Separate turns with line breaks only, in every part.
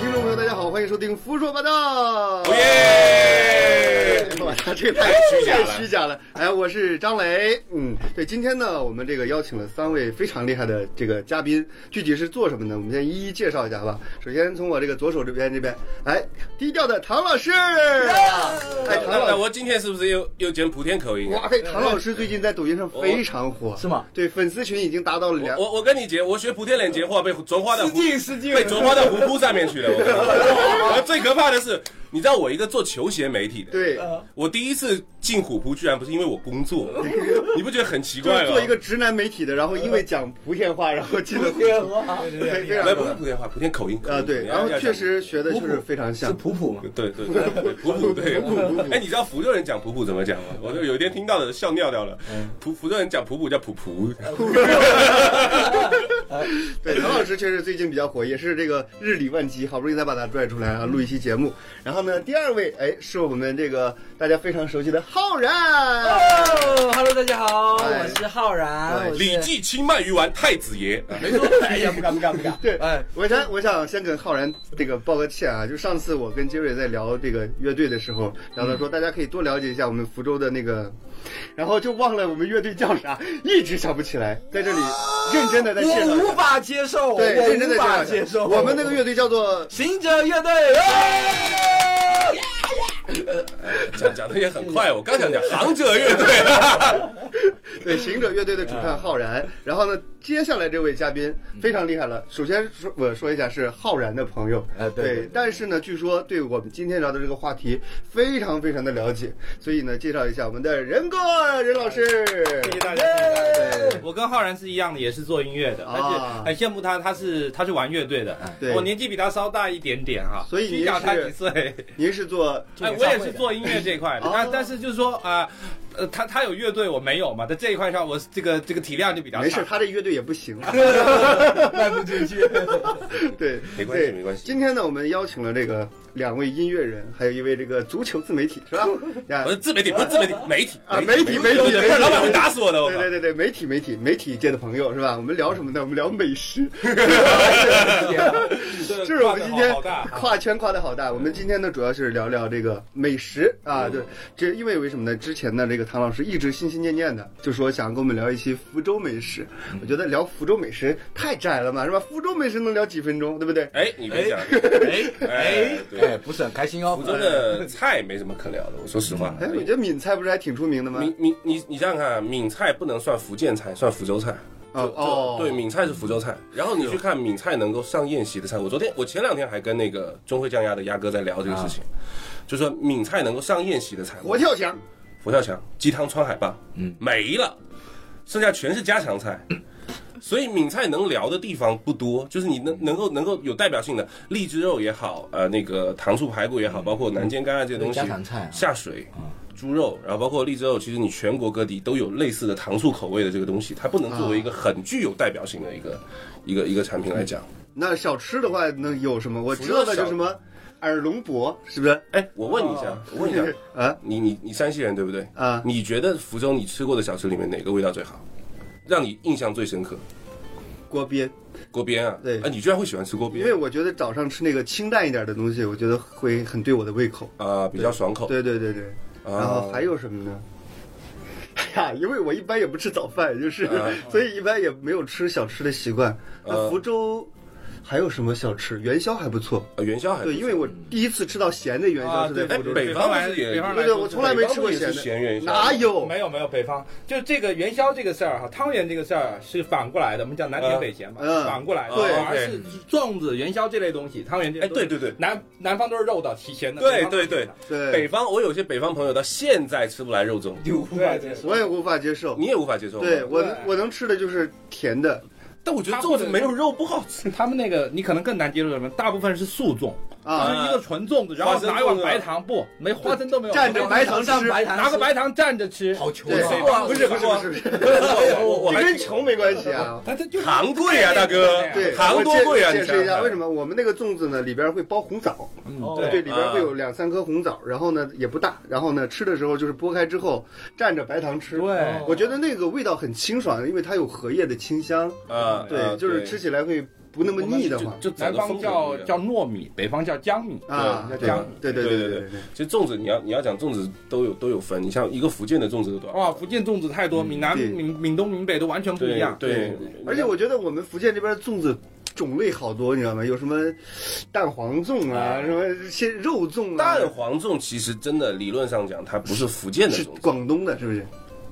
听众朋友，大家好，欢迎收听《胡说八道》。
耶！
哎哇，这个太
虚假
太
了
虚假了。哎，我是张磊。嗯，对，今天呢，我们这个邀请了三位非常厉害的这个嘉宾，具体是做什么呢？我们先一一介绍一下，好吧？首先从我这个左手这边这边，哎，低调的唐老师。哎，唐
那那
老师。
我今天是不是又又讲莆田口音啊？
哇塞，唐老师最近在抖音上非常火，
哦是吗？
对，粉丝群已经达到了两
我我跟你讲，我学莆田人讲话被转化到湖
敬失敬
被转化到湖泊上面去了。我跟你讲 然后最可怕的是，你知道我一个做球鞋媒体的，，
对，
呃
我第一次进虎扑，居然不是因为我 工作，你不觉得很奇
就
怪
是
吗？
做一个直男媒体的，然后因为讲莆田话，然后进了
天话
对非常
来不是莆田话，莆田口音
嗯
啊，对，然后确。实学的就是非常
是
像。
普普嘛？
对对对，普 普对普普。哎，你知道福州人讲普普怎么讲吗？我就有一天听到的笑尿掉了。
嗯
普福州人讲普普叫普普，
对，唐老师确实最近比较火，也是这个日理万机，好不容易才把他拽出来啊，录一期节目。然后呢，第二位哎是我们这个大家非常熟悉的浩然，
哦，Hello，大家好，
哎
我是浩
哎
然，我是
李记清迈鱼丸太子爷。
没错，哎呀，不敢不敢不敢，
对，
哎，
我想我想先跟浩然这个道个歉啊，就上次我跟杰瑞在聊这个乐队的时候，然
嗯
后他说大家可以多了解一下我们福州的那个，然后就忘了我们乐队叫啥，一直想不起来，在这里认真的在介绍一
我无
下，
法接受，
对，
我
认真
无
的
法接受，
我们那个乐队叫做
行者乐队，哎
讲讲的也很快，我刚想讲杭者乐队，
对，行者乐队的主唱浩然。然后呢，接下来这位嘉宾非常厉害了。首先说，我说一下是浩然的朋友，
哎对对对
但是呢，据说对我们今天聊的这个话题非常非常的了解，所以呢，介绍一下我们的任哥任老师。
谢谢大家。我跟浩然是一样的，也是做音乐的，但是
啊
很羡慕他，他是他是玩乐队的。
对
我年纪比他稍大一点点哈，
所以您
你小他
是
几岁？
您是做
哎，我也是做音乐这一块的，
哦
但但是就是说啊，呃，他他有乐队，我没有嘛，在这一块上，我这个这个体量就比较
没
大
事，。他这乐队也不行。
迈不进去，
对，
没关系
对
没关系
今天呢，我们邀请了这个两位音乐人，还有一位这个足球自媒体，是吧？呀
不是 自媒体，不是自媒体，媒体
啊媒体媒体
不
媒体
然老板会打死我的。我
对
靠
对对对，媒体媒体媒体界的朋友是吧？我们聊什么呢？我们聊美 食，
这
这是我们今天
好大。
跨圈跨的好大。我们今天呢，主要是聊聊这个美食啊，
嗯
对，这因为为什么呢？之前呢，这个唐老师一直心心念念的，就说想跟我们聊一期福州美食。
嗯
我觉得聊福州美食太窄了嘛，是吧？福州美食能聊几分钟，对不对？
哎，你别讲，
哎
哎，
哎，
对，
不是很开心哦
福，州的菜没什么可聊的，我说实话。
哎，我觉得闽菜不是还挺出名的吗？
闽闽你你想想看，闽菜不能算福建菜，算福州菜。
哦
就
哦，
对，闽菜是福州菜。然后你去看闽菜能够上宴席的菜，我昨天我前两天还跟那个中汇酱鸭的鸭哥在聊这个事
啊
情，就说闽菜能够上宴席的菜，
佛跳墙，
佛跳墙、鸡汤、川海棒，嗯，没了，剩下全是家常 菜。所以闽菜能聊的地方不多，就是你能能够能够有代表性的荔枝肉也好，呃，那个糖醋排骨也好，包括南煎干啊这些东西，
嗯家常菜啊
下水。猪肉，然后包括荔枝肉，其实你全国各地都有类似的糖醋口味的这个东西，它不能作为
啊
一个很具有代表性的一个、一个一个产品来讲。
嗯
那小吃的话能有什么？我知
福州
道的
小
就什么耳龙博，是不是？
哎，我问你一下，我问你一 下，
啊，
你你你山西人对不对？
啊
你觉得福州你吃过的小吃里面哪个味道最好，让你印象最深刻？
锅边。
锅边啊，
对
啊，你居然会喜欢吃锅
因
边
为我觉得早上吃那个清淡一点的东西，我觉得会很对我的胃口。
啊，比较爽口。
对对对对，
啊
然后还有什么呢？ 哎呀，因为我一般也不吃早饭，就是、
啊
所以一般也没有吃小吃的习惯。那
啊
福州还有什么小吃？元宵还不错，
呃，元宵还不
对，因为我第一次吃到咸的元宵
啊，
是
对，
在
对
福州。
北
对
方
来，
不是也
北方来
对
说
对对，
是
我从来没吃过
北
咸
方也
的，
是咸元宵
哪有？
没有没有，北方就这个元宵这个事儿哈，汤圆这个事儿是反过来的，我们讲南
呃
甜北咸嘛，
嗯
反过来的，
对
反而
对
是粽子、元宵这类东西，汤圆这类
哎，
东西
对对对
南南方都是肉的，提前的。
对
北方都是
对对
甜的，
对，
北方我有些北方朋友到现在吃不来肉粽，
有
对对
我也无法接受。
你也无法接受。
对，我
对
我能吃的就是甜的
但我觉得粽子没有肉不好吃。
他们那个你可能更难接受什么，大部分是素粽，
啊，
就是一个纯粽子，然
花
后
生啊
拿一碗白糖，不，没花生都没有，
蘸着白糖
上
吃，
白糖吃，
拿个白糖蘸着吃，
好穷
对
啊，
不是不是不是，我我 我
这
还
跟穷没关系啊。
但它就是
糖贵啊，大哥，
对，
糖多贵啊！
我解
你
解释一下为什
么？
么我们那个粽子呢，里边会包红枣，
嗯
对
对，里边会有两三颗红枣，然后呢也不大，然后呢吃的时候就是剥开之后蘸着白糖吃。
对
我觉得那个味道很清爽，因为它有荷叶的清香，
啊，
对，
啊
就是吃。起来会不那么腻的话
就就整
南
个
方
风格
叫
不一样
叫糯米，北方叫江米，
啊，
对
对
叫江米。
对对
对
对
对
对，
其实粽子你要你要讲粽子都有都有分，你像一个福建的粽子都多少？
哦
哇，福建粽子太多，闽南、
对
闽闽东、闽北都完全不一样。
嗯对，
而且我觉得我们福建这边粽子种类好多，你知道吗？有什么蛋黄粽啊，什么鲜肉粽啊，
蛋黄粽其实真的理论上讲，它不是福建的
是
粽子，
广东的，是不是？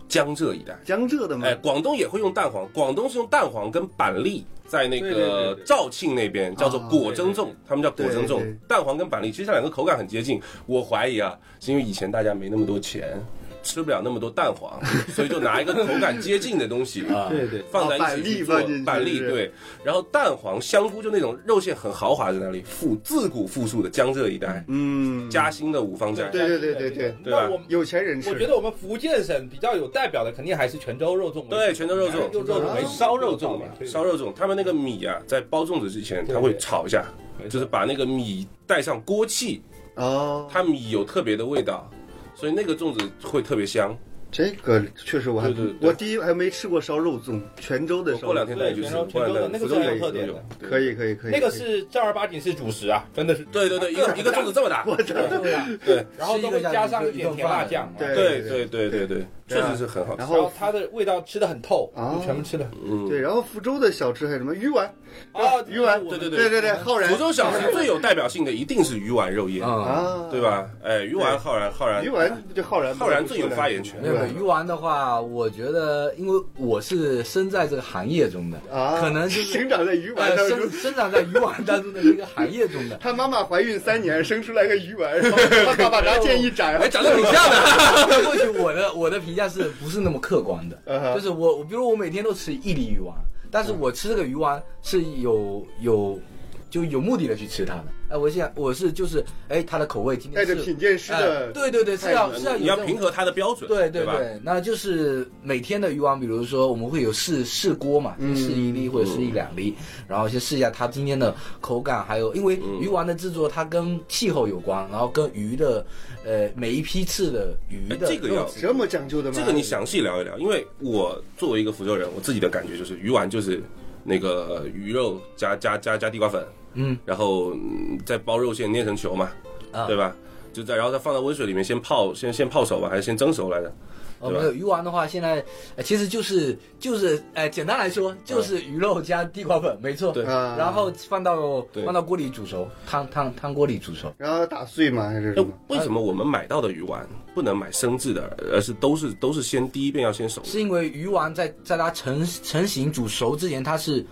江浙一带。
江浙的吗？
哎，广东也会用蛋黄，广东是用蛋黄跟板栗，在那
对对对
个
对
肇庆那
啊
边叫做果蒸粽，他们叫果
对
蒸
对
粽
对。
蛋黄跟板栗其实这两个口感很接近，我怀疑啊，是因为以前大家没那么多钱，吃不了那么多 蛋黄，所以就拿一个口感接近的东西啊，
对对，
放在一起去做
啊板栗放进去
板栗
是
对，然后蛋黄、香菇就那种肉馅很豪华在那里，富自古富庶的江浙一带，
嗯，
嘉兴的五芳斋，
对对对对对，
对吧
那我们
有钱人吃。
我觉得我们福建省比较有代表的，肯定还是泉州肉粽为主。
对泉州肉粽
用肉粽为主
哎烧肉粽嘛，
对
烧肉粽，他们那个米啊，在包粽子之前，
对
他会炒一下，
没错
就是把那个米带上锅气，
哦，
它米有特别的味道，所以那个粽子会特别香。
这个确实我还
对对对
我第一还没吃过烧肉粽，泉州的
我
烧肉粽。
过两天带你去
对
吃，
泉州
过
泉州的
两天
那个
带你去吃
是很有特点的，
可以可以可以，
那个
可以
是正儿八经是主食啊，真的是。
对对对，一个一个粽子这么大，
对啊
对
然后都会加上一点甜辣酱嘛，
对
对对对对对，确实是很好
然。
吃
然
后
后。它的味道吃的很透，
啊
就全部吃的。
嗯，
对，然后福州的小吃还有什么鱼丸
啊
哦鱼丸，
对对对
对对
嗯
对，浩然
福州小吃最有代表性的一定是鱼丸肉叶，
啊，
啊，
对？吧？哎，鱼丸、浩然、浩然
鱼，丸就浩然，
浩然最有发言权
没有没有鱼丸的话，我觉得，因为我是身在这个行业中的，
啊，
可能就是
生长在鱼丸
呃，
当
生
中。
生长在鱼丸当中的一个行
。
业中的
他妈妈怀孕三年，生出来个鱼 丸，然后他爸爸拿剑一斩，
哎，长得挺像的。
或许我的我的评价是不是那么客观的？就是我我比如我每天都吃一粒鱼丸，但是我吃这个鱼丸是有有就有目的的去吃它的。哎，我想我是就是哎它的口味今天
带着
是
品鉴师
哎
的，
对对对是要是要有
你要
这种
平和它的标准，
对对
吧？
对，那就是每天的鱼丸，比如说我们会有试试锅嘛，
嗯
试一粒或者试一两粒，
嗯
然后先试一下它今天的口感，还有因为鱼丸的制作它跟气候有关，然后跟鱼的呃每一批次的鱼
哎
的
这个要
肉质
这么讲究的吗？
这个你详细聊一聊，因为我作为一个福州人，我自己的感觉就是鱼丸就是那个呃鱼肉加加加加地瓜粉，
嗯，
然后嗯再包肉馅捏成球嘛，
啊
对吧？就再然后再放到温水里面先泡，先先泡熟吧，还是先蒸熟来着？
哦，
对吧
没有鱼丸的话，现在、呃其实就是就是呃，简单来说就是鱼肉加地瓜粉，没错。
嗯对
啊
然后放到
对
放到锅里煮熟，汤汤汤锅里煮熟。
然后打碎吗？还是什
哎
那
么？
为什么我们买到的鱼丸不能买生制的，而是都是都是先第一遍要先熟？
是因为鱼丸在在它成成型煮熟之前，它是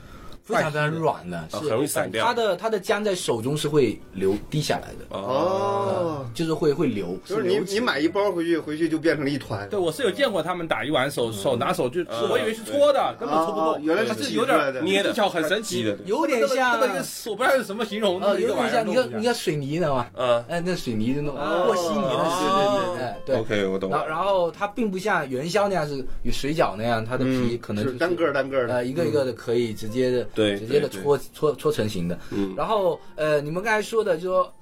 非常非常软的，是
呃很容易散掉哦
它的它的浆在手中是会流滴下来的，
哦，
就是会会流。
就是
流
你
起
你买一包回去，回去就变成了一团。
对，我是有见过他们打鱼丸手手拿手去吃，
嗯
我以为是搓的，根本搓不
啊
动。
原来
它
是
是有
挤出来的
点
捏的
技巧很神奇
挤的对
有点像
那个我不知道是什么形容
呃，
的一
有
个玩
点
意儿弄
像你
一下，
看你看水泥，你知道吗？
嗯，
哎，那水泥的那种
哦
和稀泥
哦
的，哎，对。
，OK，我懂
然后，
了。
然后它并不像元宵那样是有水饺那样，它的皮可能
是单个儿单个儿
呃
的，
一嗯个一个的可以直接的
嗯对
直接的
对
搓搓搓成型的。
嗯，
然后呃，你们刚才说的就说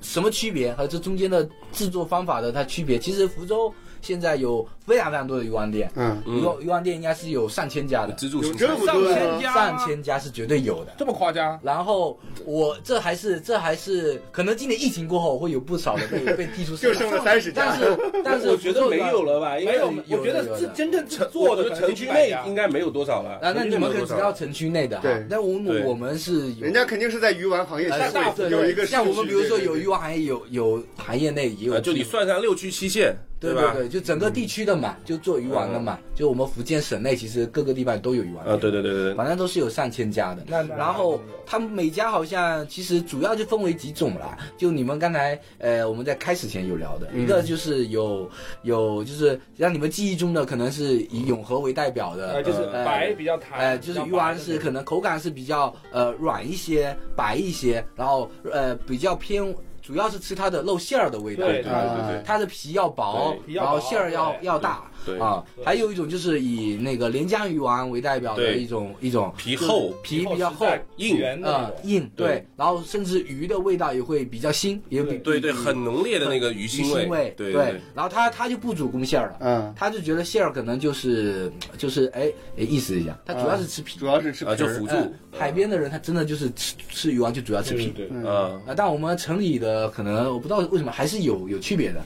什么区别和这中间的制作方法的它区别，其实福州现在有非常非常多的鱼丸店，
嗯，嗯
鱼
嗯，
丸鱼丸店应该是有上千家的，
支柱
有
型
这么
上
多
千
吗？
家，
上千家是绝对有的。
这么夸张？
然后我这还是这还是可能今年疫情过后会有不少的 被被踢出市
就
场，
剩了三十
但
家。
是但是福州的
了吧？应
没有，
有
我觉得
有的
是
有的
真正制
做
作
的
的
城区内应该没有多少了。
啊，那你们可能
能
只要城区内的哈
对，
但我
对
们我们是有
人家肯定是在鱼丸行业
呃
协
大
会
对
有
对
一个
像我们比如说有鱼
丸，
丸行业有有行业内也有
呃，就你算上六区七县，
对
吧？
对，就整个地区的嘛，就做鱼丸的嘛，
嗯
就我们福建省内其实各个地方都有鱼丸
啊，对对对对对，
反正都是有上千家的。
呃那那
然后他们每家好像其实主要就分为几种啦，就你们刚才呃我们在开始前有聊的，
嗯
一个就是有有就是让你们记忆中的可能是以永和为代表的，
呃，就是
呃
白比较弹，
呃，就是鱼丸是
比较白的那种
可能口感是比较呃软一些、白一些，然后呃比较偏，主要是吃它的肉馅儿的味道，
对对
啊
对
它的皮要薄
对，
皮要
然后
薄
馅儿要
对
要大。
对
啊，还有一种就是以那个连江鱼丸为代表的
对
一种一种
皮厚
皮比较厚。
硬
圆
啊
的，
硬
对
对，然后甚至鱼的味道也会比较腥，也比
对对，
比
很浓烈的那个鱼
鱼
腥
腥味，
对
对。然后他他就不主攻馅儿了，
嗯，
他就觉得馅儿可能就是就是哎哎意思一下，他主要是吃皮
主。要是吃
对，啊，
皮
就
儿
辅助
嗯海边的人他真的就是吃吃鱼丸就主要吃皮。
对
嗯
啊，
啊，但我们城里的可能我不知道为什么还是有有区别的，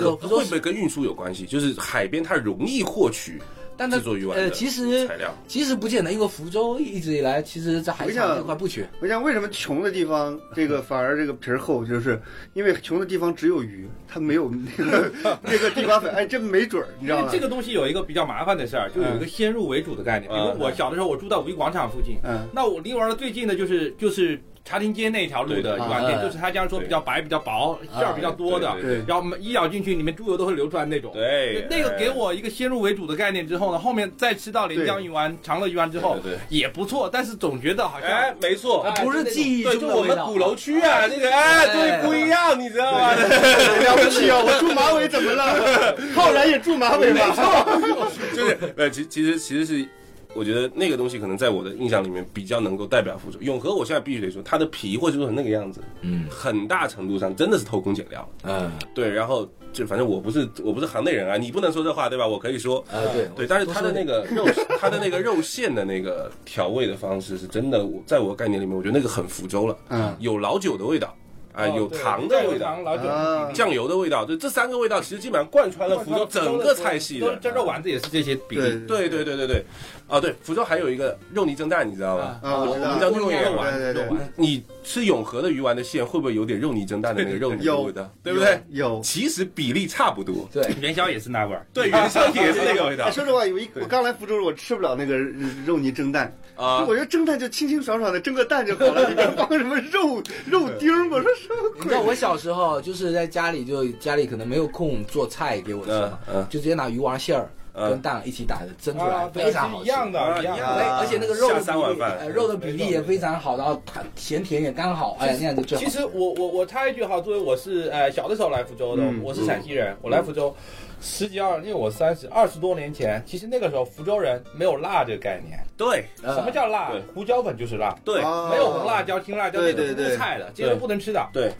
可不说
会不会跟运输有关系？就是海边它容易获取
但它
制作鱼丸
呃
的
其实
材料，
其实不见得，因为福州一直以来其实在海产这块不缺，
我想为什么穷的地方这个反而这个皮儿厚，就是因为穷的地方只有鱼，它没有那个那个地瓜粉，哎，真没准儿，你知
因
道
为
吗？
这个东西有一个比较麻烦的事儿，就有一个先入为主的概
嗯
念。比如我小的时候，我住在五一广场附近，
嗯
那我离我儿子最近的就是就是茶亭街那条路的
对嗯
鱼丸店，
啊
就是他这样说
对嗯
比较白、比较薄、馅儿比较多的
对
对，
然后我们一咬进去，里面猪油都会流出来那种。
对
那个给我一个先入为主的概念之后呢，后面再吃到连江鱼丸、长乐鱼丸之后
对对对
也不错，但是总觉得好像
哎，没错，
哎
不是记忆
对，
中
就
的
我
味
们
道。
鼓楼区啊，那个哎，对，不一样，你知道吗？
了不起啊！我住马尾怎么了？浩然也住马尾吧？
就是呃，其其实其实是，我觉得那个东西可能在我的印象里面比较能够代表福州。永和，我现在必须得说，它的皮或者说成那个样子，
嗯
很大程度上真的是偷工减料。
嗯
对，然后就反正我不是我不是行内人啊，你不能说这话对吧？我可以说。
呃对
嗯对，但是它的 那个肉，它的那个肉馅的那个调味的方式，是真的，我在我概念里面，我觉得那个很福州了，
嗯
有老酒的味道，啊、
哦
有
对
糖的味
有
道
糖，老酒。
啊，
酱油的味道，就这三个味道，其实基本上贯穿了福州整个菜系
都
的。
蒸肉丸子也是这些比例。
对
对对对对对，啊对，福州还有一个肉泥蒸蛋，你知道吗？
啊，我知
我
道
们叫肉眼丸。
对对对，
你吃永和的鱼丸的馅，会不会有点肉泥蒸蛋的那个肉泥的
有
味道？对不对？
有。
其实比例差不多。
对
元宵也是那味儿，嗯
对，原香也是那个味 道
哎说实话，有一我刚来福州时候，我吃不了那个肉泥蒸蛋，
啊
我。觉得蒸蛋就清清爽爽的蒸个蛋就好了，里面放什么肉肉丁儿，我说什么
你知道
鬼？
我小时候就是在家里就家里可能没有空做菜给我吃嘛，
嗯嗯
就直接拿鱼丸馅儿
嗯
跟蛋一起打的蒸出来，
啊，
非常好吃。
是一样的，
啊
一样
哎
的。
啊
而且那个肉的
下三碗饭
比例呃肉的比例也非常好，然后它咸甜也刚好，哎，那样就最好
其。实我我我插一句哈，作为我是呃小的时候来福州的，
嗯
我是陕西人，我来福州十几二，因为我三十二十多年前，其实那个时候福州人没有辣这个概念，
对
呃
什么叫辣
对？
胡椒粉就是辣，
对
啊
没有红辣椒、青辣椒，
对
那个是
对对
不菜的，这个是不能吃的。
对，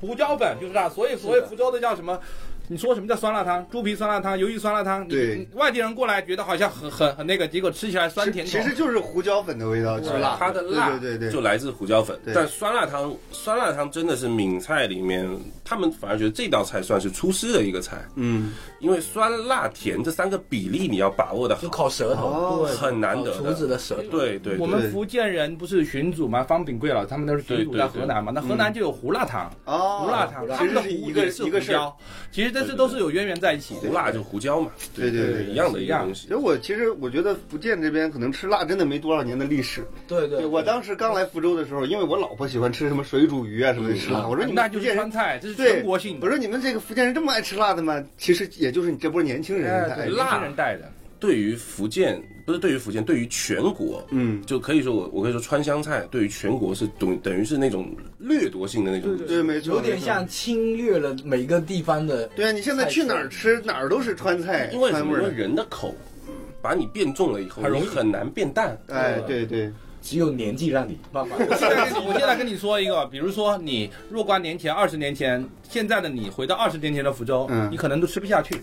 胡椒粉就是辣，所以所谓福州的叫什么？你说什么叫酸辣汤？猪皮酸辣汤、鱿鱼酸辣汤，你
对
你外地人过来觉得好像很很很那个，结果吃起来酸甜口
其实就是胡椒粉的味道，就是辣，
它的辣
对对对
就
对，
来自胡椒粉，
对
但酸辣汤酸辣汤真的是闽菜里面，他们反而觉得这道菜算是出师的一个菜，
嗯，
因为酸辣甜这三个比例你要把握的
就烤舌头
哦，
很难得
烤厨子
的。
的舌头，
对对
我
对
们福建人不是寻祖嘛，方秉贵老师他们都是寻
对
祖
对
在河南嘛，那河南就有胡辣汤，
哦，
胡辣汤，他
其
们
实是
的胡
一
也
个
是
一
胡
个事儿。
椒，其实这
对
是
对
都是有渊源在一起
胡
的。
辣就胡椒嘛，
对对对
一样的一
一
个
样
东西
其实。我其实我觉得福建这边可能吃辣真的没多少年的历史。
对对，
我当时刚来福州的时候，因为我老婆喜欢吃什么水煮鱼啊什么的吃辣，我说你
那
们
就
福
是
建
川
人，
菜，这是
对
全国性
我
的，
说你们这个福建人这么爱吃辣的吗？其实也就是你这波年轻人才爱
哎，
吃。
辣
辣人带的。
对于福建，不是对于福建，对于全国，
嗯，
就可以说我我可以说川湘菜对于全国是等等于是那种掠夺性的那种，
对，没错，
有点
没错
像。侵略了每个地方的
对啊，你现在去哪儿吃哪儿都是川菜，
因为什
川
么？
味
因为
儿。
人的口把你变重了以后，
很容易
你很难变淡。
哎，对对，
只有年纪让你慢慢。
现在跟你我现在跟你说一个，比如说你若干年前、二十年前，现在的你回到二十年前的福州，
嗯
你可能都吃不下去。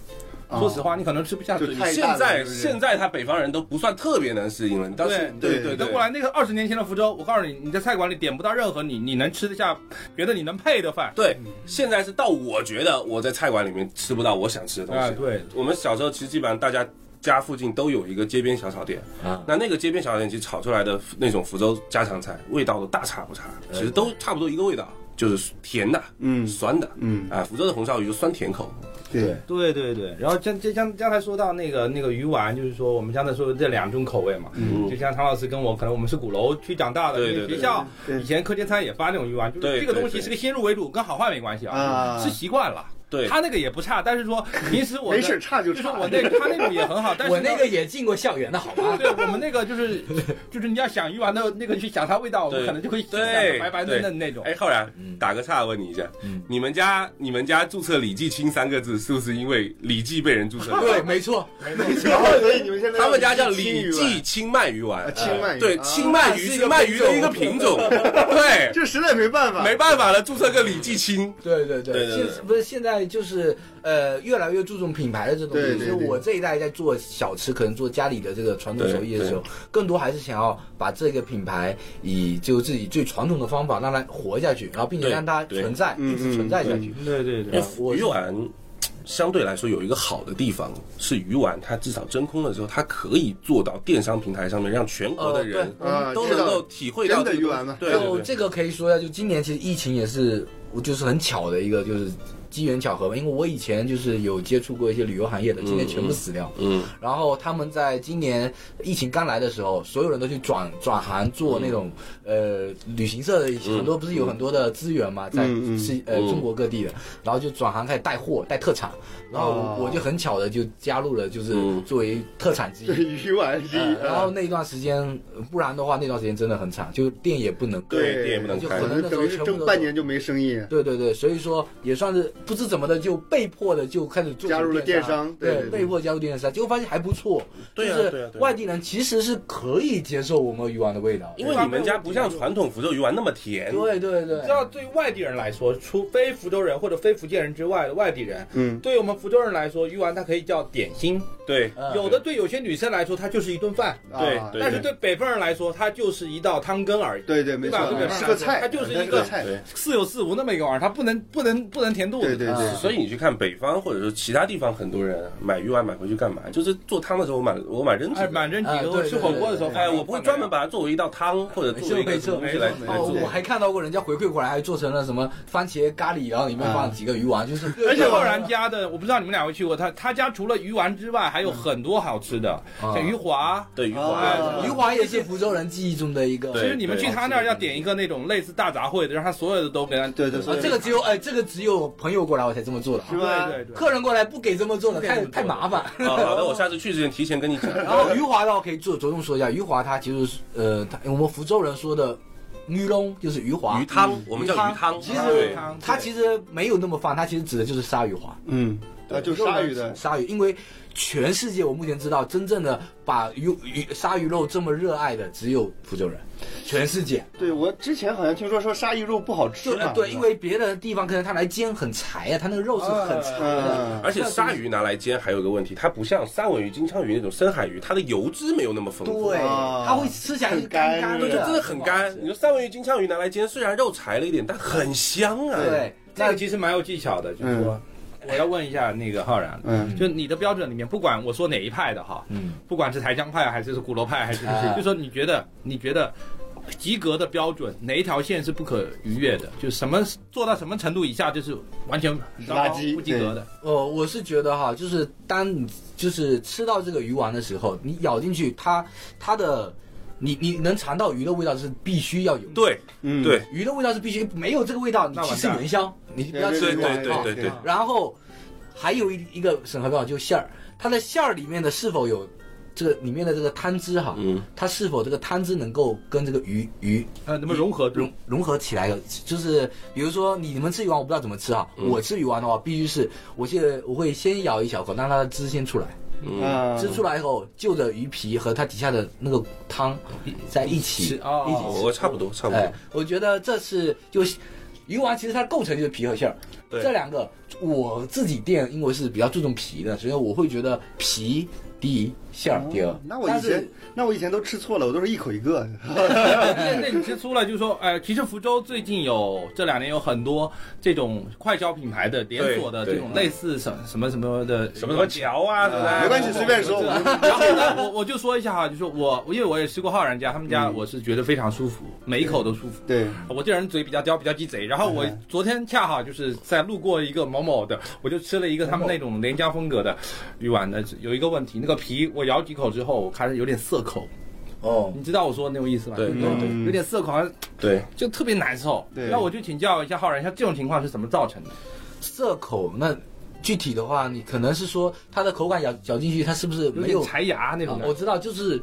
哦
说实话，你可能吃不下去
就。太
现
大了
在
是不是
现在他北方人都不算特别能适应了，你当时
对
对
对
等
对
过来那个二十年前的福州，我告诉你，你在菜馆里点不到任何你你能吃得下、觉得你能配的饭。
对，现在是到我觉得我在菜馆里面吃不到我想吃的
啊
东西。
啊对，
我们小时候其实基本上大家家附近都有一个街边小炒店
啊
那那个街边小炒店其实炒出来的那种福州家常菜，味道都大差不差，其实都差不多一个味道，就是甜的，
嗯
酸的，
嗯
啊，福州的红烧鱼就酸甜口，
对，
对对对，然后像就像刚才说到那个那个鱼丸，就是说我们刚才说的这两种口味嘛，
嗯
就像唐老师跟我，可能我们是鼓楼区长大的，
对
因为
对对
学校
对对
以前课间餐也发那种鱼丸，就
对
是这个
对
东西
对
是个先入为主，跟好坏没关系啊，
啊
吃习惯了。
对
他那个也不差，但 是说平时我的
没事差就
就是
差
我那 他那种也很好，但是
我
呢
那个也进过校园的好吗？
对我们那个 就是就是你要想鱼丸的那个去想它味道，我
对
们可能就会想
对
白白嫩嫩那种。
哎，浩然
嗯，
打个岔问你一下，
嗯
你们家你们家注册“李继清”三个字，是不是因为李继被人注册？
对，没错，
然后所以你们现在
他们家叫
青
李
鱼
记
丸
清鳗鱼丸，
啊清鳗鱼
对，
啊
清鳗鱼是鳗鱼的一个品种，对，
这实在没办法，
没办法了，注册个李记清，
对对对
对对对
现不是现在就是呃，越来越注重品牌的这种东
对
西。
对
所以
对
我这一代在做小吃，可能做家里的这个传统手艺的时候，更多还是想要把这个品牌以就自己最传统的方法让它活下去，然后并且
对
让它
对
存在，
嗯
一直存在下去。
对对
因为
对，
我
鱼丸相对来说有一个好的地方是鱼丸，它至少真空了之后，它可以做到电商平台上面，让全国的人
啊，
嗯都
知
能
道
够体会到
真的
这个
鱼丸吗
对
然
对
后
对，
这个可以说一下，就今年其实疫情也是，我就是很巧的一个就是机缘巧合吧，因为我以前就是有接触过一些旅游行业的，今年全部死掉。
嗯，
然后他们在今年疫情刚来的时候，所有人都去转转行做那种、呃旅行社的，很多不是有很多的资源嘛，在
嗯嗯
是呃
嗯
中国各地的，然后就转行开始带货带特产，然后
哦
我我就很巧的就加入了，就是
嗯
作为特产之 一。
对鱼丸啊是
呃
一，
然后那一段时间，呃不然的话那段时间真的很惨，就店也不能
对
对
店也不能
就
开
可
可能
能
那
哎
时
等
候
于是
全部
挣
都
半年就没生意，啊
对对对，所以说也算是不知怎么的就被迫的就开始做
加入了
电
电商对
对
对，对
被迫加入电商，结果发现还不错，
对啊
就
对啊
是
对啊
外地人其实是可以接受我们鱼丸的味道，
因为你们家不像传统福州鱼丸那么甜，
对对对
你知，道，对外地人来说，除非福州人或者非福建人之外的外地人，
嗯，
对于我们福州人来说，鱼丸它可以叫点心，
对
呃
嗯
有的对有些女生来说，它就是一顿饭，
对
啊
对
但是对北方人来说，它就是一道汤羹而已。
对对，没
对吧
错
对，吧
是个菜，
它就是
它
一
个
个
菜，
对
似有似无那么一个玩意儿，它不能不能不能填肚
对
子。
对对
啊，
所以你去看北方或者说其他地方，很多人买鱼丸买回去干嘛？就是做汤的时候我买我买扔
哎，
几个，
满扔几
哎
个，
对
我吃火锅的时候，
对对对
哎，我不会专门把它作为一道汤或者作为一个
没
什么
错
东
没
西
错
来
没
来
错
做
哦，。我还看到过人家回馈过来，还做成了什么番茄咖喱，然后里面放几个鱼丸，就是
而且浩然家的，我不知道你们俩会去过，他他家除了鱼丸之外，
嗯
还有很多好吃
啊
的，
嗯
像鱼滑。
对鱼
啊
丸，
鱼丸也是福州人记忆中的一个。
其
对
实你们去他那儿要点一个那种类似大杂烩的，让他所有的都给他。
对对
啊
对，
这个只有哎，这个只有朋友过来我才这么做的啊，
是吧？
对对对。
客人过来不给这么做的，太太麻烦。
啊，好的，我下次去之前提前跟你讲。
然后余华的话可以着着重说一下，余华他其实是呃，他我们福州人说的鱼龙就是余华
鱼，汤，我们叫鱼汤。
其
对
实他其实没有那么泛，他其实指的就是鲨鱼华，
嗯，啊，就鲨鱼的，
鲨鱼，因为全世界我目前知道真正的把鱼鱼鲨鱼肉这么热爱的只有福州人，全世界
对我之前好像听说说鲨鱼肉不好吃
就
嘛，
对，
是吧
因为别的地方可能他来煎很柴啊，他那个肉是很柴的，
嗯，
啊而且鲨鱼拿来煎还有个问题，它不像三文鱼、金枪鱼那种深海鱼，它的油脂没有那么丰富。
对，他会吃起来是干干
对
对，
的，
就真的很干。你说三文鱼、金枪鱼拿来煎，虽然肉柴了一点，但很香啊。
对，
这
那
个其实蛮有技巧的，就是说，我要问一下那个浩然，
嗯，
就你的标准里面，不管我说哪一派的哈，
嗯。
不管是台江派还是是鼓楼派，还是
啊
就说你觉得你觉得及格的标准哪一条线是不可逾越的？就什么做到什么程度以下就是完全糟糕
垃圾
不及格的。
呃，我是觉得哈，就是当你就是吃到这个鱼丸的时候，你咬进去，它它的，你你能尝到鱼的味道是必须要有的，
对
嗯，
对
鱼的味道是必须没有这个味道，你
那
去
完
吃
蛋
元宵，你不要
对
吃
对
鱼
对
丸
对
啊
对对，
然后还有一一个审核标准就是馅儿，它的馅儿里面的是否有这个里面的这个汤汁哈，
嗯，
它是否这个汤汁能够跟这个鱼鱼
呃，那么融合
融融合起来的，就是比如说你们吃鱼丸，我不知道怎么吃啊。
嗯
我吃鱼丸的话，必须是我记得我会先咬一小口，让它的汁先出来，
嗯，
啊，
汁出来以后，就着鱼皮和它底下的那个汤在一起
吃哦
一
我
起
我差不多差
吃。
不多
哎。，我觉得这是就是鱼丸，其实它的构成就是皮和馅儿。
对
这两个我自己店因为是比较注重皮的，所以我会觉得皮第一，馅儿第二
哦。那我以
但是
前那我以前都吃错了，我都是一口一个，
那那你吃出了，就是说，呃，其实福州最近有这两年有很多这种快消品牌的连锁的
对
这
对
种类似什什么什么的
什么什么桥啊，什么 的
没关系，随便说，我们
然后呢， 我我就说一下哈，就是我，因为我也吃过浩然家，他们家我是觉得非常舒服，每一口都舒服。
对，
我这人嘴比较刁，比较鸡贼。然后我
嗯
昨天恰好就是在路过一个某某的，我就吃了一个他们那种连江风格的鱼丸的。有一个问题，那个皮我咬几口之后，我开始有点涩口，
哦，
你知道我说的那种意思吧？
对
有点
对对
有点涩口，好像
对，
就特别难受。
对
那我就请教一下浩然，像这种情况是怎么造成的？
涩口，那具体的话，你可能是说它的口感咬咬进去，它是不是
有
没
点
有
柴牙那种
啊
感
我
觉。
知道，就是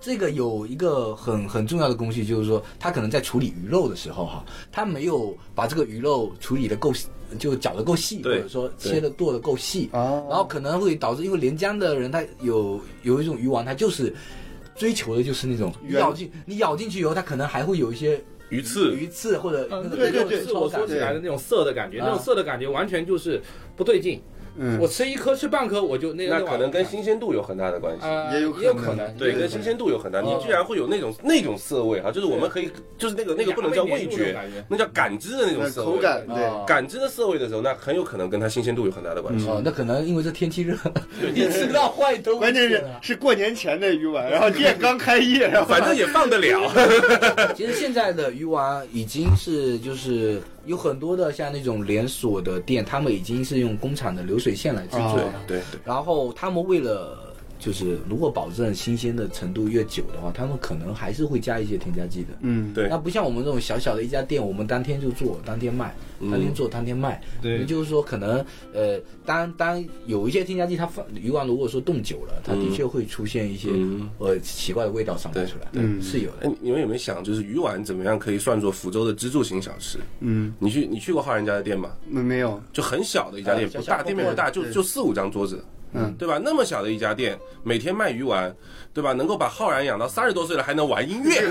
这个有一个很很重要的工序，就是说他可能在处理鱼肉的时候哈，他没有把这个鱼肉处理的够，就搅的够细，或
对
者说
对
切的剁的够细，
哦
然后可能会导致，因为连江的人他有有一种鱼丸，他就是。追求的就是那种你
原
咬进你咬进去以后，它可能还会有一些
鱼刺
鱼刺或者那
嗯，
个
对
对
对
对
对，
肉
是我
的口感
说起来的那种涩的感觉，
啊
那种涩的感觉完全就是不对劲。
嗯
我，吃一颗吃半颗，我就那个
那可能跟
新
新鲜度有很大的关系。
呃
也有
也有
可能
可能，
啊对，
也有
跟
可能
新鲜度有很大，你
哦
居然会有那种那种涩味哈，就是我们可以，就是那个那个不能叫味觉，哦那叫感知的那种
那
涩味。
口感对，
啊
感知的涩味的时候，那很有可能跟它新鲜度有很大的关系。
哦，那可能因为这天气热，
对
你吃到坏 东西了，
关键是是过年前的鱼丸，然后店刚开业， 然后
反正也放得了，
其实现在的鱼丸已经是就是有很多的像那种连锁的店，他们已经是用工厂的流水线来制 作
哦
了。
对
然后他们为了就是如果保证新鲜的程度越久的话，他们可能还是会加一些添加剂的。
嗯，
对
那不像我们这种小小的一家店，我们当天就做，当天卖，
嗯
当天做，当天卖。
对
也就是说，可能呃，当当有一些添加剂，它放鱼丸如果说冻久了，它的确会出现一些、
嗯
呃奇怪的味道散发出来，
对嗯
是有的。
哎，你们有没有想，就是鱼丸怎么样可以算作福州的支柱型小吃？
嗯，
你去你去过浩然家的店吗？
没没有，
就很小的一家店，
啊小
不
小
大，店面不大，就就四五张桌子，
嗯，
对吧？那么小的一家店，每天卖鱼丸，对吧？能够把浩然养到三十多岁了，还能玩音乐，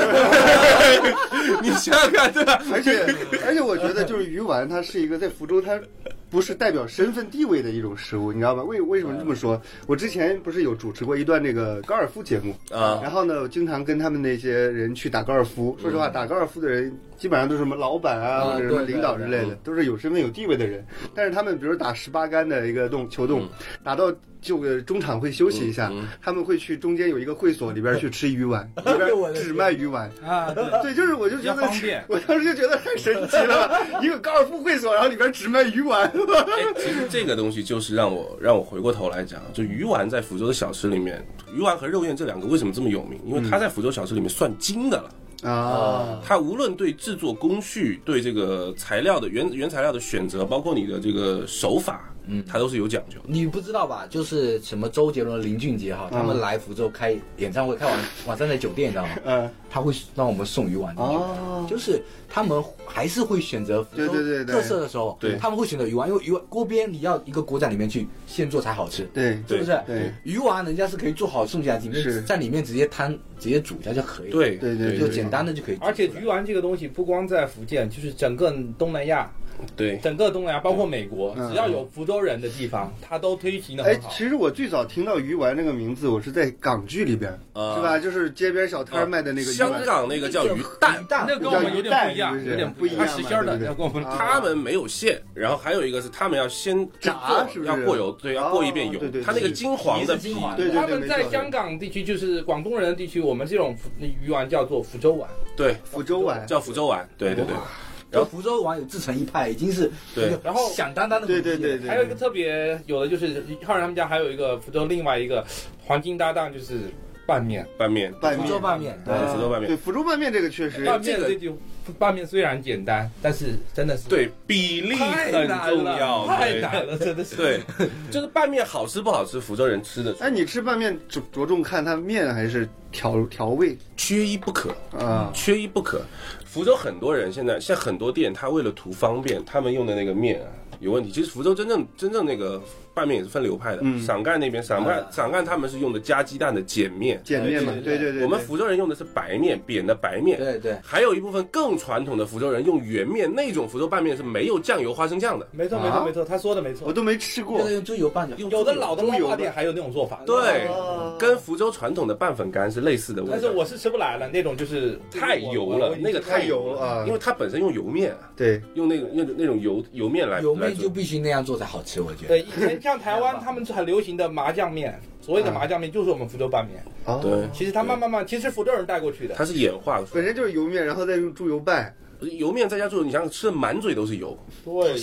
你想想看，对吧？
而 且而且我觉得就是鱼丸，它是一个在福州它不是代表身份地位的一种食物，你知道吧？为为什么这么说？我之前不是有主持过一段那个高尔夫节目，
啊，
然后呢，我经常跟他们那些人去打高尔夫。说实话，打高尔夫的人基本上都是什么老板啊，
啊
或者什么
对对
领导之类的，都是有身份有地位的人。但是他们，比如打十八杆的一个洞球洞，打到这个中场会休息一下，他们会去中间有一个会所里边去吃鱼丸，里边只卖鱼丸。
啊， 对
对，就是我就觉
比
得
较方便，
我当时就觉得太神奇了，一个高尔夫会所，然后里边只卖鱼丸。
哎，其实这个东西就是让我让我回过头来讲，就鱼丸在福州的小吃里面，鱼丸和肉燕这两个为什么这么有名？因为它在福州小吃里面算精的了。
啊，
它无论对制作工序、对这个材料的原原材料的选择，包括你的这个手法，嗯，它都是有讲究。
你不知道吧？就是什么周杰伦、林俊杰
嗯
哈，他们来福州开演唱会，开完晚上在酒店，你知道吗？
嗯，
他会让我们送鱼丸进去的
哦
就是他们还是会选择福州
对对对对
特色的时候，
对
他们会选择鱼丸，因为鱼丸锅边你要一个锅在里面去现做才好吃，
对
是不是？
对
鱼丸人家是可以做好送下去，
是
你在里面直接摊直接煮一下就可以了，，
对
对对
就
对
简单的就可以。
而且鱼丸这个东西不光在福建，就是整个东南亚，
对，
整个东南亚包括美国，
嗯
只要有福州人的地方，它都推行的
哎
很，好。
其实我最早听到鱼丸这个名字，我是在港剧里边，
啊
是吧？就是街边小摊儿卖的那个鱼
香
丸。
港那个叫鱼
蛋
蛋，
蛋
那跟我们有点不一样，有点一样，它是馅儿的，要跟我们
啊
他们没有馅，然后还有一个是他们要先
炸
制作
是不是
要过油，对，要过一遍油
哦对对，对
它那个金黄的
皮是
皮
金黄，的
对对
他
对，
们
没
在
错
香港地区，就是广东人的地区，我们这种福鱼丸叫做福州丸，
对，
福州丸，
叫福州丸，对对对，
然后福州网友自成一派，已经是
对
一个
然后
响当当的
对
名
对
气了
对对，
还有一个特别有的就是浩然他们家还有一个福州另外一个黄金搭档就是拌面，
拌面，
拌
福
面
州，拌面，对
对，福州拌面
对。福州拌面这个确实
拌
这
面
个
这句拌面虽然简单，但是真的是
对比例
太
很
难
重
了，
要，
太
对
难了，真的是。
对，就是拌面好吃不好吃，福州人吃的
哎，你吃拌面着着重看它面还是调调味
缺一不可，
啊？
缺一不可。福州很多人现在，现在很多店，他为了图方便，他们用的那个面啊有问题。其实福州真正真正那个拌面也是分流派的，
嗯
陕赣那边陕赣陕赣他们是用的加鸡蛋的碱面，
碱面嘛，
对
对
对
对对，
我们福州人用的是白面，扁的白面。
对对。
还有一部分更传统的福州人用圆面，那种福州拌面是没有酱油花生酱的。
没错没
啊
错没错，他说的没
我
错。
都没吃
那
过
个。用猪油拌就
有的老的
猪油
拉
的
花店还有那种做法，
对，跟福州传统的拌粉干是类似的味道。
但是我是吃不来了，那种就是
太油了，那个
太
油
油了啊
因为它本身用油面啊，
对，
用那个那种那种油油面来
油
来
面
做
就必须那样做才好吃，我觉得。
对以前像台湾他们很流行的麻酱面，所谓的麻酱面就是我们福州拌面，
啊，
对，
其实它慢慢慢，其实福州人带过去的。
它是演化出来
本身就是油面，然后再用猪油拌，
油面在家做，你想想吃的满嘴都是油，
对，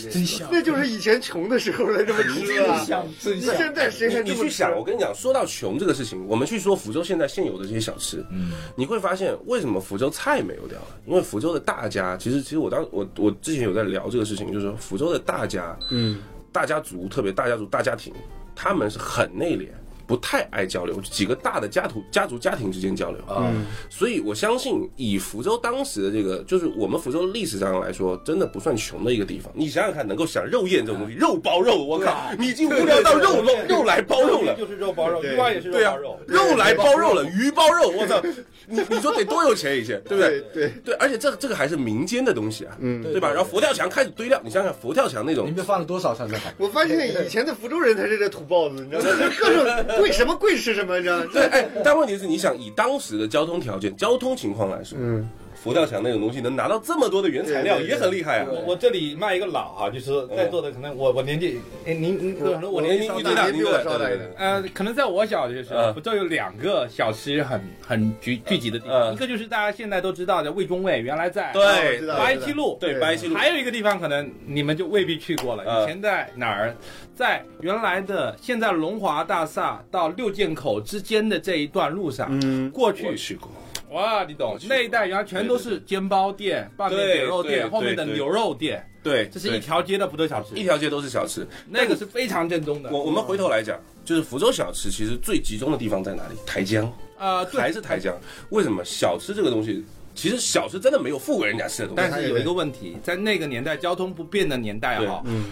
那就是以前穷的时候了，这么吃啊？
真
现在谁还
你
这
去
么
想，我跟你讲，说到穷这个事情，我们去说福州现在现有的这些小吃，嗯，你会发现为什么福州菜没有掉了？因为福州的大家，其实其实我当我我之前有在聊这个事情，就是说福州的大家，嗯，大家族特别大家族大家庭，他们是很内敛。不太爱交流，几个大的家族、家族、家庭之间交流啊，所以我相信以福州当时的这个，就是我们福州历史上来说，真的不算穷的一个地方。你想想看，能够想肉宴这种东西，肉包肉，我靠，你已经无聊到肉肉肉来包肉了，
就是肉包肉，
对
鱼丸也是肉
对啊
包肉，，
肉来包肉了，鱼包肉，我操！你你说得多有钱以前，对不对？
对对
而且这个这个还是民间的东西啊，嗯，对吧？
对对
然后佛跳墙开始堆料，你想想佛跳墙那
里
种，
面放了多少山珍海味？
我发现以前的福州人才是在土包子，你知道吗？各 种贵什么贵吃什么，你知道吗？
对，哎，但问题是，你想以当时的交通条件、交通情况来说，
嗯，
佛跳墙那种东西能拿到这么多的原材料
对对
也很厉害啊。
我我这里卖一个老啊，就是在座的可能我我年纪，哎您您可能我
我
年
年
纪
龄
稍
一
大
定大，
你比我稍大一点
呃，可能在我小学时
嗯
候，福州有两个小吃很很聚聚集的地方，
嗯
一个就是大家现在都知道的味中味，原来在
我知
对对
道
八一七路，
对，
对
白西路
还有一个地方可能你们就未必去过了，
嗯
以前在哪儿？在原来的现在龙华大厦到六件口之间的这一段路上，
嗯，
过
我
去
去过，
哇，你懂那一带原来全都是煎包店、拌面
对
点肉
对
店，后面的
对对
牛肉店，
对，
这是一条街的福州小吃
一，条街都是小吃。
那个是非常正宗的。
我我们回头来讲，就是福州小吃其实最集中的地方在哪里？台江。
啊，对，
还是台江。为什么小吃这个东西，其实小吃真的没有富贵人家吃的东西。
但是有一个问题，在那个年代交通不便的年代啊哈，
嗯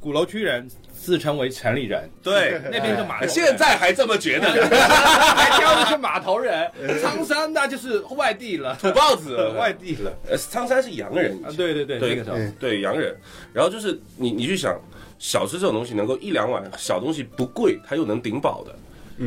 鼓楼区人自称为城里人，
对，
那边是码头人，
现在还这么觉 得，
还挑的是码头人， 苍山那就是外地 了，
土包子
外地了
呃，苍山是洋人以前
啊，对对对，
对
那个时候
嗯
对洋人。然后就是你你去想，小吃这种东西能够一两碗小东西不贵，它又能顶饱的。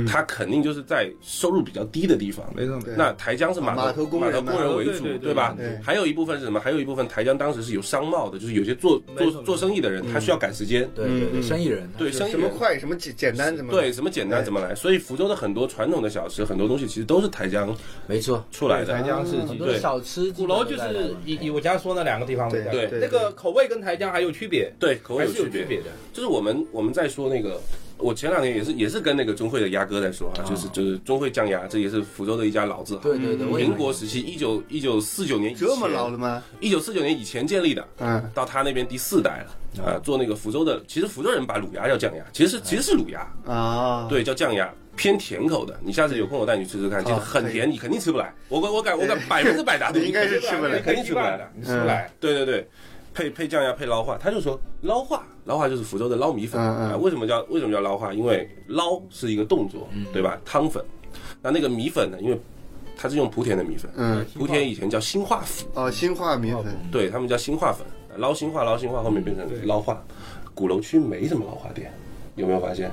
它肯定就是在收入比较低的地方，
没错没
错
那台江是码
码头
头
工人
码头工人为
对
主
对，对
吧
对对？
还有一部分是什么？还有一部分台江当时是有商贸的，就是有些做
没错
做做生意的人，他需要赶时间，
对
嗯
对对，
嗯
生意人啊
对生意
什么
人
快什么简简单什么
对，什么简单怎么来。所以福州的很多传统的小吃，很多东西其实都是台江
没错，
出来的
台。江是
很多
对
小吃基
鼓
本都
楼
在
就
台湾，
是以以我家说那两个地方为
对
代
对
表，
对
那个口味跟台江还有区别，
对，口味
还
有
是有
区
区
别。
别的。
就是我们我们在说那个，我前两天也是也是跟那个中汇的鸭哥在说啊，就是就是中汇酱鸭，这也是福州的一家老字号。
对对对，我也
嗯民国时期一九一九四九年以前
这么老了吗？
一九四九年以前建立的，
嗯，
到他那边第四代了啊，做那个福州的，其实福州人把卤鸭叫酱鸭，其实是其实是卤鸭，
啊，
对，叫酱鸭，偏甜口的。你下次有空我带你去吃吃看，就是很甜，你肯定吃不来。我我我敢我敢百分之百打赌，
应该是吃不来
啊
你肯定吃不来的。
你
嗯
吃不来，
对对对，配配酱鸭配捞化，他就说捞化，捞化就是福州的捞米粉。
嗯嗯
啊，为什么叫为什么叫捞化？因为捞是一个动作，
嗯
对吧？汤粉，那那个米粉呢？因为它是用莆田的米粉，
嗯，
莆田以前叫新化府，
哦，新化米粉，
对他们叫新化粉，捞新化捞新化，后面变成捞化。鼓楼区没什么捞化店，有没有发现？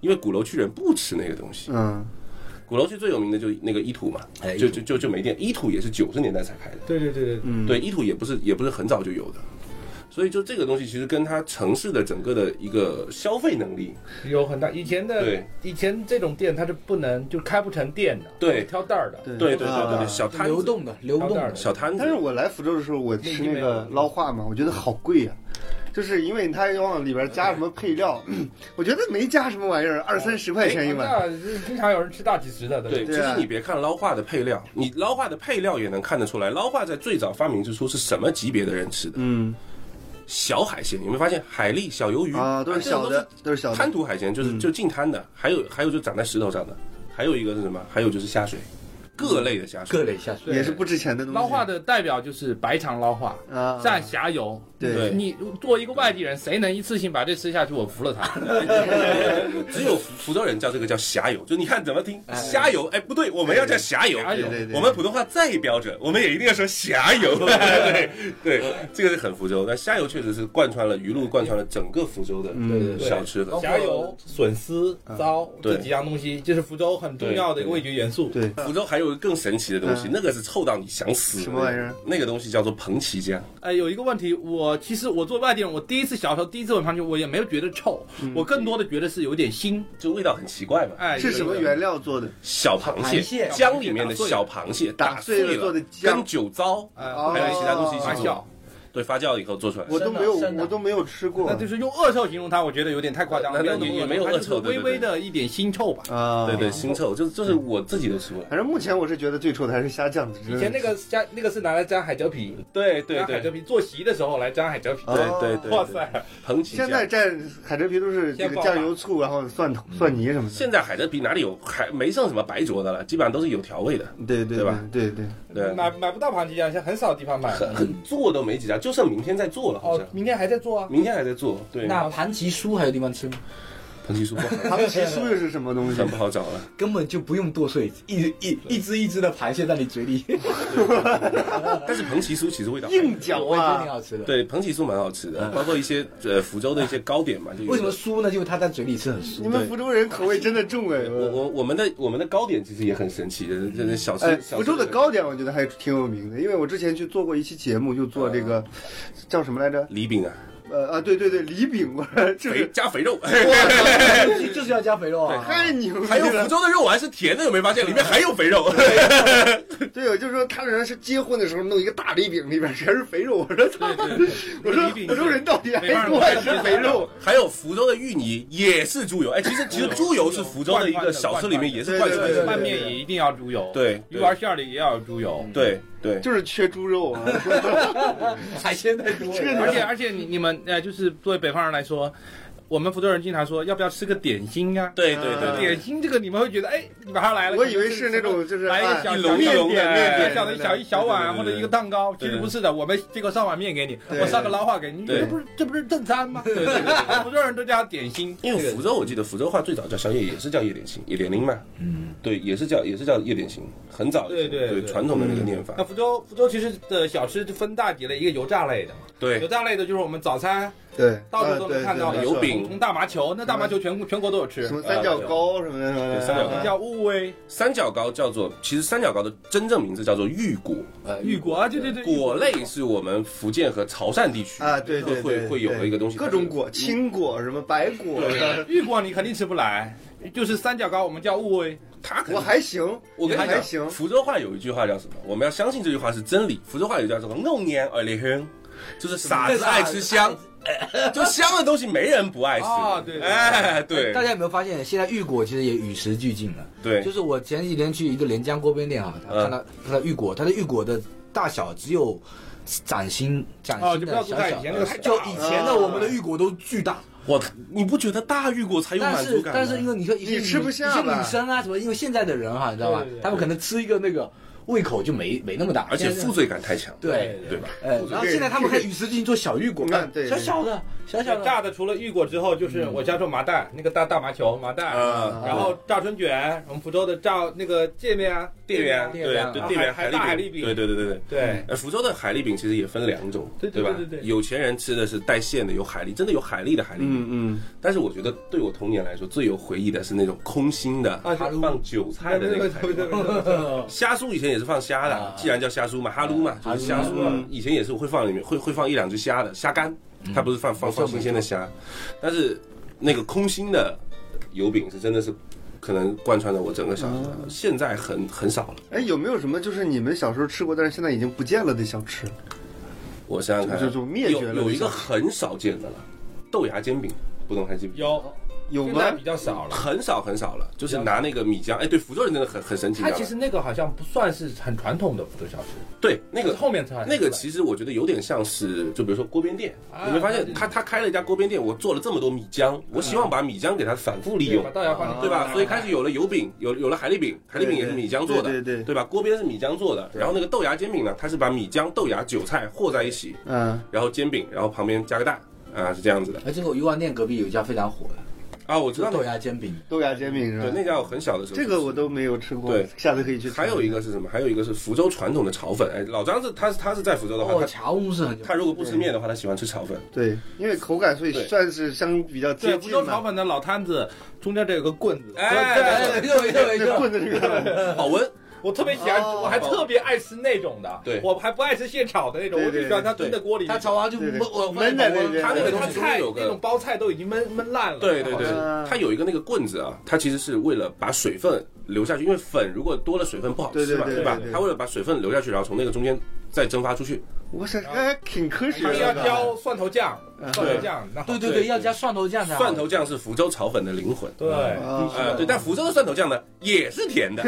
因为鼓楼区人不吃那个东西，
嗯，
鼓楼区最有名的就那个伊土嘛，
哎
就
伊土
就就就没店。伊土也是九十年代才开的，
对对对对，
对，
嗯
伊土也不是也不是很早就有的，所以就这个东西其实跟它城市的整个的一个消费能力，
有很大。以前的
对
以前这种店它是不能就开不成店的，
对
挑担儿的。
对
对对对对
啊
对，小摊
流
子
动的流动的，
小摊子，
但是我来福州的时候，我吃那个捞化嘛，我觉得好贵呀、就是因为它要往里边加什么配料，我觉得没加什么玩意儿，二三十块钱一
哦
碗。
那经常有人吃大几十的，
对，
对
其
对
实
啊
你别看捞化的配料，你捞化的配料也能看得出来，捞化在最早发明之初是什么级别的人吃的？
嗯
小海鲜，有没有发现海蛎、小鱿鱼
啊，都是小的，，嗯都是小
哎这种都是滩
的。
涂海鲜就是就近滩的，还有还有就长在石头上的，还有一个是什么？还有就是虾水，各
嗯
类的虾水，
各类下水，
也是不值钱的东西。
捞化的代表就是白肠捞化，
啊，
蘸虾油。
对
你作为一个外地人，谁能一次性把这吃下去？我服了 他。
只有福福州人叫这个叫虾油，就你看怎么听虾油，哎，不对，我们要叫虾油。
哎
对对对，
我们普通话再标准，我们也一定要说虾 油。对对，这个是很福州。但虾油确实是贯穿了鱼露，贯穿了整个福州的
嗯
对
小吃的。
虾油、笋丝、糟
对
这几样东西，这是福州很重要的一个味觉元素。
对
福州还有有更神奇的东西，
嗯
那个是臭到你想死的。
什么玩意儿？
那个东西叫做彭綦姜。
呃，有一个问题，我其实我做外地人，我第一次小时候第一次闻番茄，我也没有觉得臭，我更多的觉得是有点腥。
就味道很奇怪嘛。
哎，
嗯是什么原料做的？
小螃蟹，
螃蟹
姜里面的小螃蟹
打
打
碎
碎
了
了
做的姜
跟酒糟，
呃，
哦
还有其他东西一
发
起
酵
做，，对，发酵以后做出来。
我都没有，我都没有吃过
那就是用恶臭形容它，我觉得有点太夸张了。
那那也也没有恶臭
它就是微微的一点腥臭吧。
啊。
对对，腥臭，就是就是我自己都吃不来。
反正目前我是觉得最臭的还是虾酱。
以前那个加那个是拿来粘海蜇皮，
对
粘海蜇皮做席的时候来粘海蜇皮。
哦
对对对，
哇塞，
彭綦
现
姜。
在蘸海蜇皮都是这个酱油、醋，然后蒜
嗯
头、蒜泥什么的。
现在海蜇皮哪里有还没剩什么白灼的了，基本上都是有调味的，
对对
对吧？
对对，
对，
买买不到盘鸡酱，现在很少地方买。
嗯
很很做都没几家，就剩明天在做了，好
哦
像，
明天还在做啊。
明天还在做。对，
那盘綦酥还有地方吃吗？
彭綦酥不 好，
他们皮酥又是什么东西
很？不好找了。
根本就不用剁碎，一一一只一只的螃蟹在你嘴里，
但是彭綦酥其实味道还
硬嚼 嗯
我也觉得挺
啊！
好吃的。
对，彭綦酥蛮好吃的，包括一些呃福州的一些糕点嘛，就有
为什么酥呢？就是它在嘴里吃很酥
你。们福州人口味真的重哎！
我我我们的我们的糕点其实也很神奇的，就是小吃。
哎，
小吃
福州的糕点我觉得还挺有名的，因为我之前去做过一期节目，就做这个叫什么来着？
礼饼啊，
呃啊，对对对，李饼，我 就
肥
是
加肥肉，
就就是要加肥肉啊！
太牛逼
还有福
了。
州的肉丸是甜的，有没有发现里面还有肥肉？
对，我就说他人是结婚的时候弄一个大李饼，里边全是肥肉。我说他妈， 我说福州人到底爱不爱吃
啊
肥肉？
还有福州的芋泥也是猪油，哎，其实其实猪油啊是福州的一个小吃里面也是贯穿
对对
的，
拌面也一定要猪油，
对对嗯
鱼丸馅儿里也要有猪油，
对对，
就是缺猪肉啊！
海鲜太多
这
而
个
且而且你你们呃，就是作为北方人来说，我们福州人经常说要不要吃个点心啊？
对对
嗯
对
点心这个你们会觉得哎，你马上来了。
我以为是那种就是
来一个小
啊
一
小
笼一笼的
面
点，
点
小的小一小碗
对对对对
或者一个蛋糕，其
对
实不是的，我们这个上碗面给你，
对
我上个老话给你，
对
这不是这不是正餐吗？对对对对，福州人都叫它点心。
因为福州，我记得福州话最早叫宵夜，也是叫夜点心，夜点心嘛，嗯，对，也是叫也是叫夜点心，很早以前
对对
对
对
传统的那个念法
那，福州福州其实的小吃就分大级了，一个油炸类的，油
对，
炸类的就是我们早餐
对，
到处都能看到
对对对
油饼
从大麻球，那大麻球全全国都有吃
什，么三角糕什么的什么啊的，
啊三角糕
叫乌龟
三角糕叫做，其实三角糕的真正名字叫做玉果，
玉果啊，对对对，
果类是我们福建和潮汕地区
啊，对对
会
对，
会有的一个东西，
各种果，青果什么白果，啊
玉果你肯定吃不来，就是三角糕，我们叫乌龟。
它可
我
能
还行，
我跟你
还
讲，
行，
福州话有一句话叫什么？我们要相信这句话是真理。福州话有一句话叫做“弄年而离香”，就是傻子爱吃香，就香的东西没人不爱吃
啊对对
哎， 对
大家有没有发现，现在玉果其实也与时俱进了？就
对
是我前几天去一个连江锅边店啊，
嗯
看到看到玉果，它的玉果的大小只有掌心掌
哦，
心
就不
的
要
小
说它
小
以前那个太
就以前的我们的玉果都巨大，
我你不觉得大玉果才有
但
满
是
足感吗？
但是因为你说
你吃不下
一些
了
女生啊什么，因为现在的人哈、你知道吧
对对？对
他们可能吃一个那个胃口就没没那么大，
而且
现在
负罪感太强，
对
对吧？
哎，然后现在他们可以与时俱进做小玉果
你看，对
小小的小小的，
炸的除了玉果之后，就是我家做麻蛋，那个大大麻球麻蛋，
啊
然后炸春卷，我们福州的炸那个界面啊，
店员，对
店员
对
啊
店员
还大
海
海
蛎
蛎饼
饼，对对对对对。
对，
呃，福州的海蛎饼其实也分两种，
对对
吧
对对？对
有钱人吃的是带馅的，有海蛎，真的有海蛎的海蛎饼。
嗯
但是我觉得对我童年来说最有回忆的是那种空心的，
啊
放韭菜的那个海蛎饼。虾酥以前也是放虾的
啊，
既然叫虾酥嘛，哈撸嘛，
啊
就是虾酥嘛。以前也是会放里面，会会放一两只虾的，虾干，
嗯
它不是放放放新鲜的虾，但是那个空心的油饼是真的是。可能贯穿了我整个小时，
嗯
现在很很少了。
哎，有没有什么就是你们小时候吃过，但是现在已经不见了的小吃？
我想想看，啊
就就灭绝了
有有一个很少见的了，豆芽煎饼，不懂还记不记得？
有，
有
现
吗
在？比较少了。
很少很少了，就是拿那个米浆。哎，对，福州人真的很很神奇。
它
你知道
其
吗
实那个好像不算是很传统的福州小吃，
对那个
是后面才
那个其实我觉得有点像是，就比如说锅边店，
啊
你会发
对
现
对嗯
他他开了一家锅边店，我做了这么多米浆，我希望把米浆给它反复利用
把，啊大家帮你
对吧？所以开始有了油饼，有有了海蛎饼，海蛎饼也是米浆做的，
对对对
对吧？锅边是米浆做的，然后那个豆芽煎饼呢，它是把米浆、豆芽、韭菜和在一起，
嗯，
然后煎饼，然后旁边加个蛋，啊，是这样子的
哎，这个鱼丸店隔壁有一家非常火的，
啊，我知道那
豆芽煎饼，
豆芽煎饼是吧？
对那家我很小的时候
这个我都没有吃过，
对
下次可以去吃。
还有一个是什么？还有一个是福州传统的炒粉，哎，老张是他是他是在福州的话，
哦，
他
茶翁是很久
他如果不吃面的话，他喜欢吃炒粉。
对，因为口感所以
对
算是相比较
对，
接
福
近
州炒
嘛。
粉的老摊子中间这有个棍子，
哎，
又一个又一
这
个
棍子这个，
保温，
我特别喜欢，
哦
我还特别爱吃那种的，
对
我还不爱吃现炒的那种，
对
我
对
只喜欢它炖在锅里。
他炒完就
对对
闷，我
闷在那边
它那
对
个
对
它
对
菜
有个
那种包菜都已经焖焖烂了。
对对对
啊，
它有一个那个棍子啊，它其实是为了把水分留下去，因为粉如果多了水分不好
对对
吃嘛，
对
吧
对对？
它为了把水分留下去，然后从那个中间再蒸发出去。
我想哎，挺科学
他们要
的。
浇蒜头酱，蒜头酱，那好
对对
嗯对
对，要加蒜头酱才好
蒜头酱是福州炒粉的灵魂。
对。
呃，
啊，
对，但福州的蒜头酱呢也是甜 的，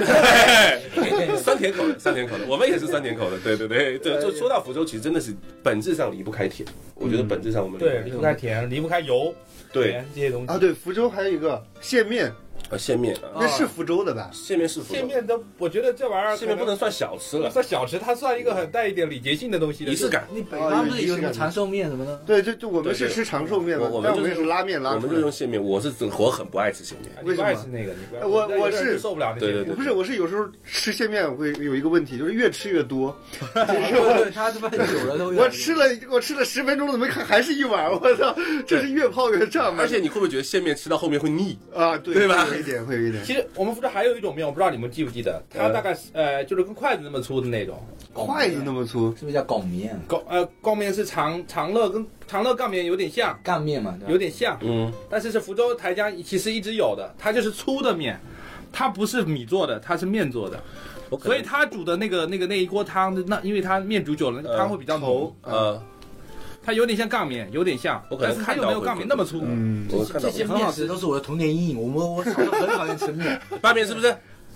酸甜口的，酸甜口的，我们也是酸甜口的，对对对，对，就说到福州，其实真的是本质上离不开甜，我觉得本质上我们
对，
离
离
不
不
开
开甜，离不开油，
对，
甜这些东西
啊，。对，福州还有一个线面，
呃，线面，啊
那是福州的吧？
线面是福州
线，哦面都，我觉得这玩意儿
线面不能算小吃
可能
了，
算小吃，它算一个很带一点礼节性的东西的
仪式。感，
你北
哦
方
有
不是
仪式
有什么
感
长寿面什么的？
对，就就我们是
对对
吃长寿面嘛
我，我们
但
就
我
是
们也是拉面拉
我
出
们就
来
用
的。
线面，我是我很不爱吃线面，
就
为
是
什么
你不爱吃那个？你
哎
不爱吃
我我
有的
是
人受不了那些。
对对对
不是，我是有时候吃线面，我会有一个问题，就是越吃越 多。
对，他他妈久了都有
我吃了，我吃了十分钟了，怎么看还是一碗？我操，这是越泡越胀嘛。
而且你会不会觉得线面吃到后面会腻？
啊，对，
对吧
会有一点，会有一点。
其实我们福州还有一种面，我不知道你们记不记得，它大概是
嗯
呃就是跟筷子那么粗的那种。
筷子那么粗，
是不是叫拱面？
高呃高面是长长乐跟长乐杠面有点像，
干面嘛，对吧
有点像，
嗯，
但是是福州台江其实一直有的，它就是粗的面。它不是米做的，它是面做的，
我可
所
能
以它煮的那个那个那一锅汤，那因为它面煮久了，那个汤会比较浓。
呃，
它有点像杠面，有点像，
我可能
但是它又没有杠面
看
那
到
么
会
粗。
嗯，
我看到
这些面食都是我的童年阴影。我们我小时候很讨厌吃面
拌面是不是？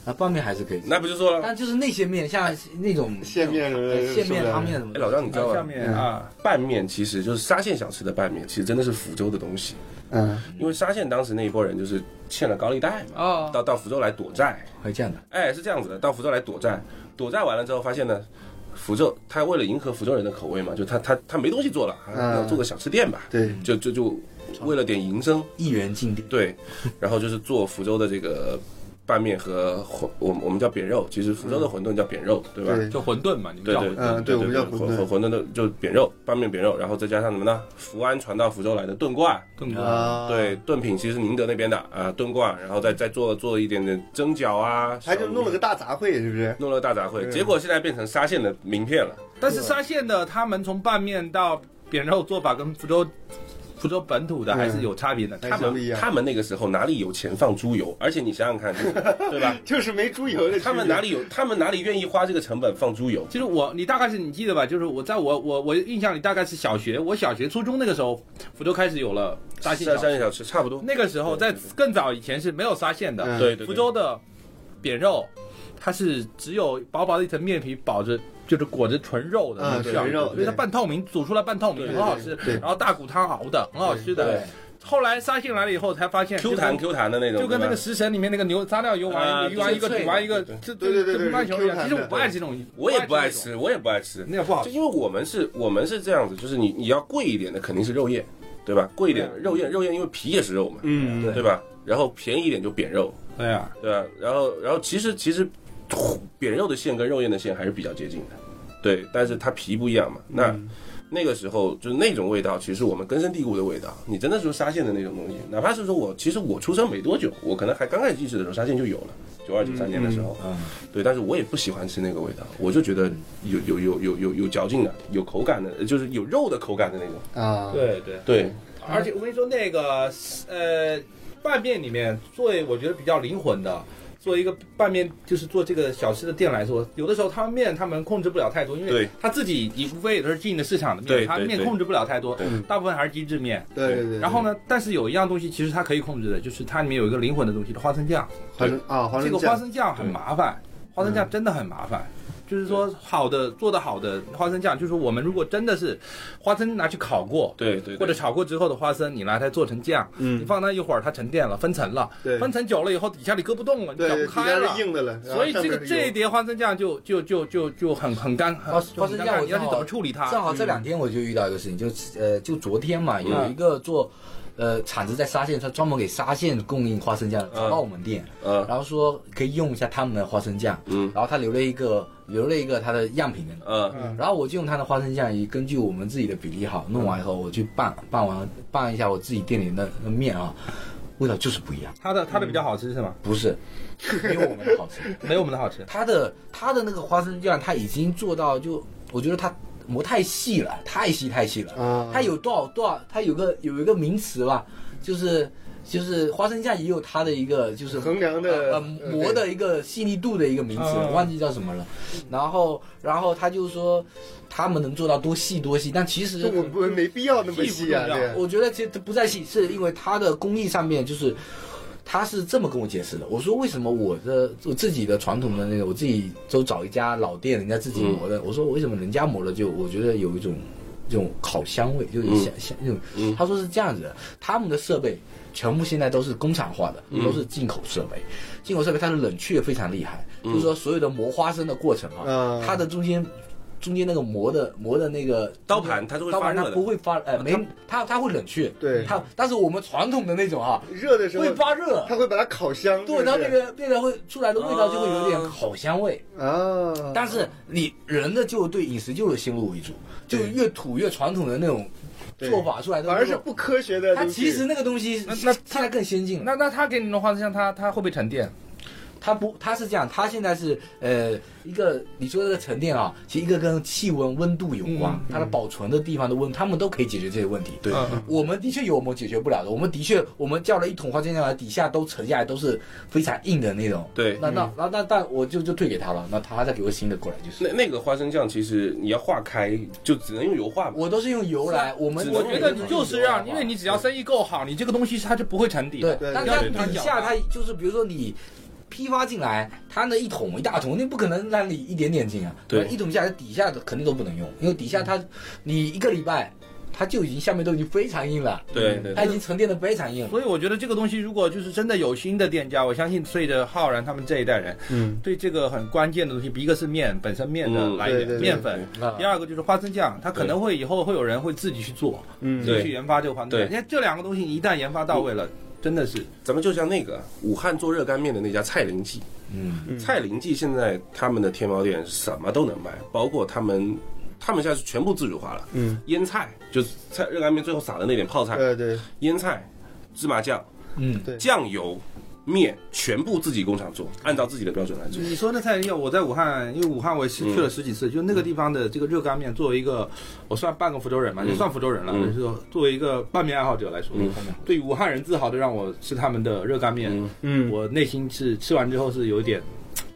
啊，拌面还是可以吃，
那不就说了？
但就是那些面，像 那种
线面什么
呃
的，
线
受
面、
不了
汤面什么
哎，
的。
老张，你知道
下
吗？
面啊，
拌面其实就是沙县小吃的拌面，其实真的是福州的东西，
嗯，
因为沙县当时那一波人就是欠了高利贷嘛，
哦，
到到福州来躲债，
会这样的，
哎，是这样子的，到福州来躲债，躲债完了之后发现呢。福州，他为了迎合福州人的口味嘛，就他他他没东西做了，啊那做个小吃店吧，
对，
就就就为了点营生，
一元进店。
对，然后就是做福州的这个拌面和馄，我们我们叫扁肉，其实福州的馄饨叫扁肉，对吧？
对，
就馄饨嘛，你们
对
叫
对，
嗯对我们叫馄饨
馄馄饨的就是扁肉，拌面扁肉，然后再加上什么呢？福安传到福州来的炖罐，
更多。
啊，
对，，炖品其实是宁德那边的啊，炖罐，然后再
嗯
再做做一点点蒸饺啊，
他就弄了个
大
大杂烩，是不是？
弄了个大杂烩，
对
结果现在变成沙县的名片了。
但是沙县的他们从拌面到扁肉做法跟福州福州本土的还是有差别的。
还
他
是不一
们
啊
样，
他们那个时候哪里有钱放猪油？而且你想想看，就是对 吧？
就是没猪油的。
他们哪？里有？他们哪里愿意花这个成本放猪油？
就是我，你大概是你记得吧？就是我在我我我印象里大概是小学，我小学初中那个时候，福州开始有了沙县
三
小
三
吃。
线小吃差不多。
那个时候在更早以前是没有沙县的，
嗯
对对对，
福州的扁肉，它是只有薄薄的一层面皮保着，就是裹着纯肉的
嗯，
那种
水
馅儿，
肉，
所以它半透明，煮出来半透明，
对
很好吃。
对
然后大骨汤熬的，很好吃的
对。，
后来沙县来了以后才发现
Q 弹 Q 弹的那种，
就跟那
对吧
个食神里面那个牛杂料油
啊
丸，鱼丸一个
对
煮丸一个，
对
这
对对对对
乒乓球一
Q
样。
弹
其
的
实我不爱吃这种，
我也不爱
这种，
吃，我也不爱吃。
那个不好
就
吃。
因为我们是，我们是这样子，就是你你要贵一点的肯定是肉燕，对吧？贵一点肉燕，肉燕因为皮也是肉嘛，
嗯，
对
对吧？然后便宜一点就扁肉，
对啊，
对吧？然后然后其实其实扁肉的馅跟肉燕的馅还是比较接近的，对，但是它皮不一样嘛。那、那个时候就是那种味道，其实我们根深蒂固的味道。你真的说沙县的那种东西，哪怕是说我其实我出生没多久，我可能还刚开始意识的时候，沙县就有了。九二九三年的时候，
嗯，
对，但是我也不喜欢吃那个味道，我就觉得有有有有有有嚼劲的，有口感的，呃就是有肉的口感的那种。
啊，
对对。
对，
而且我跟你说，那个呃，拌面里面作为我觉得比较灵魂的，作为一个拌面就是做这个小吃的店来说，有的时候他们面他们控制不了太多，因
对
为他自己你无非也都是进的市场的
对
面，他
对
面
对
控制不了太多
对，
大部分还是机制面。
对嗯对对。
然后？呢，但是有一样东西其实它可以控制的，就是它里面有一个灵魂的东西，花生酱。
花生啊，花
这
生
个花
酱，
生酱很麻烦，花生
嗯
酱真的很麻烦。就是说，好的做的好的花生酱，就是我们如果真的是花生拿去烤过，
对对，
或者炒过之后的花生，你拿它做成酱，你
嗯，
放那一会儿它沉淀了，分层了，
对
分层久了以后底下你割不动了，你
对
搅，不
底
开
下
了
是。硬的了，然后
所以这
上
个
面是油
这一碟花生酱就就就就就很很干，很
花
就很
花生
尴
酱
尬
我
你要去
正好
怎么处理它？嗯
正好这两天我就遇到一个事情，就呃，就昨天嘛，有一个做呃厂子在沙县，他专门给沙县供应花生酱，找到我们店，
呃，
然后说可以用一下他们的花生酱，
嗯
然后他留了一个留了一个他的样品给你。
呃，
然后我就用他的花生酱，也根据我们自己的比例好弄完以后，我去拌拌完拌一下我自己店里的那面啊，味道就是不一样，
它的它的比较好吃是吗？
不是没有我们的好吃。
没有我们的好吃。
它的它的那个花生酱，它已经做到就我觉得它磨太细了，太细太细了。
啊
它有多少多少？它有个有一个名词吧，就是就是花生酱也有它的一个就是
衡量的嗯
呃磨的一个细腻度的一个名词，
嗯
忘记叫什么了。然后然后他就说他们能做到多细多细，但其实
就我不没必要那么细啊，
嗯屁股重
对
要
啊，
我觉得其实不在细，是因为它的工艺上面就是。他是这么跟我解释的，我说为什么我的我自己的传统的那个，我自己都找一家老店，人家自己
嗯
磨的。我说为什么人家磨的就我觉得有一种这种烤香味，就是
嗯
香香那种。他说是这样子的，他们的设备全部现在都是工厂化的，
嗯
都是进口设备，进口设备它的冷却非常厉害，
嗯
就是说所有的磨花生的过程啊
嗯，
它的中间中间那个磨的磨的那个
刀盘它是会
刀盘
发
它
热的
不会发呃没它它会冷却，
对
它但是我们传统的那种啊
热的时候
会发热，
它会把它烤香，
对，
是不
然后
是
那个变成会出来的味道就会有点烤香味，
啊，
但是你人的就对饮食就是先入为主，就越土越传统的那种
对
做法出来的
反
那
而
种，
是不科学的
它
东西。
其实那个东西
那那
现在更先进了。
那那他给你的花生酱，它它会不会沉淀？
它不，它是这样，它现在是呃一个你说的沉淀啊，其实一个跟气温、温度有关，它的保存的地方的温，他们都可以解决这些问题。嗯对，
嗯
我们的确有我们解决不了的，我们的确我们叫了一桶花生酱来，底下都沉下来都是非常硬的那种。
对
那那那那但我就就退给他了，那他再给我新的过来就
那
是。
那个花生酱其实你要化开，就只能用油化嘛。
我都是用油来，我们
只能
我
用
觉得你就是让，因为你只要生意够好，你这个东西它就不会沉底
对
的。，
对
但
对
对
它
对
底下它就是比如说你。批发进来，它那一桶一大桶，那不可能让你一点点进啊。
对
一桶下来底下的肯定都不能用，因为底下它，你一个礼拜，它就已经下面都已经非常硬了，
对哎对
它
对
已经沉淀的非常硬了。
所以我觉得这个东西，如果就是真的有新的店家，我相信随着浩然他们这一代人，
嗯，
对这个很关键的东西，一个是面本身面的
嗯
来源、
对对对
面粉
对，
第二个就是花生酱，它可能会以后会有人会自己去做，
嗯
自己去研发这个花生酱。
对
因为这两个东西一旦研发到位了，真的是
咱们就像那个武汉做热干面的那家蔡林记，
嗯，
蔡林记现在他们的天猫店什么都能卖，包括他们，他们现在是全部自主化了。
嗯，
腌菜就是菜热干面最后撒的那点泡菜，
对对
腌菜、芝麻酱、
嗯，
对，
酱油、面全部自己工厂做，按照自己的标准来做。
你说那菜料，我在武汉，因为武汉我也是
嗯
去了十几次，就那个地方的这个热干面，作为一个我算半个福州人嘛，
嗯
也算福州人了，
嗯
就是说作为一个拌面爱好者来说，
嗯
对于武汉人自豪的让我吃他们的热干面，
嗯
嗯，
我内心是吃完之后是有一点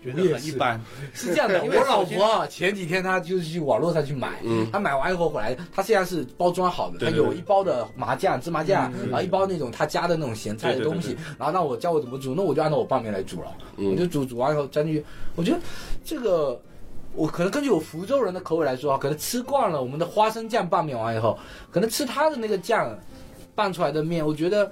觉得很一般，
是这样的，我
因为
老
首先
婆啊前几天她就是去网络上去买
嗯，
她买完以后回来，她现在是包装好的，
对
她
对
有
对
一包的麻酱、芝麻酱，
嗯
然后一包那种她加的那种咸菜的
对对对
东西，然后让我教我怎么煮，那我就按照我拌面来煮了，
嗯
我就煮煮完以后加进去，我觉得这个。我可能根据我福州人的口味来说啊，可能吃惯了我们的花生酱拌面完以后，可能吃它的那个酱拌出来的面，我觉得，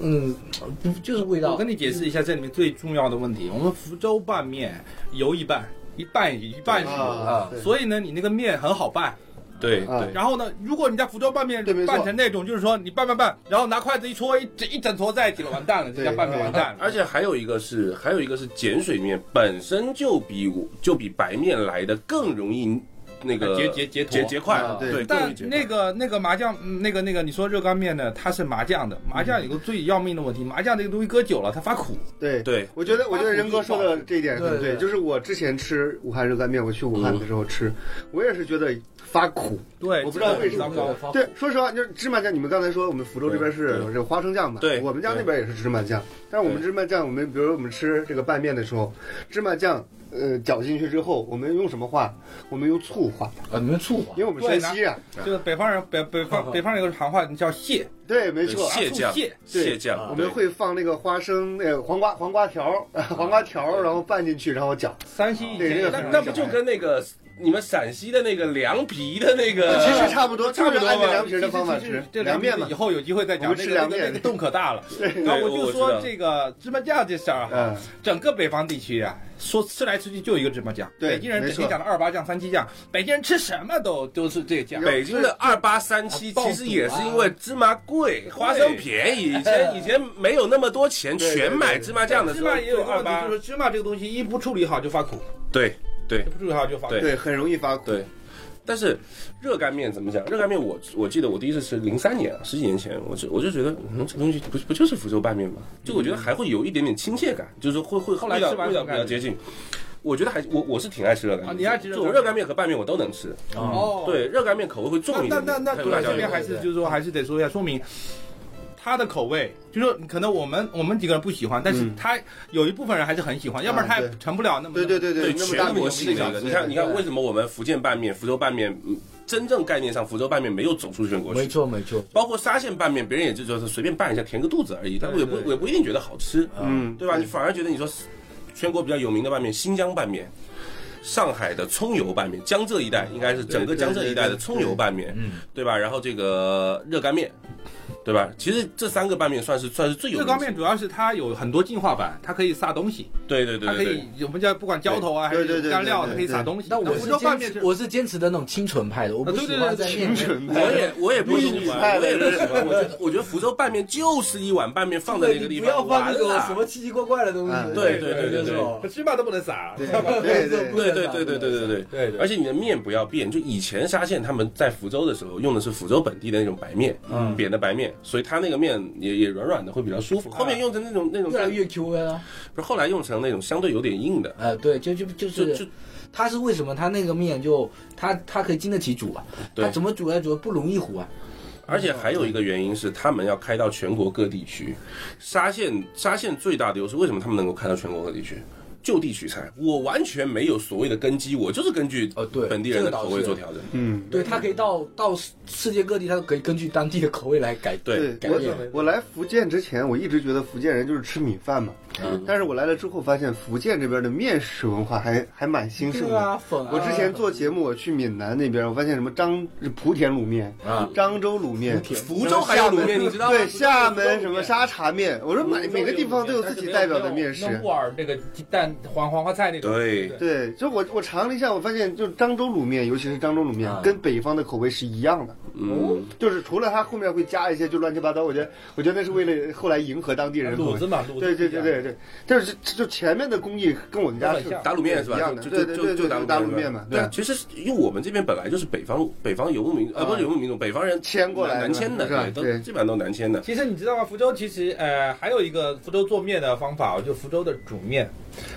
嗯，不就是味道
我跟你解释一下这里面最重要的问题，我们福州拌面油一半，一半一半是油，
啊，对
所以呢，你那个面很好拌。
对
啊
对，
然后呢，如果你在福州拌面
对没错
拌成那种，就是说你拌拌拌，然后拿筷子一戳，一整一整坨在一起了，完蛋了，这
对
家拌面完蛋了。
而且还有一个是，还有一个是碱水面本身就比我就比白面来的更容易那个
结结结坨
结结块
啊，对
对，更容
但
易结块
那个那个麻酱，嗯那个那个，你说热干面呢？它是麻酱的，麻酱有个最要命的问题，麻酱这个东西搁久了它发苦。
对
对
我觉得我觉得仁哥说的这一点很
对
对，
对
就是我之前吃武汉热干面，我去武汉的时候吃，我也是觉得发苦。
对，
我不知道为什么
这个很糟糕。
对，说实话，就是芝麻酱，你们刚才说我们福州这边是
对
有这个花生酱嘛，
对
我们家那边也是芝麻酱，但是我们芝麻酱，我们比如说我们吃这个拌面的时候，芝麻酱。呃，搅进去之后，我们用什么化？我们用醋化，
啊，你们醋吧
因为我们山西啊，
就是北方人，北北方北方人有个行话叫蟹，
对，没错，啊
蟹酱
蟹
蟹酱，
我们会放那个花生，那个黄瓜黄瓜条儿， 黄瓜条儿，然后拌进去，然后搅。
山西以前
对
也
这
对
个
那
很
那不就跟那个你们陕西的那个凉皮的那个，
其实差不多，
呃差
就
不
是
多
按照
吧
凉皮儿的方法吃
这
凉面嘛
以。后有机会再讲。
我们
那
吃
个那
凉
个
面
那个洞可 大了。
对，
然后我
我
就
我知
说
道
这个芝麻酱这事儿哈
嗯，
整个北方地区啊，说吃来吃去就一个芝麻酱。
对
北京人
没
整
错
天讲的二八酱、三七酱，北京人吃什么都都是这个酱。
北京的二八三七
爆肚啊
其实也是因为芝麻贵，花生便宜。以前以前没有那么多钱，
对对
全买芝麻酱的
芝
时候
麻也有一个
二
问题，
八
就。是芝麻这个东西一不处理好就发苦，
对对
一不处理好就发苦。
对
对，很容易发苦。
对，但是热干面怎么讲？热干面我我记得我第一次吃零三年啊，十几年前，我就我就觉得，嗯，这东西不不就是福州拌面吗？就我觉得还会有一点点亲切感，就是会会
嗯后来
味道
吃完
味道
什么
比
感
较
觉
接近。我觉得还我我是挺爱吃热干面的，
啊你爱吃热
就我
干面
热干面和拌面我都能吃。
哦，
对，热干面口味会重一
那
点。
那那
还
那
有
杜
辣
兰
椒
这
油
边还是就是说还是得说一下，说明他的口味，就是说可能我们我们几个人不喜欢，但是
嗯
他有一部分人还是很喜欢，要不然他
啊
也
对
成不了那么
对对对
对
那么大
全国
名
性
气
的一个，你看你看为什么我们福建拌面、福州拌面，嗯真正概念上福州拌面没有走出全国
没
去，
错没错，
包括沙县拌面，别人也就就是随便拌一下填个肚子而已，但我也不也不一定觉得好吃，
啊
嗯，
对吧？你反而觉得你说全国比较有名的拌面，新疆拌面。上海的葱油拌面，江浙一带应该是整个江浙一带的葱油拌
嗯
面，对吧？然后这个热干面，对吧？其实这三个拌面算是算是最有
热
名
干
的
面主要是它有很多进化版，它可以撒东西，
对对对
它
对
可
对
以，我们叫不管浇头啊还
对对
是
对
干料，
对对
它可以撒东西。
但我
福
是
州拌
坚
面
持
是，
我是坚持的那种清纯派的，我不
啊对
喜
对
欢
对
在
清
面
纯派
我也我也不喜欢，我也不喜
绿
欢。我觉得我觉得福州拌面就是一碗拌面放在那个地
不要
方，啊
放
完
那种什么
了。
奇奇怪怪的东
啊
西。
对对对对
就是
对
说
芝麻都不能撒，
对对 对
不
对
对对对对对对对
对对
而且你的面不要变，就以前沙县他们在福州的时候用的是福州本地的那种白面，嗯，扁的白面，所以它那个面也也软软的，会比较舒服。后面用成那种那种
越，来越 Q 了啊。
不是后来用成那种相对有点硬的，
呃，对，就就
就
就
是就
它是为什么它那个面就它它可以经得起煮啊？
对
它怎么煮来煮不容易糊啊？
而且还有一个原因是，他们要开到全国各地去。沙县沙县最大的优势，为什么他们能够开到全国各地去？就地取材，我完全没有所谓的根基，我就是根据
哦对
本地人
这
的
个倒
口味
是
做调整。
嗯。
对，它可以到到世世界各地，它都可以根据当地的口味来改
对
对
改
我
变。
我来福建之前，我一直觉得福建人就是吃米饭嘛，
嗯
但是我来了之后发现福建这边的面食文化还还蛮兴盛
对
的。
啊，粉啊。
我之前做节目，我去闽南那边，我发现什么漳莆田卤面
啊、
漳州卤面、
福州还有卤面，你知道吗？
对厦门什么沙茶面，我说每每个地方都有自己代表的面食。
木耳那个鸡蛋黄黄花菜那种，
对
对，就我我尝了一下，我发现就是漳州卤面，尤其是漳州卤面，
啊
跟北方的口味是一样的，
嗯，
就是除了它后面会加一些就乱七八糟，我觉得我觉得那是为了后来迎合当地人口
卤
味
子。嘛，卤子
对对对对对，就是就前面的工艺跟我们家是
都很像
打卤面是
一
吧
样？的
就
对
就
对
就
对
就
对
打
打
卤
卤面嘛
对啊
对，
其实因为我们这边本来就是北方北方游牧民呃不是游牧民族，北方人
啊迁过来的
南迁的，
是吧
对，都
对
基本上都南迁的。
其实你知道吗？福州其实呃还有一个福州做面的方法，就福州的煮面。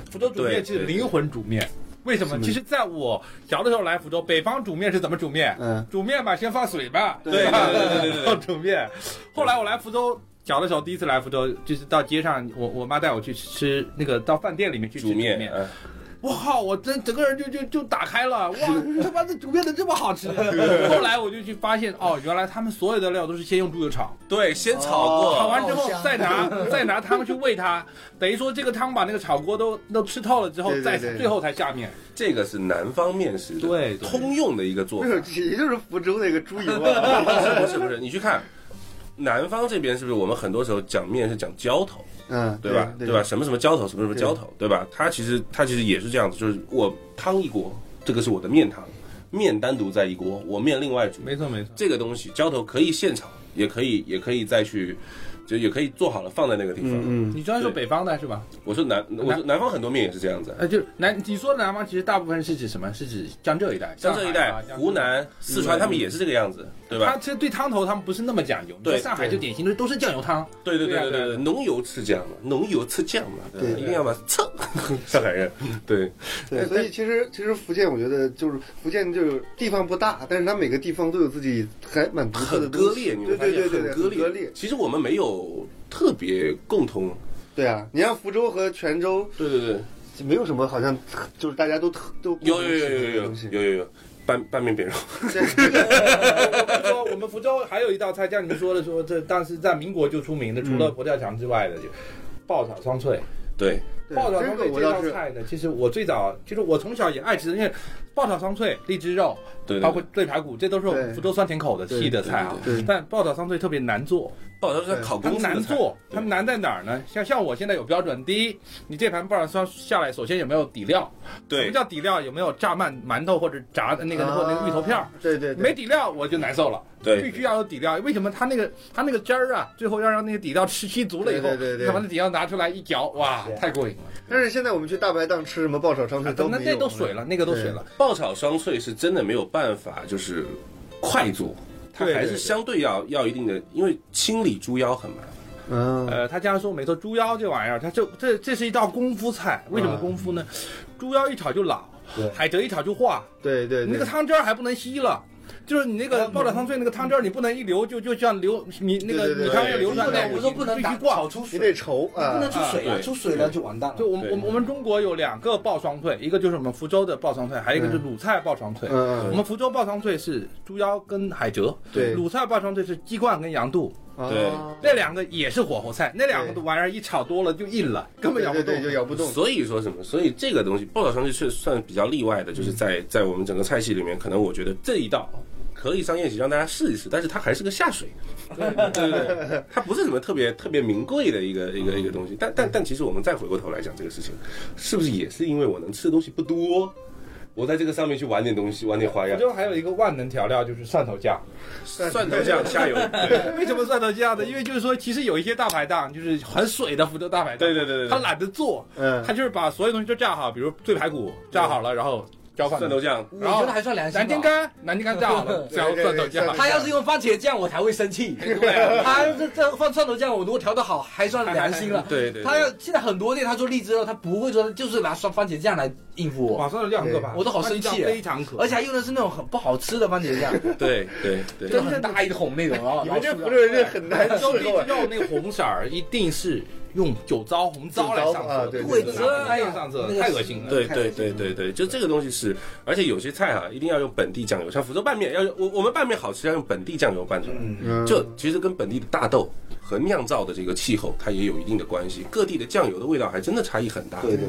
福州煮面是灵魂煮面。为什么？其实在我小的时候来福州，北方煮面是怎么煮面？
嗯
煮面嘛，先放水吧，
对
吧？
对对对对对对
然后煮面。后来我来福州，小的时候第一次来福州，就是到街上，我我妈带我去吃那个到饭店里面去吃
煮面，
面。
嗯
我靠，我真整个人就就就打 开了，哇，他妈这煮面怎么这么好吃？后来我就去发现，哦，原来他们所有的料都是先用猪油炒，
对，先炒过，
炒完之后
好香
再拿 再拿汤去喂它，等于说这个汤把那个炒锅都都吃透了之后，
对对
再
对
最后才下面。
这个是南方面食的
对对
通用的一个做法。
也就是福州那个猪油啊，
不是不是不是，你去看南方这边是不是我们很多时候讲面是讲浇头，
嗯，
对吧？
对
吧？？什么什么浇头，什么什么浇头，对吧？它其实它其实也是这样子，就是我汤一锅，这个是我的面汤，面单独在一锅，我面另外煮。
没错没错，
这个东西浇头可以现炒，也可以也可以再去，就也可以做好了放在那个地方。
嗯嗯，
你专说北方的是吧？
我说南，我说南方很多面也是这样子。
呃，就是南，你说南方其实大部分是指什么？是指江浙一带，
像这一带
上海啊，江浙
湖南、四川，他们也是这个样子，对吧
他？其实对汤头他们不是那么讲究，
对
在上海就典型的都是酱油汤，
对对
对啊
对
对啊
对，浓油赤酱嘛，浓油赤酱嘛，对吧，
对
一定要把赤，上海人，对，
对，所以其实其实福建，我觉得就是福建就是地方不大，但是它每个地方都有自己还蛮独特的
很
东
割
西
裂，你
对
会发
对
现
对对，对
很割裂。
割裂，
其实我们没有特别共通，
对啊，你像福州和泉州
对对对，
没有什么好像就是大家都特都
有有有有有有
东西
有有有，拌拌面扁肉，
我说我们福州还有一道菜，像你们说的说，这当时在民国就出名的，除了佛跳墙之外的，就爆炒双脆。
对，
对
爆炒
这
双
个
脆
我
这
倒
道
是
菜呢，其实我最早就是我从小也爱吃，因为爆炒双脆、荔枝肉，
对对
包括醉排骨，这都是我们福州酸甜口的
对
系的菜啊
对对对。
但爆炒双脆特别难做，
爆炒是烤
它
公式的
难
菜
做，
对
它难在哪儿呢？像像我现在有标准，第一，你这盘爆炒双下来，首先有没有底料？什么
对，
叫底料？有没有炸鳗、馒头或者炸的那个或者那个芋头片儿
啊？对对对
没底料我就难受了，
对
必须要有底料。为什么它那个它那个汁儿啊，最后要让那个底料吃吸足了以后，
对 对对对啊
再把那底料拿出来一嚼，哇，太过瘾！嘛。
但是现在我们去大排档吃什么爆炒双脆都
啊那
没
那
有，
都水了，那个都水了。
爆炒双脆是真的没有办法，就是快做，它
对
还
对
是
对
相对要要一定的，因为清理猪腰很麻烦。
嗯，
呃，他这样说没错，猪腰这玩意儿，它这这这是一道功夫菜。为什么功夫呢？猪腰一炒就老
嗯对，
海蜇一炒就化，
对对哦
你那
对
个，汤汁儿还不能吸了。就是你那个爆炒汤碎那个汤汁儿，你不能一流就就像流米那
对
个
对对
米汤要
对
流出
不
来，
能，我说不能
必
打
须挂。
炒出
你
水，
得稠
你不
啊
能，出
啊
水了，
对
出水了就完蛋了
就。我们
对
我们我们中国有两个爆双脆，一个就是我们福州的爆双脆，还有一个就是鲁菜爆双脆。我
嗯
们福州爆双脆是猪腰跟海蜇，
对
鲁菜爆双脆是鸡冠跟羊肚，
嗯，
对
啊
那两个也是火候菜，那两个
对
玩意儿一炒多了就硬了，根本咬不
对
动
对。对就咬不动，
所以说什么？所以这个东西爆炒双脆确实算比较例外的，就是在在我们整个菜系里面，可能我觉得这一道。可以上宴席让大家试一试，但是它还是个下水，对对对， 它不是什么特别特别名贵的一个一个一个东西。但但但其实我们再回过头来讲这个事情，是不是也是因为我能吃的东西不多，我在这个上面去玩点东西，玩点花
福
样，
州还有一个万能调料就是蒜头酱，
蒜头酱、虾油，对
为什么蒜头酱呢？因为就是说，其实有一些大排档就是很水的福州大排档，
对对对对对
他懒得做，
嗯
他就是把所有东西都炸好，比如醉排骨炸好了，然后浇蒜
蒜
头
头，酱，
我
然后
觉得还算良心吧。
南京干南京干炸好了，浇蒜
对
头酱
对对。
他要是用番茄酱，我才会生气。
对
他这这放蒜头酱，我如果调的好，还算良心 了。
对对，
他要现在很多店，他做荔枝肉，他不会说就是拿蒜番茄酱来应付我，
哇，蒜头酱很可怕，
我都好生气啊
蒜头酱非常可怕，
而且还用的是那种很不好吃的番 茄酱，
对对对
就很大一桶那种，然后
你
老啊
们这
鼠
福
药
州人是很难伺
州地
候
肉
啊，
那个红色儿一定是用酒糟红糟来
酒
上
糟啊
色，
对
对对
拿红糟上色
那个
太恶心了。
对对对对对，就这个东西是，而且有些菜啊，一定要用本地酱油，像福州拌面，要用我我们拌面好吃要用本地酱油拌出来，
嗯
就其实跟本地的大豆和酿造的这个气候，它也有一定的关系。各地的酱油的味道还真的差异很大。对对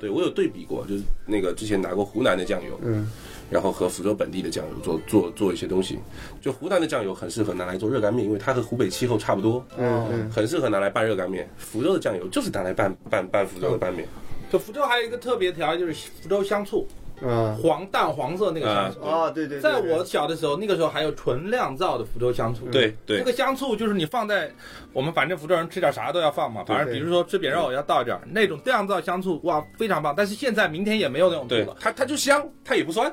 对，我有对比过，就是那个之前拿过湖南的酱油，
嗯，
然后和福州本地的酱油做做做一些东西。就湖南的酱油很适合拿来做热干面，因为它和湖北气候差不多，
嗯
哦
嗯，
很适合拿来拌热干面。福州的酱油就是拿来拌拌拌福州的拌面。
就福州还有一个特别调料就是福州香醋，
啊
黄淡黄色那个香醋。
啊，对对，对
在我小的时候，那个时候还有纯酿造的福州香醋。
对对
这个香醋就是你放在我们反正福州人吃点啥都要放嘛，反正
对
比如说吃扁肉要倒一点儿那种酿造香醋，哇，非常棒。但是现在明天也没有那种醋
对
了，
它，它就香，它也不酸。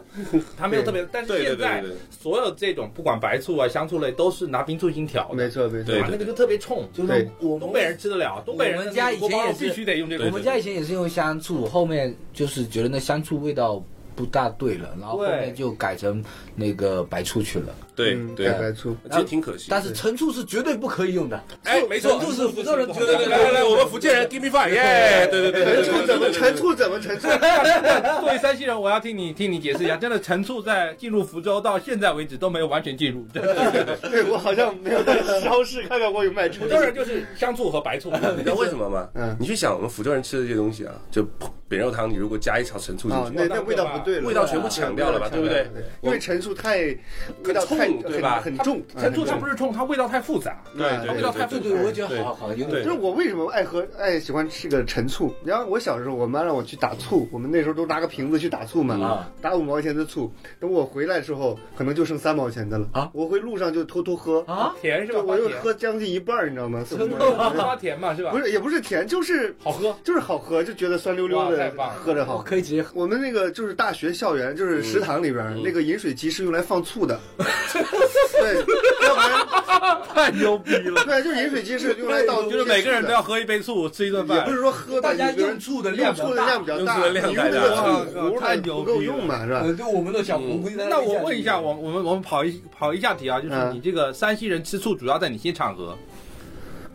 它没有特别。但是
对对
现
对
在
对对
所有这种不管白醋啊、香醋类都是拿冰醋精调
没
的，
错没错
对，
哇，那个就特别冲。
就是
对
说我们
东北人吃得了，东北人
我们家以前也是
锅包肉必须得用这个。
我们家以前也是用香醋，后面就是觉得那香醋味道不大对了，然后后
对
面就改成那个白醋去了。
对
嗯
对
太，白醋，
其实挺可惜。
但是陈醋是绝对不可以用 的，
哎，没错
陈，醋是福州人绝
对
对
对
不
来
可
来
以
来，
用
我
的
们福建人 give me five，耶！对对
陈
对对
醋
对，
怎么
对
陈？醋怎么陈醋？
作为山西人，我要听你听你解释一下，真的陈醋在进入福州到现在为止都没有完全进入。真 的
对我好像没有在超市看到过有卖陈
福
醋
州，人就是香醋和白醋，
你知道为什么吗？
嗯
你去想我们福州人吃的这些东西啊，就扁肉汤，你如果加一勺陈醋
啊，
进
那
去，
那味道不对了，啊
味道全部抢掉了吧，对不对？
因为陈醋太味道太
很冲对吧
很很重，嗯
陈醋它
很
不是冲，它味道太复杂。
对对
它味道太复
对
杂。
对，我也觉得
对
好好用。
对
就是我为什么爱喝爱喜欢吃个陈醋？然后我小时候，我妈让我去打醋，我们那时候都拿个瓶子去打醋嘛
啊，
打五毛钱的醋。等我回来的时候，可能就剩三毛钱的了
啊！
我回路上就偷偷喝，
啊，
甜是吧？
就
花
我就
甜，
喝将近一半儿，你知道吗？四
真
五
的
毛
吗
钱
花甜嘛是吧
不？是也不是甜，就是
好喝，
就是好喝，就觉得酸溜溜
哇太
的
棒，了
喝着
我
好。
可以直接喝。
我们那个就是大学校园，就是食堂里边
嗯
儿那个饮水机是用来放醋 的，对，要不然
太牛逼了！
对，就是饮水机是用来倒，
就是每个人都要，喝一杯醋，吃一顿
也
饭
不。是说喝的，
大家
有的人
用醋的量比较
用醋的量比较大，
大
你用那个醋壶
太
它
牛逼了
不够用嘛，是吧？
呃，就我们的
嗯
小红龟在
那
边
我问一下，
下去
我我们我们跑一跑一下题啊，就是
嗯
你这个山西人吃醋主要在哪些场合？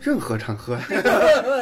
任何场 合，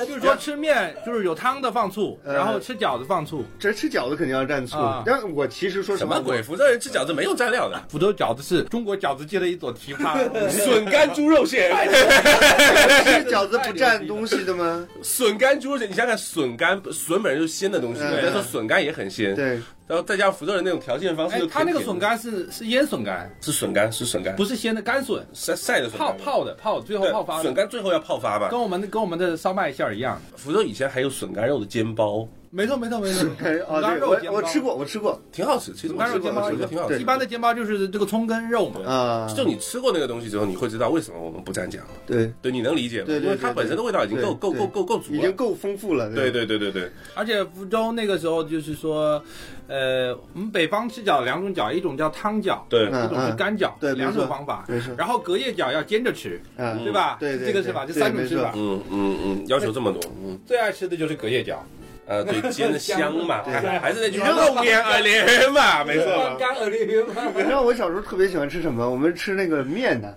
就是说吃面就是有汤的放醋，
呃
然后吃饺子放醋。
这吃饺子肯定要蘸醋
啊。
但我其实说
什
实话
么鬼？福州人吃饺子没有蘸料的，
福州饺子是中国饺子界的一朵奇葩，
笋干猪肉馅，
吃饺 子不蘸东西的吗？
笋干猪肉馅，你想想笋干，笋本身就是鲜的东西，
嗯
人家说笋干也很鲜，
对，
然后再加上福州人那种调馅方式
哎
就，
他
甜甜的，
那个笋干是是腌笋干，
是笋干，是笋干，
不是鲜的干笋，
晒晒的笋
泡
干
泡的泡，最后
对
泡发
笋
的，
干最后要泡发吧
跟。我们的跟我们的烧麦馅儿一样。
福州以前还有笋干肉的煎包，
没错没错没错，
哎啊，
拉
对，
肉
我
煎
我
包
吃过，我吃过
挺好吃，其实我
腊肉
吃过
煎包
我吃过挺好
对
吃
一。般的煎包就是这个葱跟肉嘛。
啊，
就你吃过那个东西之后，你会知道为什么我们不蘸酱了。
对，
对，你能理解吗？
对对对
因为它本身的味道已经够
对
够
对
够够够足
已
了
经。够丰富了。
对对对对对，
而且福州那个时候就是说，呃，我们北方吃饺有两种饺，一种叫汤饺，
对
嗯
一种是干饺，
对没错
两种方法。
没错，
然后隔夜饺要煎着吃，
啊，
对吧？
对对
这个是吧？
对
这三种吃法。
嗯嗯嗯，要求这么多， 嗯，
最爱吃的就是隔夜饺，
呃，对，煎的香嘛，
对
还还是那句
对
话，肉眼而怜嘛，没错嘛。
啊
万干而立吗？
你知道我小时候特别喜欢吃什么？我们吃那个面呢，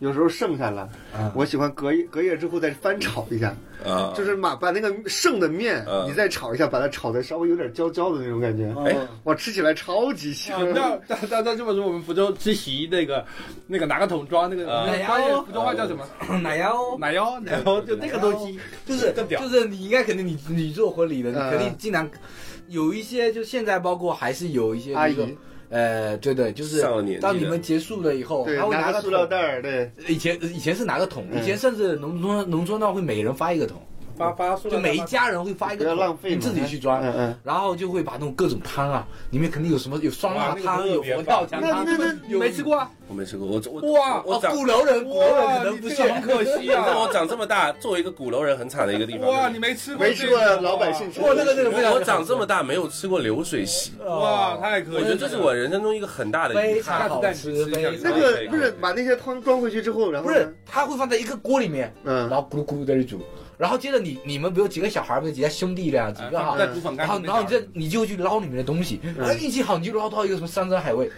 有时候剩下了，我喜欢隔夜隔夜之后再翻炒一下，
啊，
就是把把那个剩的面
嗯
你再炒一下，把它炒的稍微有点焦焦的那种感觉，
哎
哇，吃起来超级香。
啊那
大大家这么说，我们福州吃席那个那个拿个桶装那个，
啊
我们方言福州话叫什么？
奶呀哦，
奶油奶油，就那个东西。
就是
更屌
就是你应该肯定你你做婚礼的，你
嗯
肯定经常有一些，就现在包括还是有一些
阿
比如说
姨，
呃，对对，就是
上了年纪
到你
了
们结束了以后，
对，
他会
拿
个
塑料袋
桶
儿，对，
以前以前是拿个桶，
嗯
以前甚至农村农村那会每人发一个桶，
发发塑
就
料袋
每一家人会发一
不
个
要
桶，
浪费
你
嘛，
自己去装。
嗯嗯。
然后就会把那种各种汤啊，里面肯定有什么有酸辣
哇那个
汤，
特
有
别
佛跳
棒
墙
那
汤
那那，
有
没吃过啊？
我没吃过，我我
哇
我
哦，
长
鼓楼人，鼓楼人
哇
可能
你
不
这
是
个很可惜
你知道
啊！
我长这么大，作为一个鼓楼人很惨的一个地方。
哇，你没吃过
没
这
吃
个？
过的老百姓吃
哇，那个真的非常
我我长这么大没有吃过流水席，
哇，太可惜了！
我觉得这是我人生中一个很大的遗
非
憾。
常好吃，非常
那
可
个
以
不是把那些汤装回去之后，然后
不
呢
是，它会放在一个锅里面，然
嗯，
后咕噜咕噜在那煮，然后接着你你们比如几个小孩，比如几个兄弟俩几
哎
个
放
哈，
在竹粉
然
干
后
上面
然后你这你就去捞里面的东西，然后运气好你就捞到一个什么山珍海味，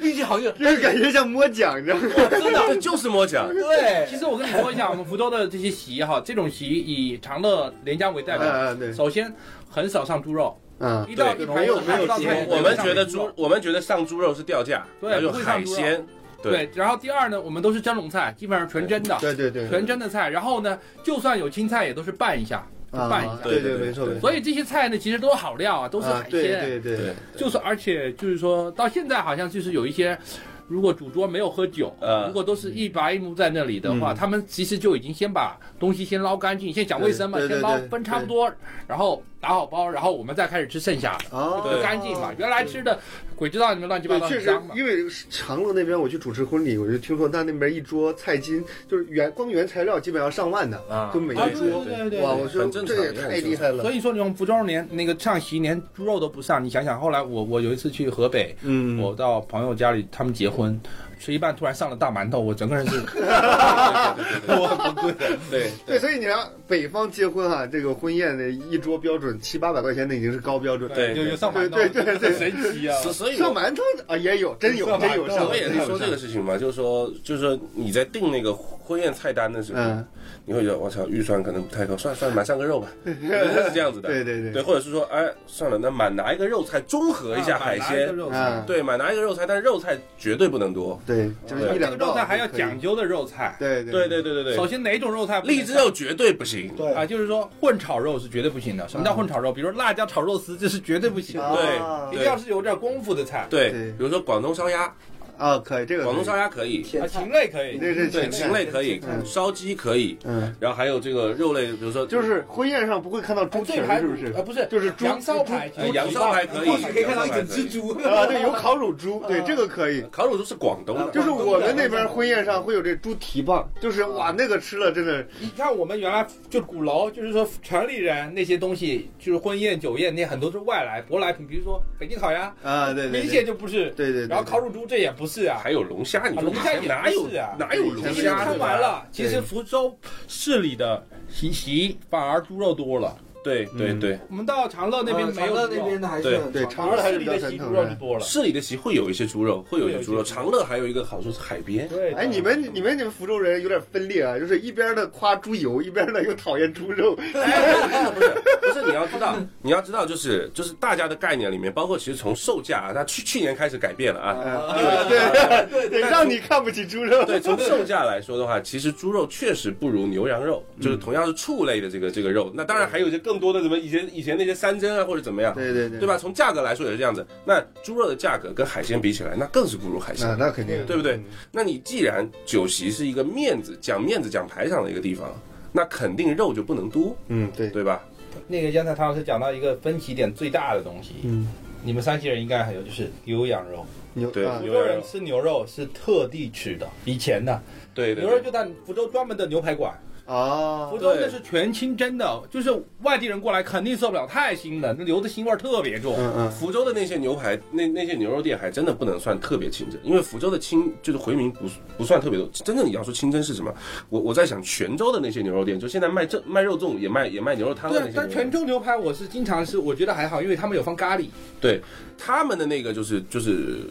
运气好就
这个感觉像摸奖，你知道吗？
真的就是摸啊奖，
对，
其实我跟你说一下，我们福州的这些席哈，这种席以长乐、连江为代表。
嗯嗯对，
首先，很少上猪肉，
嗯
一到
对
没有没有
到
鸡
菜
肉
我们觉得猪，我们觉得上猪肉是掉价，
对
然后有
不会上
海
猪肉
鲜，对
对。然后第二呢，我们都是蒸笼菜，基本上全蒸的，
对对对，
全蒸的菜。然后呢，就算有青菜，也都是拌一下，就拌一
啊
下，。
对
对对
没错
对
没错，
所以这些菜呢，其实都是好料啊，都是
啊
海
对
鲜。
对对，
对，
就是而且就是说到现在好像就是有一些，如果主桌没有喝酒，
呃
如果都是一白一木在那里的话，
嗯
他们其实就已经先把东西先捞干净，先讲卫生嘛，
对对
先捞
对
分差不多，然后打好包，然后我们再开始吃剩下的。
哦，
就干净嘛，原来吃的鬼知道你们乱七八
对，
糟
确
很
实
脏，嘛。
因为长乐那边我去主持婚礼，我就听说他那边一桌菜金，就是原光原材料基本上上万的，
啊
就每
啊
一
对
桌，
对对对
哇，
对
我说
很正常
这也太厉害了，
所以说，你们福州人连那个上席连猪肉都不上，你想想，后来我我有一次去河北，
嗯，
我到朋友家里，他们结婚，吃一半突然上了大馒头，我整个人是， 我很崩溃的。
对
对，所以你看北方结婚啊，这个婚宴的一桌标准七八百块钱，那已经是高标准，
对
有有上馒头，
对对对对
很神奇啊！
所所以
上
我嗯
馒头啊也有，真有
上馒头
真有上
我也
馒
是
头，
说这个事情嘛，就是说，就是说你在定那个婚宴菜单的时候，
嗯
你会觉得我操，预算可能不太够，算算买上 个肉吧，是这样子的。
对对对
对，或者是说，哎，算了，那买拿一个肉菜，中和
啊
一下海鲜。
嗯，
对，买拿一个肉菜，但是肉菜绝对不能多。
对，就是一
这个
两
肉
道
菜还要
就可以
讲，究的肉菜。
对
对对
对，
对对
首
对，
先哪种肉菜不能
荔
上？
枝肉绝对不行。
对
啊，就是说混炒肉是绝对不行的。什么叫混炒肉？比如说辣椒炒肉丝，这是绝啊对不行的，
啊
一定要哦是有点功夫的菜。
对，
对
比如说广东烧鸭，
啊，可以这个
广东烧
可以
鸭可以，
啊，禽类可以
你，这是
对，
前菜
禽类可以，
嗯
烧鸡可以，
嗯，
然后还有这个肉类，比如说
就是婚宴上不会看到猪蹄
最
儿，
排
是
骨
呃不是
啊，？不
就
是，
是猪
羊烧排，
呃羊烧排可以，
或许可以看到一整只
羊烧排可以
猪，
啊，对，有烤乳猪，对，这个可以。
烤乳猪是广东的，
就是我们那边婚宴上会有这猪蹄膀，就是哇，那个吃了真的，
你看我们原来就鼓楼，就是说城里人那些东西，就是婚宴酒宴那很多是外来舶来品，比如说北京烤鸭，
啊，对对，
明显就不是。
对对，
然后烤乳猪这也不是啊。
还有龙虾，你说
龙虾也
哪有
不是啊
哪有龙
对
已经
对
虾？
看完了，
对
其实福州市里的席席反而猪肉多了。
对对对，
我们到长乐那
啊
边没
长
有
乐
猪肉
那边的还是
对
很
对
传统
长乐还
市
是比
里
较
的
传
席
统
猪肉就
的。
多了。
市里的席会有一些猪肉，会有一些猪肉。
会有一些
长乐还有一个好处是海 边，
对，
哎，你们你们你们福州人有点分裂啊，就是一边的夸猪油，一边的又讨厌猪肉。
哎不是不是，你要知道， 你要知道，就是就是大家的概念里面，包括其实从售价啊，它去去年开始改变了啊，
啊对对对，让你看不起猪肉。
对，从售价来说的话，其实猪肉确实不如牛羊肉，
嗯
就是同样是畜类的这个这个肉。那当然还有一些更多的什么以前以前那些山珍啊或者怎么样，
对对对
对？吧？从价格来说也是这样子。那猪肉的价格跟海鲜比起来，那更是不如海鲜
那。啊那肯定，
对不对？
嗯
那你既然酒席是一个面子讲面子讲排场的一个地方，那肯定肉就不能多，
嗯，对。
对吧？
那个刚才唐老师讲到一个分歧点最大的东西，
嗯，
你们山西人应该还有就是牛羊肉，
牛
对
啊
福
牛
州
羊
人
肉
吃牛肉是特地吃的，以前呢，
对对
牛肉
对，
就在福州专门的牛排馆，
啊
福，
对
州
对
那
对
是
是全清真的，就是外地人过来肯定受不了，太腥了，那牛的腥味儿特别重。
嗯嗯，
福州的那些牛排，那那些牛肉店还真的不能算特别清真，因为福州的清就是回民不不算特别多。真正你要说清真是什么，我我在想泉州的那些牛肉店，就现在卖正卖肉粽也卖也卖牛肉汤的
对啊
那些，牛肉
但泉
店，
州牛排我是经常吃，我觉得还好，因为他们有放咖喱。
对他们的那个就是就是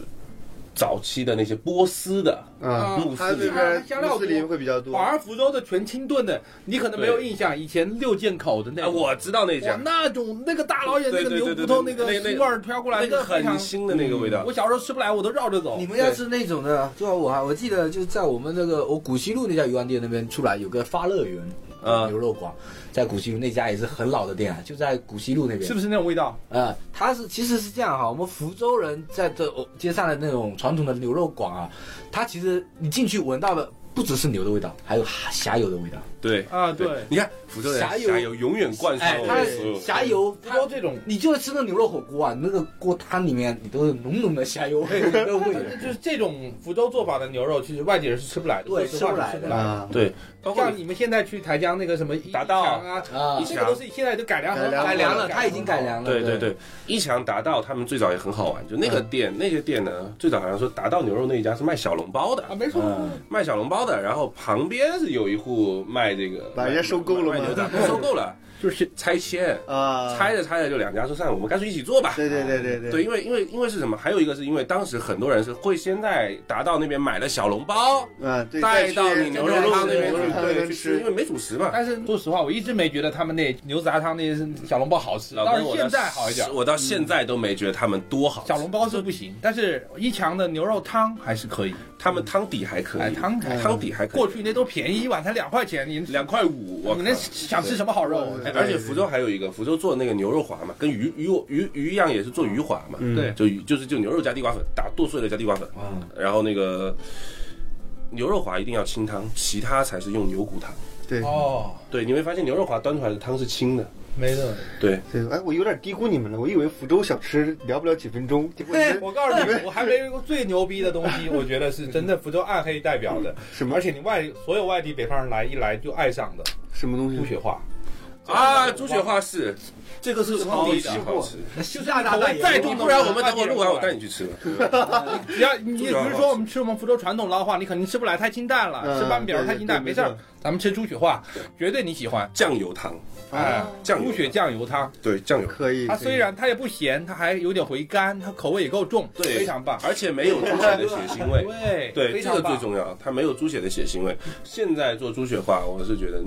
早期的那些波斯的
啊，
穆斯
他
林
这边穆斯林会比较多
反，而福州的全清炖的，你可能没有
对
印象，以前六件口的那
啊，
种
我知道那
哇
家，
那种那个大老远那
对
个
对
牛骨
对对
头
对
那个
那那
腥味儿飘过来，
那个
非
很
常嗯
腥的那个味道
我。小时候吃不来，我都绕着走
你。们要是那种的，就我还我记得就在我们那个我古西路那家鱼丸店那边出来有个发乐园，
嗯
牛肉馆，在古西路那家也是很老的店啊，就在古西路那边。
是不是那种味道？
呃，它是其实是这样哈，我们福州人在这街上的那种传统的牛肉馆啊，它其实你进去闻到的不只是牛的味道，还有虾油的味道。
对
啊对
你看福州人
虾
虾
油
油永远灌输
哎，
我
它
们所有。
虾油，
福
它
州这种
你就是吃那牛肉火锅啊，那个锅汤里面你都是浓浓的虾油味，那味道。
就是这种福州做法的牛肉，其实外地人是吃不来的，
对
说实话
吃不来的
是吃不来的。
啊，
对，包括
像你们现在去台江那个什么一
达到
强啊，
啊
一，
这个都是现在都改良很好
改良了，它已经改。良了。
对对
对，
对，一强达到他们最早也很好玩，就那个
嗯
店、那些店呢，最早好像说达到牛肉那一家是卖小笼包的，
啊，没错，
嗯
卖小笼包的，然后旁边是有一户卖这个，
把人家收购了吗
卖牛杂不收 购了，
就是
拆迁，
啊，
拆着拆着就两家说算了，我们干脆一起做吧。
对对对对
对，因为因为因为是什么？还有一个是因为当时很多人是会先在达到那边买了小笼包，
啊，对，
带到
再去
你牛肉汤那边
牛肉
去，
汤那
对，
边
去吃，因为
吃，哎
没主食嘛。
但是说实话，我一直没觉得他们那牛杂汤那些小笼包好吃，
老
当然
公我到
现在好一点。嗯
我到现在都没觉得他们多好吃，
小笼包是不行，但是一强的牛肉汤还是可以。
他们汤底还可
哎
以，
汤
哎
汤底还可以，
过去那都便宜，一碗才两块钱，你
两块五，我
你
靠
那想吃什么好肉？
哎而且福州还有一个，福州做那个牛肉滑嘛，跟鱼鱼鱼鱼一样，也是做鱼滑嘛。
嗯
对
就鱼就是就牛肉加地瓜粉，打剁碎了加地瓜粉，然后那个牛肉滑一定要清汤，其他才是用牛骨汤。
对
哦，
对，你会发现牛肉滑端出来的汤是清的。
没错。
对，
对，哎，我有点低估你们了，我以为福州小吃聊不了几分钟，结果你们
我告诉你们，我还没有一个最牛逼的东西，我觉得是真的福州暗黑代表的，
什么
而且你外所有外地北方人来一来就爱上的
什么东
猪
西
血化，
啊，猪血花是这个是超级好吃。
就大大
口味
再
再
低，
低
不
不
然
然
我
我
们
们
等
等
会
会
录
录
完
完
我
我
带
带
你去吃。
只要你
猪
比
血好
如说我们吃我们福州传统捞话，你肯定吃不来太清淡了，
嗯
吃半
对
饼
对
太清淡，
对
没事
没
儿
错，
咱们吃猪血化，绝对你喜欢。
酱油汤，
哦
哎，
酱油
猪血酱油汤，
对酱油，
啊可以？
它
可以
虽然它也不咸，它还有点回甘，它口味也够重，
对
非常棒。
而且没有猪血的血腥味。
哎
哎
对
对，
非
这
常
个最
棒。
重要，它没有猪血的血腥味。现在做猪血化，我是觉得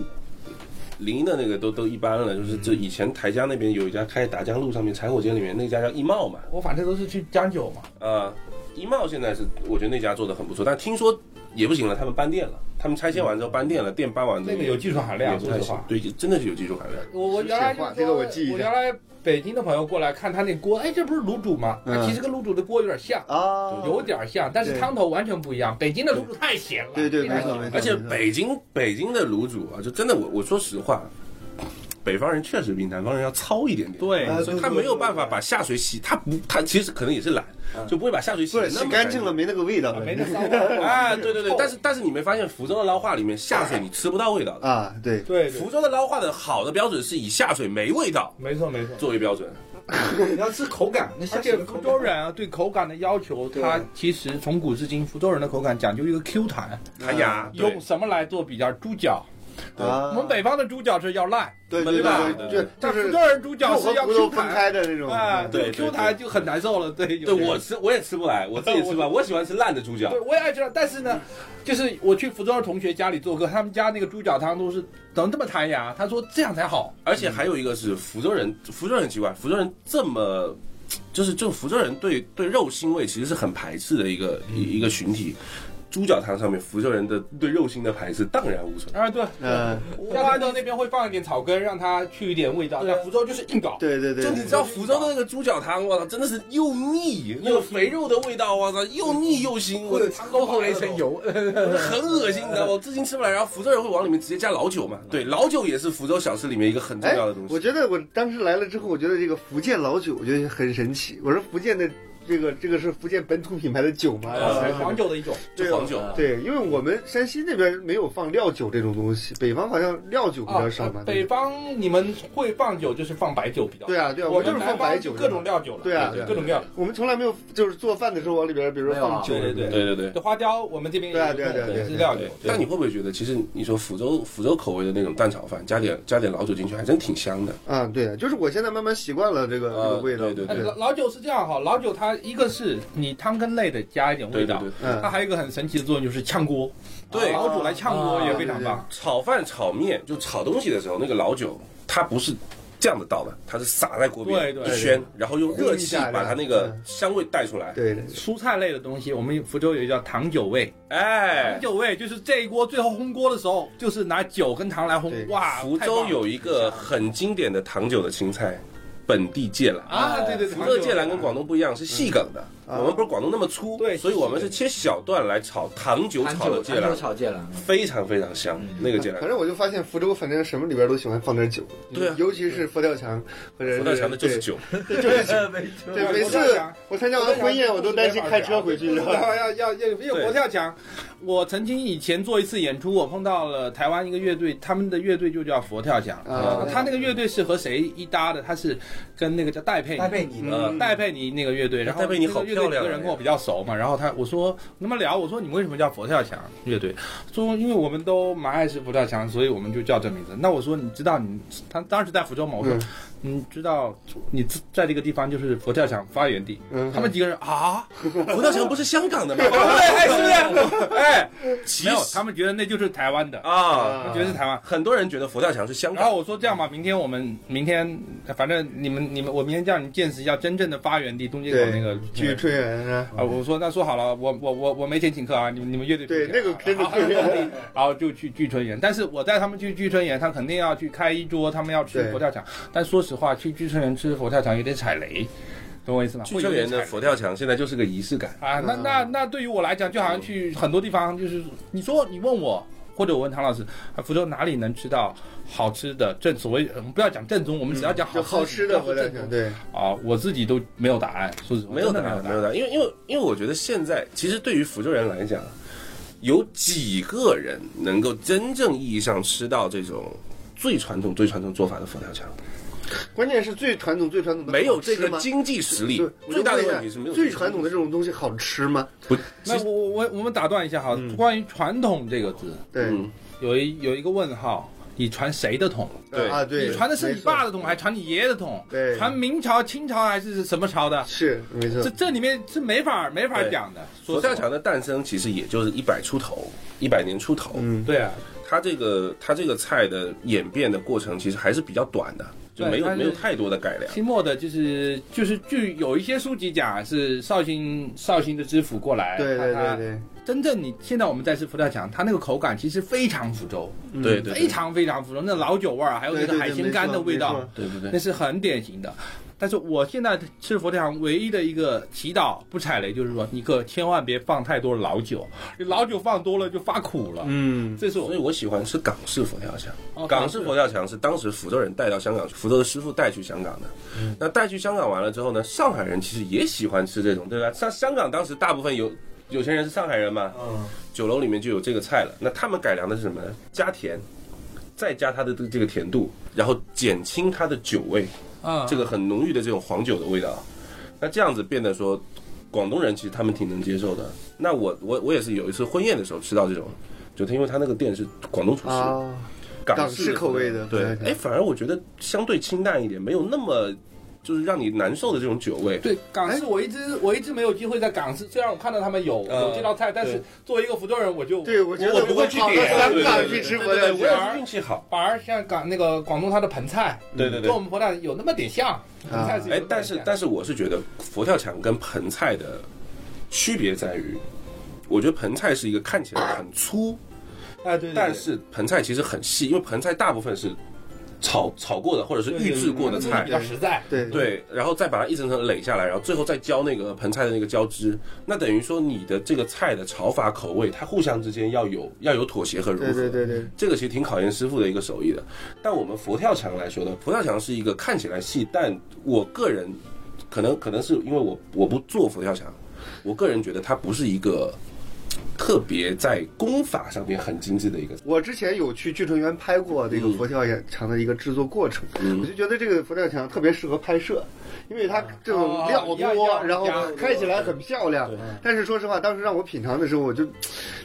零的那个都都一般了，就是这以前台江那边有一家开达江路上面柴火间里面那家叫一茂嘛，
我反正都是去江九嘛，
呃，一茂现在是我觉得那家做的很不错，但听说也不行了，他们搬店了，他们拆迁完之后搬店了，店搬
嗯
完之后
那个有技术含量，
也不
说
太
实
行
话。
对，真的是有技术含量。
我我原来就
猪血化
说
这个我记一下
我原来北京的朋友过来看他那锅，哎，这不是卤煮吗？
嗯
哎其实跟卤煮的锅有点像，
啊，
有点像，但是
对
汤头完全不一样。北京的卤煮太咸了，
对对，
太
没
咸
错
了
没错，
而且
没错
北京北京的卤煮啊，就真的我我说实话，北方人确实比南方人要糙一点点。
对
啊
所以他
对
没有
对
办法
对啊
把下水洗，他不，他其实可能也是懒，就不会把下水洗
不
得
是
那
洗
么
干净了。没那个味道了，
没那骚味。
啊，对对对，但是但是你没发现福州的捞化里面下水你吃不到味道的。
啊，对，
对，对
福州的捞化的好的标准是以下水没味道
没错没错。
作为标准。
你要吃口感，那
而且福州人啊对口感的要求，它其实从古至今福州人的口感讲究一个 Q 弹，
弹牙，
嗯
对
用什么来做比较？猪脚，
啊，
我们北方的猪脚是要烂，
对对
吧
对，就
但
就
福
是
州人猪脚
肉
是
和
要
骨
Q
头分
弹，
开的那种，
哎，
啊对对
Q 弹就很难受了。对，
对
有些人
我吃我也吃不来，我自己吃不 来，我喜欢吃烂的猪脚
对，。我也爱吃辣，但是呢，就是我去福州的同学家里做客，他们家那个猪脚汤都是怎么这么弹牙？他说这样才好。
而且还有一个是福州人，福州人很奇怪，福州人这么。就是，就福州人对对肉腥味其实是很排斥的一个一一个群体，猪脚汤上面福州人的对肉心的排斥荡然无存。
啊，对，
嗯，
加拿大那边会放一点草根，让它去一点味道。
对啊
但福州就是硬搞，
对对对
就，你知道福州的那个猪脚汤，我操，真的是又腻，那个肥肉的味道，我操，又腻又腥，我
或者厚厚的一层油，
很恶心，你知道吗？我至今吃不来。然后福州人会往里面直接加老酒嘛，对，老酒也是福州小吃里面一个很重
哎
要的东，西。
我觉得我当时来了之后，我觉得这个福建老酒，我觉得很神奇。我说福建的这个这个是福建本土品牌的酒吗？
呃
还是什么
黄酒的一种。
就黄酒，
对，因为我们山西那边没有放料酒这种东西，北方好像料酒比较少嘛。
啊呃北方你们会放酒，就是放白酒比较多。
对啊，对啊，
我
们就
们
是
南
放
方
白酒，
各种。料酒了。
对啊对啊
各种料。
我们从来没有就是做饭的时候往里边，比如说放酒。
对对
啊对对对。
对花椒，我们这边也
对啊
有
对啊对啊对啊
也
对
是
啊
料酒。
但你会不会觉得，其实你说福州福州口味的那种蛋炒饭，加点加点老酒进去，还真挺香的。
啊，对，就是我现在慢慢习惯了这个这
啊
个味道。
对对
哎
对
老，老酒是这样哈，老酒它一个是你汤跟类的加一点
对
味
对
道，
对，
嗯
它，还有一个很神奇的作用就是炝锅，
对
老煮来炝锅也非常
啊
棒。
炒饭炒面就炒东西的时候，那个老酒它不是。这样的倒的，它是撒在锅边
对对
一
对
圈，然后用热气
嗯
把它那个香味带出来。
对对，
蔬菜类的东西，我们福州有一个叫糖酒味，
哎
糖，酒味就是这一锅最后烘锅的时候，就是拿酒跟糖来
对
烘。哇，
福
太
州
棒了
有一个很经典的糖酒的青菜，本地芥兰。
啊，对对对，
福
糖
州
酒
芥兰跟广东不一样，是细梗的。
啊
我们不是广东那么粗，
对
所以我们是切小段来炒糖酒
糖
炒的
酒
芥
糖
兰
酒，炒芥兰，
非常非常香。那个芥兰
反，正我就发现福州，反正什么里边都喜欢放点酒。
嗯
对啊
尤其是佛跳墙或者
佛跳墙的就是，酒，
对就是 酒。
没错
对，
对
每
佛
次
跳墙
我参加完婚宴，我都担心开车回去，然
然
后
后要要要要佛跳墙。我曾经以前做一次演出，我碰到了台湾一个乐队，他们的乐队就叫佛跳墙。
啊
他那个乐队是和谁一搭的？他是跟那个叫戴佩妮
搭配你
嗯
嗯
戴佩妮那个乐队，然后
戴佩妮好漂亮啊
那个乐队几个人跟我比较熟嘛，然后他我说那么聊，我说你们为什么叫佛跳墙乐队？说因为我们都蛮爱吃佛跳墙，所以我们就叫这名字。那我说你知道你他当时在福州嘛，我说、
嗯
你知道你在这个地方就是佛跳墙发源地，
嗯
他们几个人啊，
佛跳墙不是香港的吗？
对，哎是不是？哎，
其
没有，
实
他们觉得那就是台湾的，
啊，
觉得是台湾。
很多人觉得佛跳墙是香
然后
港，
我说这样吧，明天我们明天，反正你们你们，我明天叫你见识一下真正的发源地东街口
对
那个
去春园啊，
啊，我说那说好了，我我我我没钱请客啊，你们你们乐队
对，
付钱
那
啊
个真的
好
特别 好。
然后就去聚春园，但是我带他们去聚春园，他肯定要去开一桌，他们要吃
对
佛跳墙，但说实话，去聚春园吃佛跳墙有点踩雷，懂我意思吗？
聚春园
会有
的
点踩
佛跳墙现在就是个仪式感。
雷啊，那
嗯
那那对于我来讲，就好
嗯
像去很多地方，就是你说你问我。或者我问唐老师，啊福州哪里能吃到好吃的正所谓，我嗯们不要讲正宗，我们只要讲
嗯就好吃的
不
佛
要
跳墙，
讲正宗
对，
啊，我自己都没有答案，说实话，
没有
真的
答案，
没
没
有
有答案，因为因为因为我觉得现在其实对于福州人来讲，有几个人能够真正意义上吃到这种最传统、最传统做法的佛跳墙？
关键是最传统、最传统的
没有
好吃
这个
吗
经济实力
对，我就
最大的
问一下
问题是没有
最传统的这种东西好吃吗？
不，其
那
实
我我我我们打断一下哈，
嗯
关于“传统”这个字，
对，
嗯，
有一有一个问号，你传谁的桶？
对
啊，对，
你传的是你
没
爸
错
的桶，还传你爷爷的桶？
对
传明朝、清朝还是什么朝的？
是没
这
错，
这里面是没法没法讲的。
佛
说
跳
实话，
墙的诞生其实也就是一百出头，一百年出头。
嗯，
对啊，
它这个它这个菜的演变的过程其实还是比较短的，就
对
没有
它是
没有太多的改良。
清末的就是就是据有一些书籍讲啊是绍兴绍兴的知府过来，
对对
他
对，对，
他真正你现在我们在吃佛跳墙，它那个口感其实非常福州，
嗯
对对
非常非常福州，那老酒味儿还有那
对
个
对
海
对
鲜
没
干
错
的味
没
道
错，
对对对
那是很典型的。但是我现在吃佛跳墙唯一的一个祈祷不踩雷，就是说你可千万别放太多老酒，你老酒放多了就发苦了。
嗯，
这是我
所以我喜欢吃港式佛跳墙。
哦
港式佛跳墙是当时福州人带到香港去，福州的师傅带去香港的。
嗯
那带去香港完了之后呢，上海人其实也喜欢吃这种，对吧？像香港当时大部分有有钱人是上海人嘛，
嗯，
酒楼里面就有这个菜了。那他们改良的是什么呢？加甜，再加它的这个甜度，然后减轻它的酒味，
啊，
这个很浓郁的这种黄酒的味道。那这样子变得说，广东人其实他们挺能接受的。那我我我也是有一次婚宴的时候吃到这种。就他，因为他那个店是广东厨师，
啊，
港
港
式
式口味的
对
对，对
哎，反而我觉得相对清淡一点，没有那么就是让你难受的这种酒味。
对港式，我一直我一直没有机会在港式，虽然我看到他们有
哎呃
有这道菜，但是
对
作为一个福州人，我就
对我觉得
我不会去
跑到
点
香
啊对
港
对对
去吃
对
佛
对
跳
对
墙，
我也是运气好。
反而像港那个广东它的盆菜，
对对对
跟我们佛跳墙有那么点像，盆菜是有
啊
哎
点，
但是
像
但是我是觉得佛跳墙跟盆菜的区别在于，我觉得盆菜是一个看起来很粗，
啊
哎，对，对对
但是盆菜其实很细，因为盆菜大部分是炒炒过的或者是预制过的菜
比，较实在，
对，
对，然后再把它一层层垒下来，然后最后再浇那个盆菜的那个浇汁，那等于说你的这个菜的炒法、口味，它互相之间要有要有妥协和融合。
对对对对，
这个其实挺考验师傅的一个手艺的。但我们佛跳墙来说呢，佛跳墙是一个看起来细，但我个人可能可能是因为我我不做佛跳墙，我个人觉得它不是一个特别在功法上面很精致的一个。
我之前有去聚成园拍过这个
嗯
佛跳墙的一个制作过程，我就觉得这个佛跳墙特别适合拍摄，因为它这种料
哦要
多，
要
然后
要
看起来很漂亮。但是说实话，当时让我品尝的时候，我就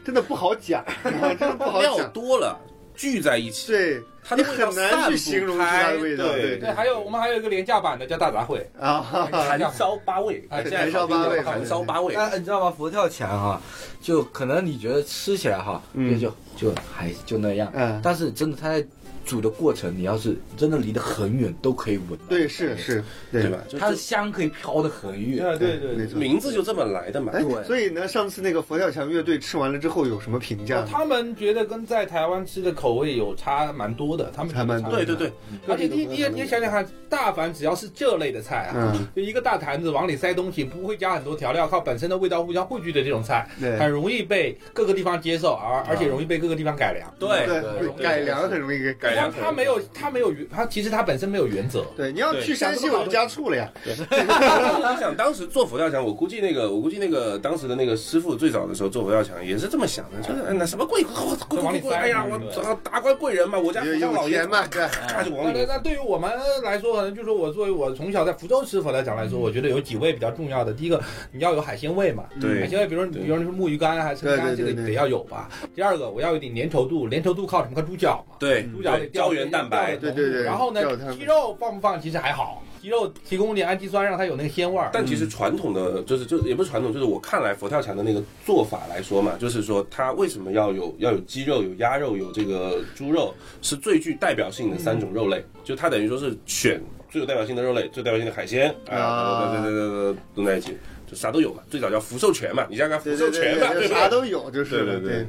真的不好讲， 真的不好
料
讲。
多了聚在一起，
对，
它
你
的味道
很难
散
去
不
形容出它的
开
味道。
对
对
对，还有我们还有一个廉价版的叫大杂烩，
啊，哈哈
韩烧八味，
哎
现在
韩烧
好听
八味哎
叫韩烧八味，
但你知道吗？佛跳墙哈，就可能你觉得吃起来哈，
嗯
就就就还就那样，
嗯
但是真的它在煮的过程，你要是真的离得很远都可以闻到，
对，是是，
对吧？？就
它的
是
香可以飘得很远。
对对对
没
对，
错。
名字就这么来的嘛。
哎
对，
所以呢，上次那个佛跳墙乐队吃完了之后有什么评价？
哦他们觉得跟在台湾吃的口味有差蛮多的，他们觉得
还蛮多
对对对，
而且你你也你也想想看，大凡只要是这类的菜啊，
嗯
就一个大坛子往里塞东西，不会加很多调料，靠本身的味道互相汇聚的这种菜，
对啊
很容易被各个地方接受，而而且容易被各个地方改良。
对，
对，改良很容易给
改良
它它没有它没有原，它其实它本身没有原则。
对，你要去山西我就加醋了呀。
我想当时做佛跳墙，我估计那个，我估计那个当时的那个师傅最早的时候做佛跳墙也是这么想的，就是哎那什么贵贵贵贵贵，哎呀，我达官贵人嘛，我家
有
和尚老
有
爷
钱嘛，对，
咔就往
那
里
那
面。
嗯那对于我们来说，可能就说我作为我从小在福州吃佛来讲
嗯
来说，我觉得有几味比较重要的。第一个，你要有海鲜味嘛，
对
海鲜哎味，比如说
对
比如说是木鱼干啊还是生
对
干，
对
这
对
个
对
得要有吧。第二个，我要有一点粘稠度，粘稠度靠什么？靠猪脚嘛。
对，
猪脚得
胶原蛋白，
对对对
然后呢
胶原蛋白，
鸡肉放不放其实还好，鸡肉提供一点氨基酸，让它有那个鲜味儿。
但其
嗯
实传统的就是就也不是传统，就是我看来佛跳墙的那个做法来说嘛，就是说它为什么要有要有鸡肉、有鸭肉、有这个猪肉，是最具代表性的三种肉类，
嗯
就它等于说是选最有代表性的肉类、最有代表性的海鲜啊，
啊
对对对对对，弄在一起。就啥都有嘛，最早叫福寿全嘛，你想想看福
对
寿
对
全嘛，
对，
对
就
吧
啥都有，就是了
对对对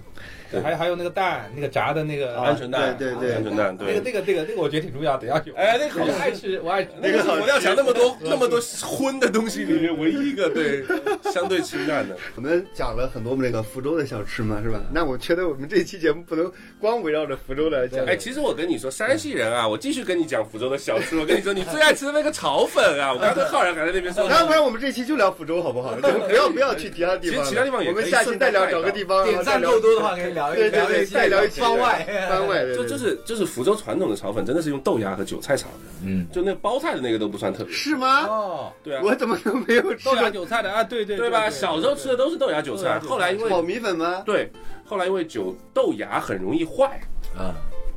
对
还有还有那个蛋，那个炸的那个
鹌鹑蛋，
啊对对对
鹌鹑蛋，
那个
啊对。
那个那个那个，我觉得挺重要的，得要有。
哎，那个好
我爱吃，我爱吃
那个是我要想那么多那么多荤的东西里面唯一一个对相对清淡的，
我们讲了很多我们这个福州的小吃嘛，是吧？那我觉得我们这期节目不能光围绕着福州来讲。
哎，其实我跟你说，山西人啊，
嗯
我继续跟你讲福州的小吃。我跟你说，你最爱吃的那个炒粉 啊，我刚才浩然还在那边说，
要不然我们这期就聊福州好不好？就不要不要去其他地方了，
其实其他地方也
我
可以
们下期再聊找个地方，
点赞够多的话，可以聊一
对对对，再聊一期
番外。
番外对
就
对对
就是就是福州传统的炒粉，真的是用豆芽和韭菜炒的，
嗯，
就那包菜的那个都不算特别，
是吗？
哦，
对啊，
我怎么能没有吃
豆芽
过
韭菜的啊，对对
对吧？小时候吃的都是豆芽韭
啊
菜，后来因
炒
为
米粉吗？
对，后来因为韭豆芽很容易坏，
啊，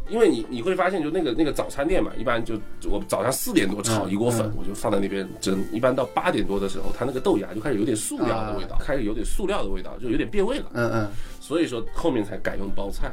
因为你你会发现，就那个那个早餐店嘛，一般就我早上四点多炒一锅
嗯
粉，我就放在那边蒸，一般到八点多的时候，它那个豆芽就开始有点塑料的味道，
啊
开始有点塑料的味道，就有点变味了。
嗯嗯，
所以说后面才改用包菜，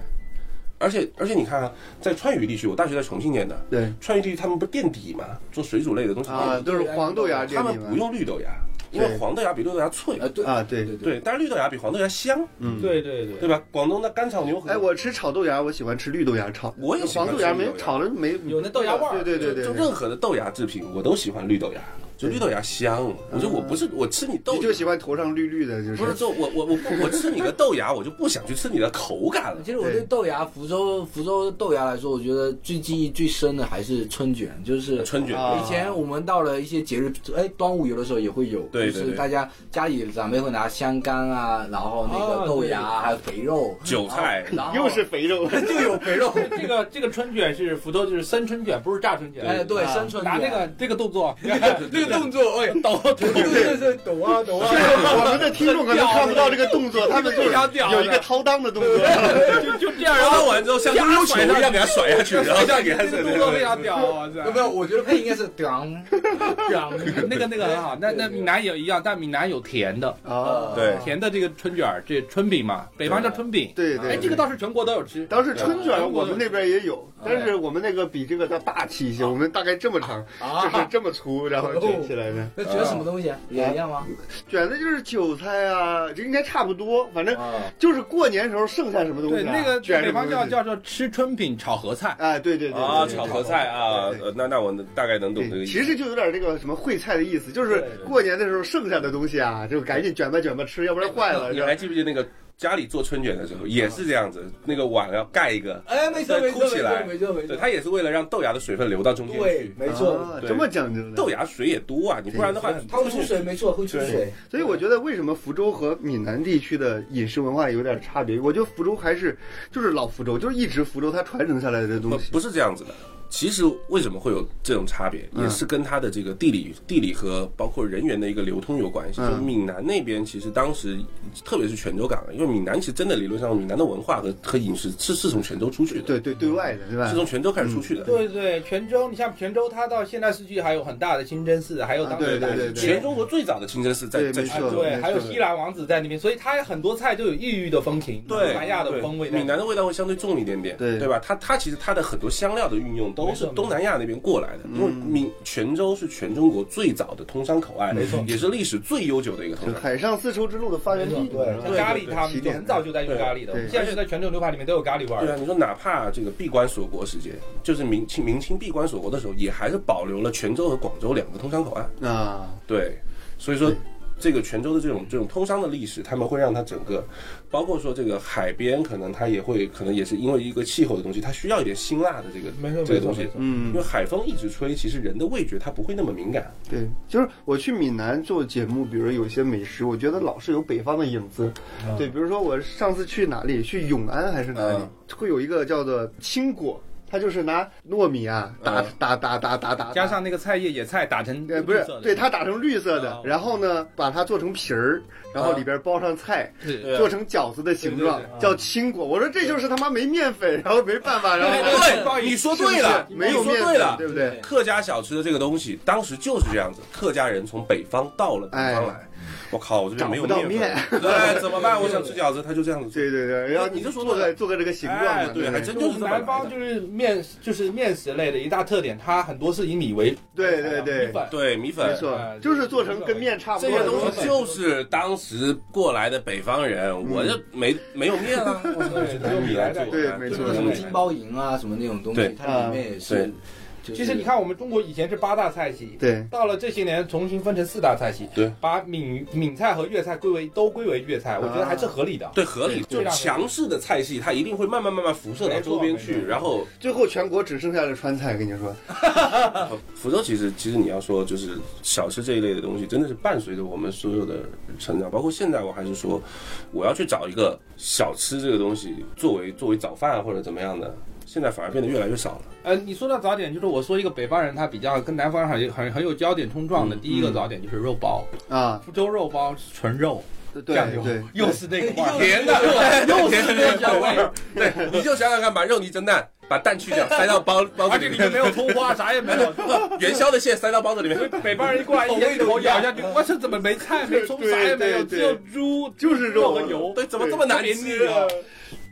而且而且你看啊，在川渝地区，我大学在重庆念的，
对
川渝地区他们不是垫底嘛，做水煮类的东西，哎
啊，都是黄豆芽
他
店里
们不
吗？
用绿豆芽，因为
对
黄豆芽比绿豆芽脆，
对
啊，对，
对，但是绿豆芽比黄豆芽香，
嗯，
对对对。
对吧？广东的干炒牛河，
哎，我吃炒豆芽，我喜欢吃绿豆芽炒。
我也喜欢
黄
吃
豆芽
绿
没
豆芽
炒了没
有那豆芽味儿
对对对
就
对，
任何的豆芽制品，我都喜欢绿豆芽，就绿豆芽香。我就我不是我吃你豆
你
芽，
就喜欢头上绿绿的，就
不是
是。
就我我我不我吃你的豆芽，我就不想去吃你的口感了。
其实我对豆芽，福州福州豆芽来说，我觉得最记忆最深的还是春卷，就是
春卷，
啊
以前我们到了一些节日，哎，端午有的时候也会有，
对对
就是
对
大家家里长辈会拿香干啊，然后那
哦
个豆芽啊，还有肥肉、
韭菜
然后
又是肥 肉，
就有肥肉，
这个这个春卷是福州，就是生春卷，不是炸春卷。
哎，对，
啊
生春
拿这
卷
个这个动 作，
这个动作，哎，抖抖对对抖啊抖啊，
我们的听众可能看不到这个动作，他们就是
非常屌的
有一个掏裆的动作。
就就这样，然
捞
后
完之后像溜球一样给它甩下去，然后再给它
这个动作非常屌，哇塞
有没有？我觉得配应该是当当，
那个那个很好，那那闽南也一样，但闽南有甜的，
啊，
对
甜的这个春卷儿，这春饼嘛，北方叫春饼。
对对。
哎，
对
这个倒是全国都有吃。
当时春卷我们那边
啊
也有，但是我们那个比这个要大气一些，我们大概这么长，就是这么粗，然后就联系来
哦
着？
那觉得什么东西啊也一样吗？
卷的就是韭菜啊，这应该差不多，反正
啊，
就是过年时候剩下什么东西
对，
啊。
那个
卷
北方叫
叫
叫做吃春饼炒合菜，
哎，对对对
啊，
对对
炒合菜啊
对，对
呃那那我大概能懂这个
对
意思。
其实就有点那个什么烩菜的意思，就是过年的时候剩下的东西啊，就赶紧卷吧卷吧吃，要不然坏了。
你
是吧
还记不记得那个家里做春卷的时候也是这样子，那个碗要盖一个，
哎，没错
对
没错
凸起来
没错没错
对，
没错，
它也是为了让豆芽的水分流到中间
对
去。
没错，
啊
对
这么讲究的
豆芽水也多啊，你不然的话
对，
它会出水没错会出水，
所以我觉得为什么福州和闽南地区的饮食文化有点差别？我觉得福州还是就是老福州，就是一直福州它传承下来的
不
东西。
不是这样子的。其实为什么会有这种差别，
嗯
也是跟它的这个地理、地理和包括人员的一个流通有关系。
嗯
就闽南那边，其实当时特别是泉州港，因为闽南其实真的理论上，闽南的文化和和饮食是是从泉州出去的，
对嗯对，对外的对吧
是？从泉州开始出去的。
对对，泉州，你像泉州，它到现代市区还有很大的清真寺，还有当
对
时的
对对对
全中国最早的清真寺在
对
在
没
啊
错没
对，还有
错
西兰王子在那边，所以它很多菜都有异域的风情，
对
东南亚的风味在。
闽南的味道会相对重一点点，
对
对吧？它它其实它的很多香料的运用都
没
是
错
东南亚那边过来的，
嗯
因为闽泉州是全中国最早的通商口岸，没
错
也是历史最悠久的一个通
就
商。
海上丝绸之路的发源地，
对，像
对
咖喱他
起
们就
点
很早就在用咖喱的，
对对
现在就在泉州牛排里面都有咖喱味
对
儿。
啊，你说哪怕这个闭关锁国时间，就是明清明清闭关锁国的时候，也还是保留了泉州和广州两个通商口岸。
啊，
对，所以说这个泉州的这种这种通商的历史，他们会让它整个，包括说这个海边，可能它也会可能也是因为一个气候的东西，它需要一点辛辣的这个
没错
这个
没错
东西
没错。
嗯
因为，海风一直吹，其实人的味觉它不会那么敏感。
对，就是我去闽南做节目，比如有些美食，我觉得老是有北方的影子。
嗯
对，比如说我上次去哪里，去永安还是哪里，会有一个叫做青果，它就是拿糯米啊打
嗯
打打打打打，
加上那个菜叶野菜打成
呃不是
绿色，的
对，它打成绿色的
啊，
然后呢把它做成皮儿，然
啊
后里边包上菜，
对
做成饺子的形状
对对，
叫青果。我说这就是他妈没面粉，然后没办法，然后
对，你说对了，
没有
你说
面
对
粉，
了
对。不对？
客家小吃的这个东西，当时就是这样子，客家人从北方到了南方来，我靠，我这边没有
哎找不到
面粉， 对，怎么办？我想吃饺子，他就这样子做。
对对对，然后
你就说
做
对
个做个这个形状
哎
嘛，
对，
不
还真
就
就是是这么来
南
的
方就是面就是面食类的一大特点，它很多是以米为
对对对
米粉
对米粉
没，错
哎，
就是做成跟面差不
这
多
些
的
东
东
西
西。
就是当时过来的北方人，
嗯
我这没没有面 啊，我只能用米来做。
对没错
就
就是是
什
用
么
米
金包银啊什么那种东
对
西，它里面也是
对，
就是
其实你看，我们中国以前是八大菜系，
对，
到了这些年重新分成四大菜系，
对，
把闽闽菜和粤菜归为都归为粤菜，我觉得还
啊
是合理的。
对，合理
对
就是强势的菜系，它一定会慢慢慢慢辐射到周边
没
去。
错
然后，
最后全国只剩下了川菜，跟你说，
呃福州其实其实你要说就是小吃这一类的东西，真的是伴随着我们所有的成长。包括现在，我还是说，我要去找一个小吃这个东西作为作为早饭啊或者怎么样的，现在反而变得越来越少了。
呃，你说到早点，就是我说一个北方人，他比较跟南方人很有很很有焦点冲撞的。
嗯
第一个早点就是肉包，
啊，
福州肉包是纯肉，
对
酱油
对，
又是那个味儿，
甜的，
哎又是那个味儿，
对，你就想想看，把肉泥蒸蛋，把蛋去掉，塞到包包
而
子
且
里
里面
面，
没有葱花，啥也没有。
元宵的馅塞到包子里面。
北方人一过来，一口咬下去，我这怎么没菜没葱啥也没有，只有猪
就是
肉
肉
和。油。
对，怎么这么难吃啊？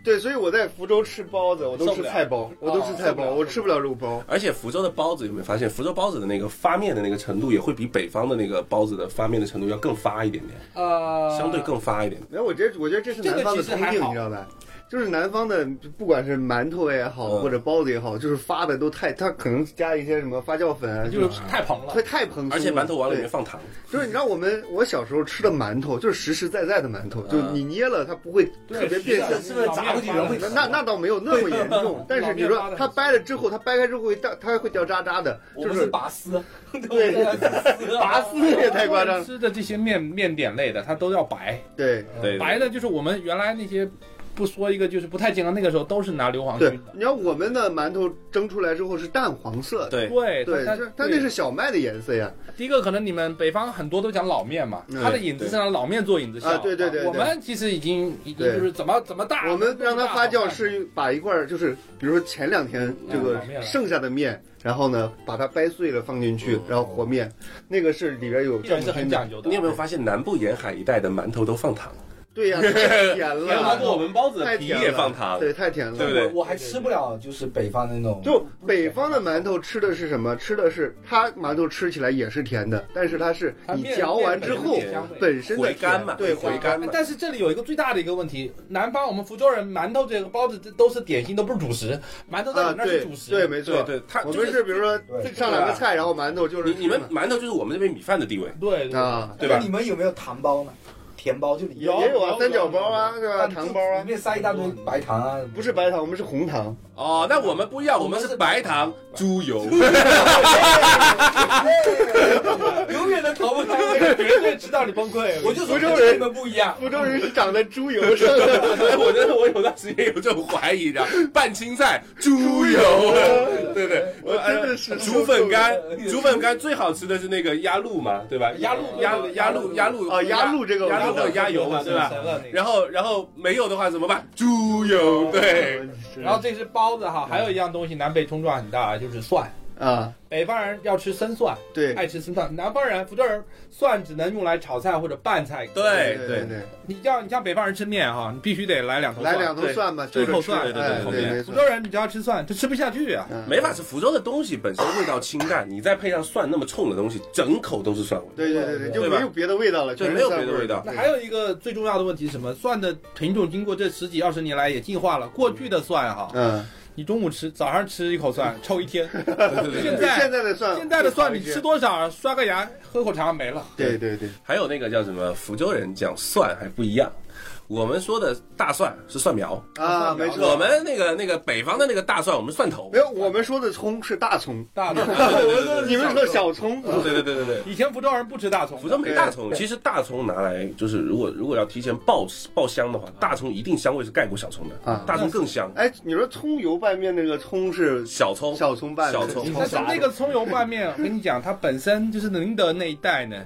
对，所以我在福州吃包子，我都吃菜包，我都吃菜包，我吃不了肉包。
而且福州的包子有没有发现，福州包子的那个发面的那个程度也会比北方的那个包子的发面的程度要更发一点点，
呃，
相对更发一点点。
没有，我觉得我觉得这是南方的通
这个其实还
病，
好
你知道吧？就是南方的，不管是馒头也好，
嗯
或者包子也好，就是发的都太，它可能加一些什么发酵粉啊，
就是太蓬了
它。太蓬松了。
而且馒头往里面
对
放糖，
就是你知道我们我小时候吃的馒头，就是实实在在的馒头，就是你捏了它不会特别变形。
是不是砸过去人会
那那那倒没有那么严重，但是你说它掰了之后，它掰开之后会掉，它会掉渣渣的，
我
就
们是拔丝，
对拔丝也太夸 张了。
吃的这些面面点类的，它都要白
对
对，
白的，就是我们原来那些不说一个就是不太健康，那个时候都是拿硫磺
对
熏，的。
你要我们的馒头蒸出来之后是淡黄色的，
对
对
对，
它
就是它那是小麦的颜色呀。
第一个可能你们北方很多都讲老面嘛，
嗯
它的引子是让老面做引子
啊
笑。
对对对对
我们其实已经已经
对
就是怎么怎么大，
我们让它发酵
是
是把一块儿就是，比如说前两天这个剩下的面，然后呢把它掰碎了放进去，然后和面，那个是里边有
依
酵
然是
母
很
菌的。
讲究的。
你有没有发现南部沿海一带的馒头都放糖？
对呀，太甜
然后包括我
了，
们包子的皮也放糖，
对，太甜了，
对不对
我我还吃不了，就是北方的那种，
就北方的馒头吃的是什么？吃的是它馒头吃起来也是甜的，但是它是你嚼完之后
面
香味
本身的
回甘
甜
嘛
对
回甘
甘
嘛
但是这里有一个最大的一个问题，南方我们福州人馒头这个包子这都是点心，都不是主食，馒头在我
啊，
们那儿是
对
主食。
对，没错
对，对，它
我
就
们
是
是比如说
对
上两个菜，然后馒头就是
你你们馒头就是我们这边米饭的地位，
对对
啊，
对吧
那你们有没有糖包呢？甜包就里面
有
也有啊，三角包啊，对吧？糖包啊
里，面塞一大堆白糖啊，
不是白糖，我们是红糖。
哦，那我们不一样，我们是白糖猪油，
永远都逃不开那个，
绝对知道你崩溃。
我就说
福州人
跟你们不一样，
福州人是长在猪油上 的，
我觉得我有段时间有这种怀疑，然后拌青菜猪油，对不对？
我真的是
煮粉干，煮粉干最好吃的是那个鸭绿嘛，对吧？鸭绿鸭鸭绿鸭绿
啊鸭绿这个
鸭
我知道
绿或者鸭油嘛，对吧？然
然
后然后没有的话怎么办？猪油，对，
是
然后这是包子哈，还有一样东西南北冲撞很大，就是蒜。
啊，
北方人要吃生蒜，
对
哎
爱吃生蒜；南方人、福州人蒜只能用来炒菜或者拌菜。
对
对
对，
对，
你像你像北方人吃面哈，你必须得来两头蒜。
来两头蒜吧，
对
就是
口
吃
蒜
哎
对对
对，
对
没
福
错
州，人你只要吃蒜，就吃不下去啊。
嗯
没法吃。福州的东西本身味道清淡，你再配上蒜那么冲的东西，整口都是蒜味。
对对对对，就
对吧
没有别的味道了，
就
全是
没有
蒜
别的
味儿
味道
那
对
还有一个最重要的问题是什么？蒜的品种经过这十几二十年来也进化了。过去的蒜哈，
嗯，
你中午吃，早上吃一 口蒜，抽一天。
对对对对
现
对
在
现在的蒜，
现在的蒜你吃，多少，刷个牙，喝口茶没了。
对对对，
还有那个叫什么，福州人讲蒜还不一样。我们说的大蒜是蒜苗，
啊，没错，
我们那个那个北方的那个大蒜，我们是蒜头
没。有，我们说的葱是大葱，
大葱，
你们说的小葱，
啊对对对对对，
以前福州人不吃大葱的，
福州没大葱。其实大葱拿来就是，如果如果要提前爆爆香的话，大葱一定香味是盖过小葱的，
啊
大葱更香。
哎，你说葱油拌面那个葱是
小葱，
小葱拌的
小葱
但是那个葱油拌面，我跟你讲，它本身就是宁德那一带呢，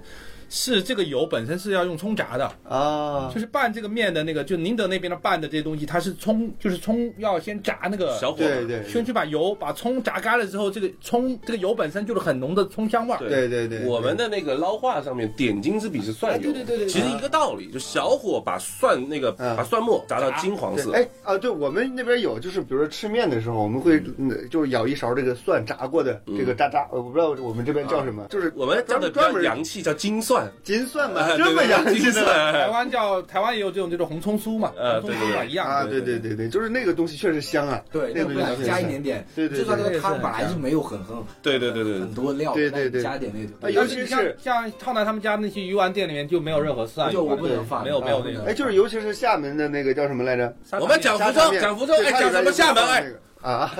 是这个油本身是要用葱炸的，
啊，
就是拌这个面的那个，就宁德那边的拌的这些东西，它是葱，就是葱要先炸那个，
小火，
对对
先去把油把葱炸干了之后，这个葱这个油本身就是很浓的葱香味儿。
对对对，
我们的那个捞化上面点睛之笔是蒜油，
哎对对对对
其实一个道理，就小火把蒜那个
嗯
把蒜末炸到金黄色
对，，哎啊，对我们那边有，就是比如说吃面的时候，我们会嗯就是舀一勺这个蒜炸过的这个渣渣，呃我不知道我们这边叫什么，就是
嗯我们叫的比
专
较
门
洋气，叫金蒜，
金蒜
哎
嘛，
对
这么
对
洋
金
气的
蒜，
台
哎
湾叫台湾也有这种这种红葱酥嘛，
呃
红葱酥嘛
对对对
一样的。
啊，对对对对，就是那个东西确实香啊，
对，
那个
那不
东
想
西
加一点点，
对对
就算
对
那个
对
汤
对
本来就没有很很
对对对对对
很多料，
对对对
加点那个
哎
就，
尤
尤
其
其
是
像像浩南他们家那些鱼丸店里面就没有任何蒜，
就我不
对
能放，
没有没有那个
哎，就是尤其是厦门的那个叫什么来着？
我们讲福州，讲福州，哎，讲什么厦门，哎，
哎啊，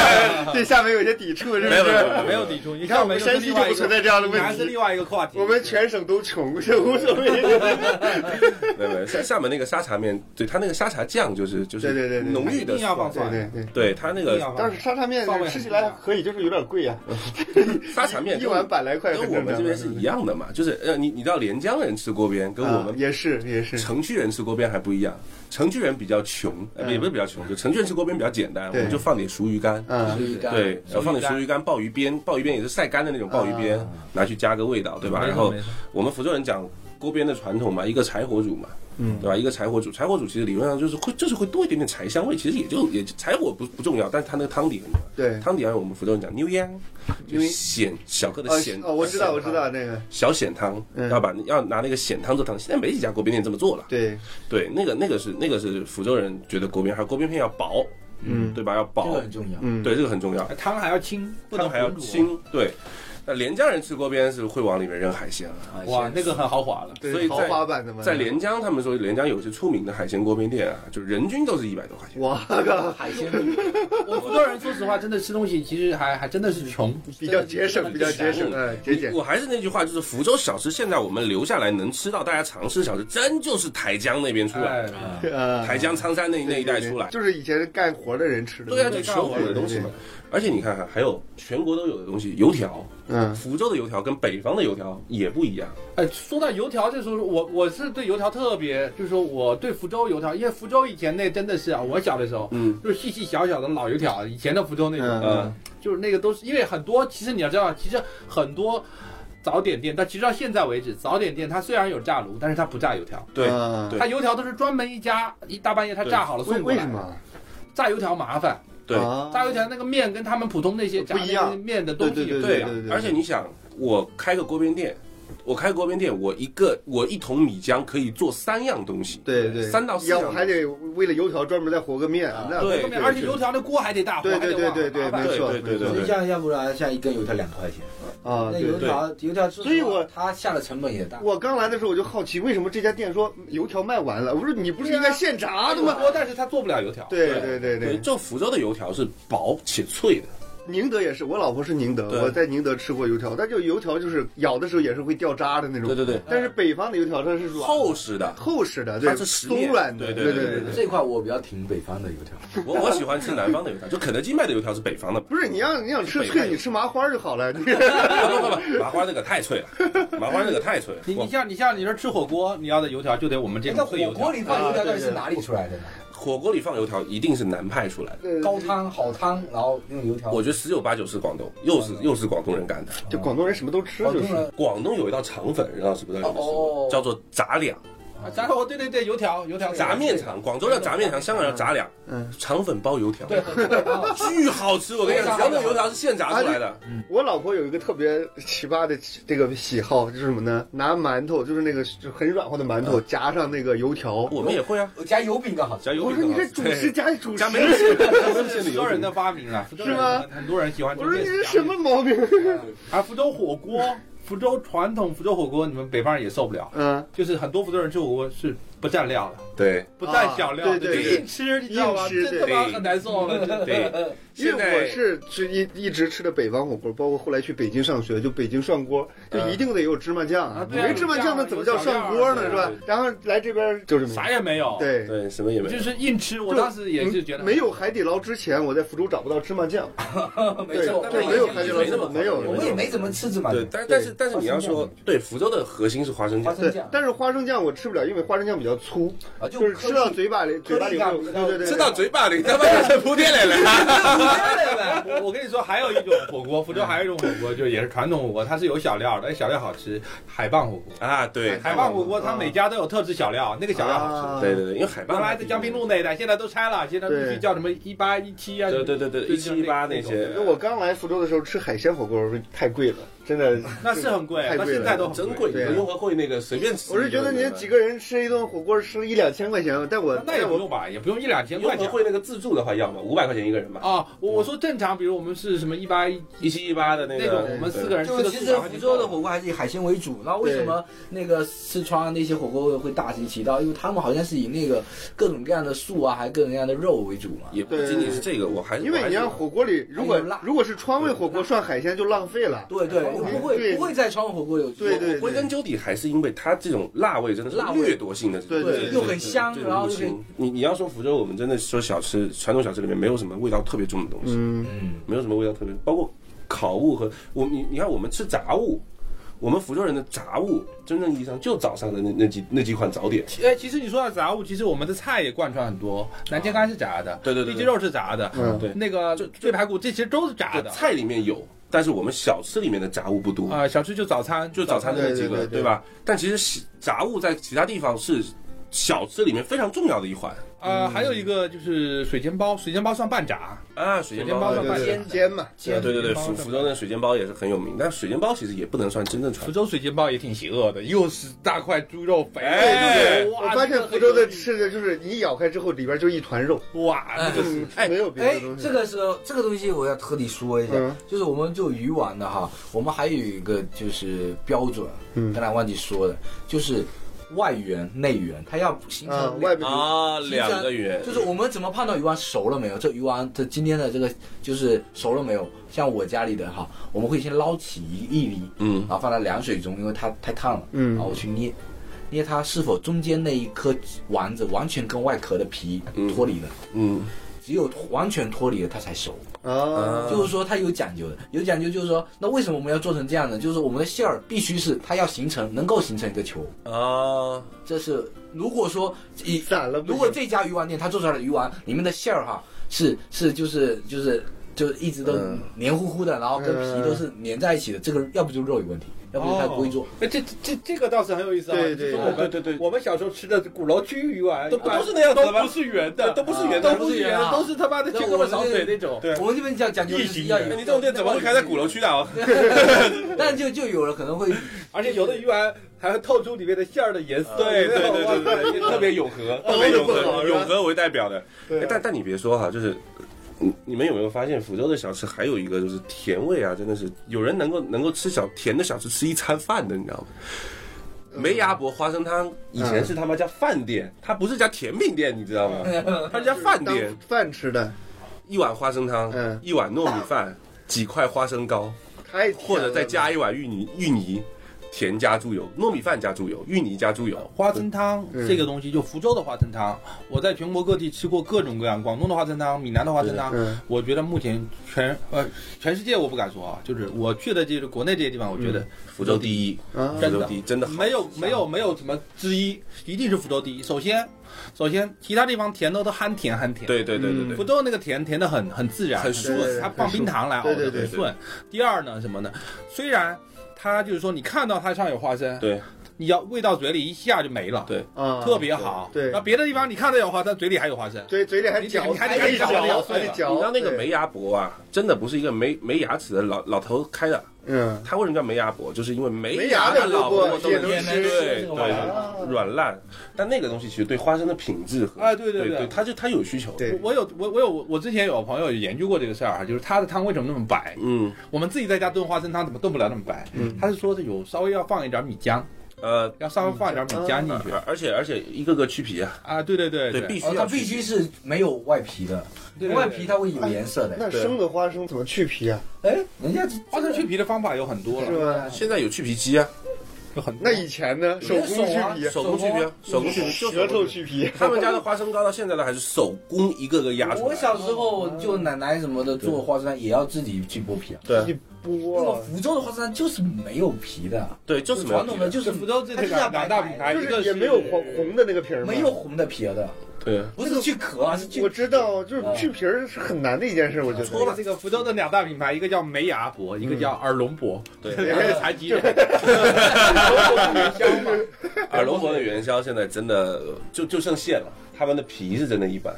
对厦门有些抵触，是不
没有没有
是？
没有抵触。你
你看我们山西就不存在这样的
还
问
是
题，
另外一个话题。
我们全省都穷，这无所谓。
没有没有，厦厦门那个沙茶面，对它那个沙茶酱就是就
对
是
对对对
浓
一
郁的
定要放
对
蒜，
对对。
对它那
一定
个
要放
但是
蒜。
沙茶面
放味
吃起来可以，就是有点贵啊。
沙茶面
一碗百来块
跟
很
我
正
们
常
这边是一样的嘛，就是呃，你你知道连江人吃锅边跟我
啊
们
也是也是，
城区人吃锅边还不一样，城区人比较穷，呃
嗯
也不是比较穷，就城区人吃锅边比较简单，我
对
们就放点熟鱼干。
嗯，
鱼干，
对，
熟鱼干
放点熟鱼干、鲍鱼边，鲍鱼边也是晒干的那种鲍鱼边
啊，
拿去加个味道，对吧？
没
然
错
后
没错
我们福州人讲锅边的传统嘛，一个柴火煮嘛，
嗯
对吧？一个柴火煮，柴火煮其实理论上就是会，就是会多一点点柴香味，其实也就也柴火不不重要，但是它那个汤底很重要。
对，
汤底按我们福州人讲牛羊，就是咸小个的
哦
咸。
哦，我知道我
咸汤
知道那个，
小显汤，
嗯
要把要拿那个显汤做汤。现在没几家锅边店这么做了。
对，
对，那个那个是那个是福州人觉得锅边，还有锅边片要薄，
嗯
对吧？要
这
薄
个很，重要。
嗯，
对，这个很重要。
哎汤还要清，不能啊
汤还要
浑浊。
清，对。那连江人吃锅边是会往里面扔海鲜啊，
啊
哇，
现在
那个很 豪华了。
对
所以在
豪华版的嘛，
在连江他们说连江有些出名的海鲜锅边店啊，就人均都是一百多块钱。
哇靠，
海鲜里面
我福州人说实话，真的吃东西其实还还真的是穷。
比较节省，比较节省，嗯，节俭
我还是那句话，就是福州小吃，现在我们留下来能吃到大家常吃的小吃，真就是台江那边出来，
哎
啊，
台江苍山那
对
那一带
对对
出来。
就是以前干活的人吃的，
对啊，就求好
对
的东西嘛。而且你看看，还有全国都有的东西，油条。
嗯，
福州的油条跟北方的油条也不一样。
哎，说到油条，这时候我我是对油条特别，就是说我对福州油条，因为福州以前那真的是啊，我小的时候
嗯，
就是细细小小的老油条，以前的福州那种，
嗯
呃，
就是那个都是因为很多，其实你要知道，其实很多。早点店，但其实到现在为止，早点店它虽然有炸炉，但是它不炸油条，
对
啊
对
它油条都是专门一家一大半夜它炸好了
为
送过
为
来。
什么？
炸油条麻烦？
对
啊
炸油条那个面跟他们普通那些炸
不一样
那些面的东西也不一样
对
啊
对对
而且你想，我开个锅边店，我开个锅边店，我一个我一桶米浆可以做三样东西，
对对，
三到四
要
样
不还得为了油条专门再和个面，啊那
对
后面而且油条那锅还得大，
对
火还
对
得
对
旺
对对，
麻烦
没错
对对
没错
对
就像要不然像一根油条两块钱，
啊，
那
对
油
对。
条油条说实话，
所以我
它下的成本也大。
我刚来的时候我就好奇，为什么这家店说油条卖完了？我说你不是应该现炸的吗？
锅，但是它做不了油条。
对对对
对，
对，
就福州的油条是薄且脆的，
宁德也是，我老婆是宁德，
对
我在宁德吃过油条，但就油条就是咬的时候也是会掉渣的那种。
对对对
但是北方的油条它是软
厚实的。
厚实的，
它
对，
是实
松
面
软的，
对
对
对对
对。
这块我比较挺北方的油条，
我我喜欢吃南方的油条，就肯德基卖的油条是北方的，不
不是你要你想吃
北派
脆，你吃麻花就好了。你
不不不，麻花那个太脆了，麻花那个太脆了。
你你
我
像你像你这吃火锅，你要的油条就得我们这
哎
种
那
脆油
火
条
锅。里放油条到底
啊对
是
对
哪里出来的呢？
火锅里放油条一定是南派出来的，
高汤好汤，然后用油条。
我觉得十有八九是广东，又是又是广东人干的。
就广东人什么都吃，
广
就
东
是
人
广东有一道肠粉，不知道知不知道你们吃过
哦，
叫做杂粮。
啊炸火对对对，油条油条
炸面肠，广州叫炸面肠，香港叫炸两，
嗯
肠粉包油条，
对，啊
巨好吃。我跟你讲，只要那油条是现炸出来的，
我老婆有一个特别奇葩的这个喜好，就是什么呢？拿馒头，就是那个就很软和的馒
嗯
头，夹上那个油条。
我们也会啊，
我加油饼更好吃。
加油
我
饼
说
更
你
好
这
吃。
主食加主食
加，没有馅的，加没有
是
馅的
福州
油
人
饼。
的发明啊，福州
是
人
吗
很多人喜欢。
我说你这什么？毛病？
啊，福州火锅，福州传统福州火锅，你们北方人也受不了。
嗯，
就是很多福州人吃火锅是不蘸料的，
对，
不蘸小料的，
啊对对
就
对
硬吃，你知道吗？
硬吃
真他妈
对
很难受了。真的
对，
因为
现
我
在
是吃一一直吃的北方火锅，包括后来去北京上学，就北京涮锅，就一定得有芝麻酱
嗯啊对啊
没芝麻酱那怎么叫涮锅呢？是
有小料啊
吧？然后来这边就是
啥也没有，，
对。
对什么也没
就
有。
是硬吃。我当时也是觉得
没有海底捞之前，我在福州找不到芝麻酱。
没错，
对
我
没有
也
海底
没
捞
那么
没有，
我们也没怎么吃芝麻
对
酱，，
但但是但是你要说
花生酱，
对福州的核心是花生
花
酱，
生
对
酱，，
但是花生酱我吃不了，因为花生酱比较粗，
啊
就是吃到嘴巴里，嘴巴里
颗
有，
粒
对
感
对对，
吃到嘴巴里，他妈就是铺天来了。
哎我我跟你说，还有一种火锅，福州还有一种火锅，就也是传统火锅，它是有小料的，哎小料好吃。海蚌火锅，
啊，对
海蚌火锅，它每家都有特制小料，那个小料好吃。
啊
对对对，因为海
原
蚌
来在江滨路那一带，现在都拆了，现在必须叫什么一八一七啊，
对对对对，一七一八那些
那，我刚来福州的时候吃海鲜火锅，我说太贵了，真的。
那是很贵，啊
太
那
贵了
现在都很
珍贵。
对啊
雍和会那个随便吃，
我是觉得您几个人吃一顿火锅吃一两千块钱，但我
那也
但
不
我
用吧，也不用一两千
雍
块
和
钱
会那个自助的话，要么五百块钱一个人吧，
啊。我我说正常，比如我们是什么一八一
一七一八的那
那种，
个
我，们四个人
就是
吃
其实福州的火锅还是以海鲜为主，那为什么那个四川那些火锅会大行其道？因为他们好像是以那个各种各样的素啊，还各种各样的肉为主嘛。
也不仅仅是这个，我还是
因为你让火锅里如果
还有辣
如果是川味火锅涮海鲜就浪费了。
对对，
对
不会不会在川火锅有做
对对
归根究底还是因为它这种辣味真的是
辣味
掠夺性的，
对
对又很香，
这
然
种
后
入
又可以
侵。你你要说福州，我们真的说小吃传统小吃里面没有什么味道特别重的东西，
嗯，
嗯，
没有什么味道特别，包括烤物和我你你看我们吃炸物。我们福州人的炸物，真正意义上就早上的那那几那几款早点，
哎，其实你说到杂物，其实我们的菜也贯穿很多。南煎干是炸的，
对对对对
里脊肉是炸的，
嗯
对
那个醉排骨这些都是炸的。
菜里面有，但是我们小吃里面的炸物不多。
啊、小吃就早餐，
就早餐的那几
对对
个，
对对
对吧？但其实喜杂物在其他地方是小吃里面非常重要的一环
嗯
呃，还有一个就是水煎包，水煎包算半炸，
啊。水
煎包
对对对，煎嘛，
对
煎
对对对，
水煎包
福
算
福州的水煎包也是很有名，但水煎包其实也不能算真正传
福
统。
州水煎包也挺邪恶的，又是大块猪肉肥肉，
哎
对
我发现福州的吃的就是你一咬开之后里边就一团肉，
哇，那
嗯
个是
哎
没有别
哎
的东，西
这。个时候这个东西我要特地说一下
嗯，
就是我们做鱼丸的哈，我们还有一个就是标准，
嗯
刚才忘记说了，就是外圆内圆，它要形
啊，
成
外面
啊，
形
两
成
个圆，
就是我们怎么判断鱼丸熟了没有？这鱼丸这今天的这个就是熟了没有？像我家里的哈，我们会先捞起一一厘，
嗯
然，后放在凉水中，因为它太烫了，
嗯
然后我去捏，捏它是否中间那一颗丸子完全跟外壳的皮
嗯
脱离了，
嗯
只有完全脱离了它才熟。
啊，
啊
就是说它有讲究的，有讲究就是说，那为什么我们要做成这样呢？就是我们的馅儿必须是它要形成能够形成一个球，
啊，
这是如果说以
散了不行。
啊如果这家鱼丸店它做出来的鱼丸里面的馅儿哈，是是就是就是就一直都
嗯
黏糊糊的，然后跟皮都是粘在一起的，这个要不就肉有问题，要不就他故意
哦
做。
哎，这这这个倒是很有意思啊！
对对
就是我
对
们
对对
我们小时候吃的鼓楼区鱼丸，
都都是那样子的吧
都不是圆的，
都不是圆的
都不是圆
啊
的，都是他妈的
那
去
我
胳膊少水那种。
对
我们这边讲讲究就是要有
哎你这种店怎么会开在鼓楼区的 啊？
但就就有了可能会
而且有的鱼丸还会透出里面的馅儿的颜色，
啊对对对对对
对，特别永和。
特别永
都不好
和，
是吧
永和为代表的。
啊
对
哎但但你别说哈，就是你你们有没有发现，福州的小吃还有一个就是甜味啊，真的是有人能够能够吃小甜的小吃吃一餐饭的，你知道吗？
嗯
梅鸭脖花生汤以前是他妈家饭店，它不是家甜品店，你知 道吗？它是家饭
当
店，
饭吃的，
一碗花生汤
嗯，
一碗糯米饭，几块花生糕，
太甜
或者再
了
加一碗芋泥芋泥，甜加猪油，糯米饭加猪油，芋泥加猪油。
花生汤
对
这个东西，就福州的花生汤，我在全国各地吃过各种各样，广东的花生汤、闽南的花生汤，
嗯
我觉得目前全呃全世界我不敢说啊，就是我去的这个国内这些地方，我觉得
福州第一，
啊
福州第一，真的好
没有没有没有什么之一，一定是福州第一。首先，首先其他地方甜都都憨甜憨甜，
对对对对
福
对，
州那个嗯甜甜的很很自然，
很
顺
顺
它放冰糖来熬
对对
的
对
很
对
顺。第二呢什么呢？虽然它就是说你看到它上有花生，
对，
你要喂到嘴里一下就没了，
对
啊，
特别好。
对对
那别的地方你看到有花生，嘴里还有花生，
嘴嘴里还
你
嚼，
你还得赶紧
嚼，
嚼嚼
还得嚼。
你知道那个
对
没，牙伯啊，真的不是一个没没牙齿的老老头开的，
嗯，
他为什么叫没牙伯？就是因为没
没
牙
牙
的
的
老婆
婆
都
也
能
能
吃，
吃
对
这个玩意儿
对，软烂。但那个东西其实对花生的品质和
哎对对
对
对
它就它有需求。
对
我我有我我有我之前有朋友研究过这个事儿啊，就是他的汤为什么那么白？
嗯
我们自己在家炖花生汤怎么炖不了那么白？
嗯
他是说是有稍微要放一点米浆，
呃，
要稍微放一点米浆进去
而而且而且一个个去皮啊，
啊，对对对
嗯对，必须
哦，它
要去
必
皮
须是没有外皮的，
对对
外皮它会有颜色的。
那生的花生怎么去皮啊？
哎，人家这
花生去皮的方法有很多
是
了，
吧？
现在有去皮机啊，
有很多
那。以前呢？手工去皮，
手工去皮啊，手工去皮就
舌
手
头
工去皮。
去皮，
他们家的花生糕到现在都还是手工一个个压出
我
来。
小时候就奶奶什么的做花生也要自己去剥皮啊。
一
对
因为
剥，
福州的花生就是没有皮的，
对，就是没有
传
皮
统的
的。
就是
福州这
它就
个
是要
两
白
大
白
品
的
牌，一
就
个
是
是
也没有红红的那个皮儿嘛，
没有红的皮儿的，
对，
不是去壳啊，是去
我知道，就是去皮儿是很难的一件事，我觉
啊说了
得。
这个福州的两大品牌，一个叫梅芽伯，一个叫耳聋伯，
对
两个残疾人。
耳龙伯的元宵现在真的呃就就剩馅了，他们的皮是真的一般。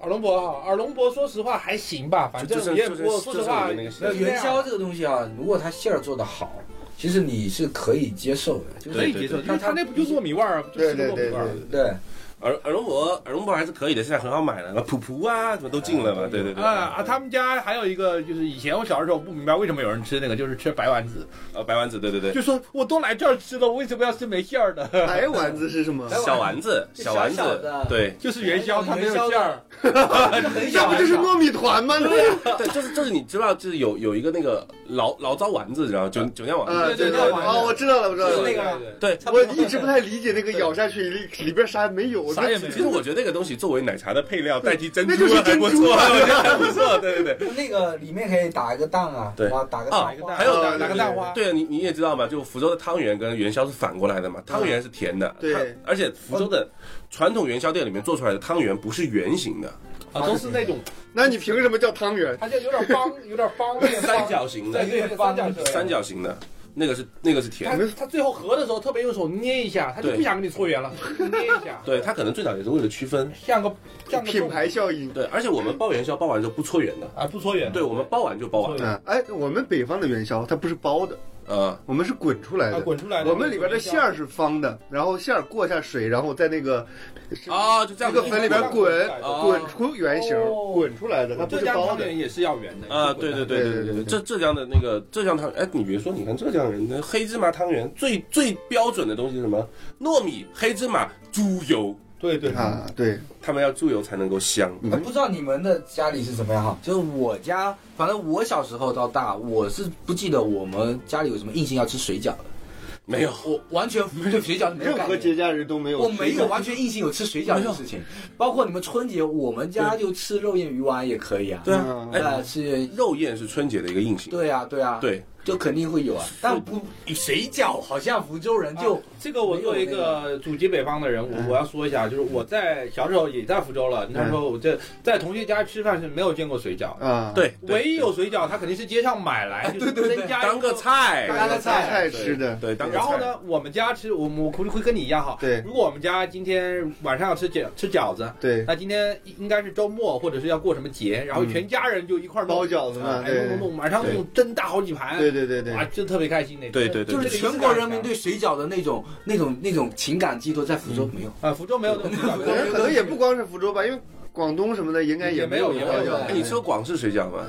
耳聋伯哈，耳聋伯说实话还行吧，反
就
正
是
也
就是
我说实话，
就是那个馅
没有
元宵
那样
这个东西啊，如果它馅儿做的好，其实你是可以接受的，就是
可以接受，
对对对
因为他那不就糯米味儿，就
对
是糯
对
米
对
味儿。
对，
对，
耳耳龙伯耳龙伯还是可以的，现在很好买了，那普普啊什么都进了嘛。对对对。
啊啊！他们家还有一个，就是以前我小时候不明白为什么有人吃那个，就是吃白丸子，
呃白丸子，对对对
就。说我都来这儿吃了，我为什么要吃没馅儿的？
白丸子是什么？
小丸子，小丸
小小
子
的，
对
就是元宵，它没有
元宵
馅儿。
很
那
小
不
很
就是
小。
糯米团吗？那
对，就是就是你知道，就是有有一个那个醪醪糟丸子，然后酒酒酿丸
啊，
子，
对对，哦，我知道了，我知道
就是
了
那。个
对。
我一直不太理解那个咬下去里里边啥也没有，
啥也没有
其实我觉得那个东西作为奶茶的配料，代替珍
那
珠
就是
还不
珍珠
错，
啊
我觉 得还不错，对对对。
那个里面可以打一个蛋啊，
对
然后打个
啊
蛋花
还有
啊
哪个呃蛋花？
对啊，你你也知道嘛，就福州的汤圆跟元宵是反过来的嘛，汤圆是甜的，
嗯对
它，而且福州的传统元宵店里面做出来的汤圆不是圆形的，
啊，都是那种，
那你凭什么叫汤圆？
它就有点方，有点方便
三角形的
对，有点方形的。
三角形的，那个是那个是甜
它
的，
它最后合的时候特别用手捏一下，它就
对
不想给你搓圆了，捏一下，
对，它可能最早也是为了区分，
像个像个
品牌效应。
对，而且我们包元宵包完之后不搓圆的，
啊，不搓圆的。
对我们包完就包完，
嗯，哎，我们北方的元宵它不是包的，
呃，
我们是滚出来
啊，
的。
滚出来的。
我们里边的馅儿是方的，然后馅儿过下水，然后在那个
啊，就这
那
样
个
子
粉里边滚
哦
滚出圆形，滚出来的，它不
啊浙
是
江
包
汤
的。
圆也是要圆的
啊，对对对对
对对
对，
对
浙浙江的那个浙江汤，哎，你别说，你看浙江人那黑芝麻汤圆最最标准的东西是什么？糯米、黑芝麻、猪油，
对对
啊，对，
他们要猪油才能够香。
你
哎
们
不知道你们的家里是怎么样哈？就是我家，反正我小时候到大，我是不记得我们家里有什么硬性要吃水饺的，
没有，
我完 全对水饺是没有
任
感
何
觉
节
的。
假日都没有。
我没有。完全硬性有吃水饺这个事情，包括你们春节，我们家就吃肉燕鱼丸也可以啊。
对啊，哎，
哎，是，
肉燕是春节的一个硬性。
对啊，对啊。
对，
就肯定会有啊，但不水饺好像福州人就、
啊这个我作为一个祖籍北方的人，我我要说一下，就是我在小时候也在福州了。那时候我这在同学家吃饭是没有见过水饺，
啊，
对，对哎
唯一有水饺，他肯定是街上买来，就是增加一
当个。菜，
当个菜
菜吃的，
对，当个菜。
然后？呢，我们家吃，我我估计会跟你一样哈。
对
如果我们家今天晚上要吃饺吃饺子，
对，
那今天应该是周末或者是要过什么节，
嗯
然后全家人就一块儿弄
包饺子嘛，
哎
对
弄弄弄，晚上
对
弄蒸大好几盘，
对对对对
啊，就特别开心那种。
对对对，
就是
对
全国人民对水饺的那种、那种、那种情感寄托，在福州没有。
啊，福州没有 这种水
可
饺，
能可能也不光是福州吧，因为广东什么的应该
也
没
没有
有
也
包
没有
饺
哎
子。
你吃过广式水饺吗？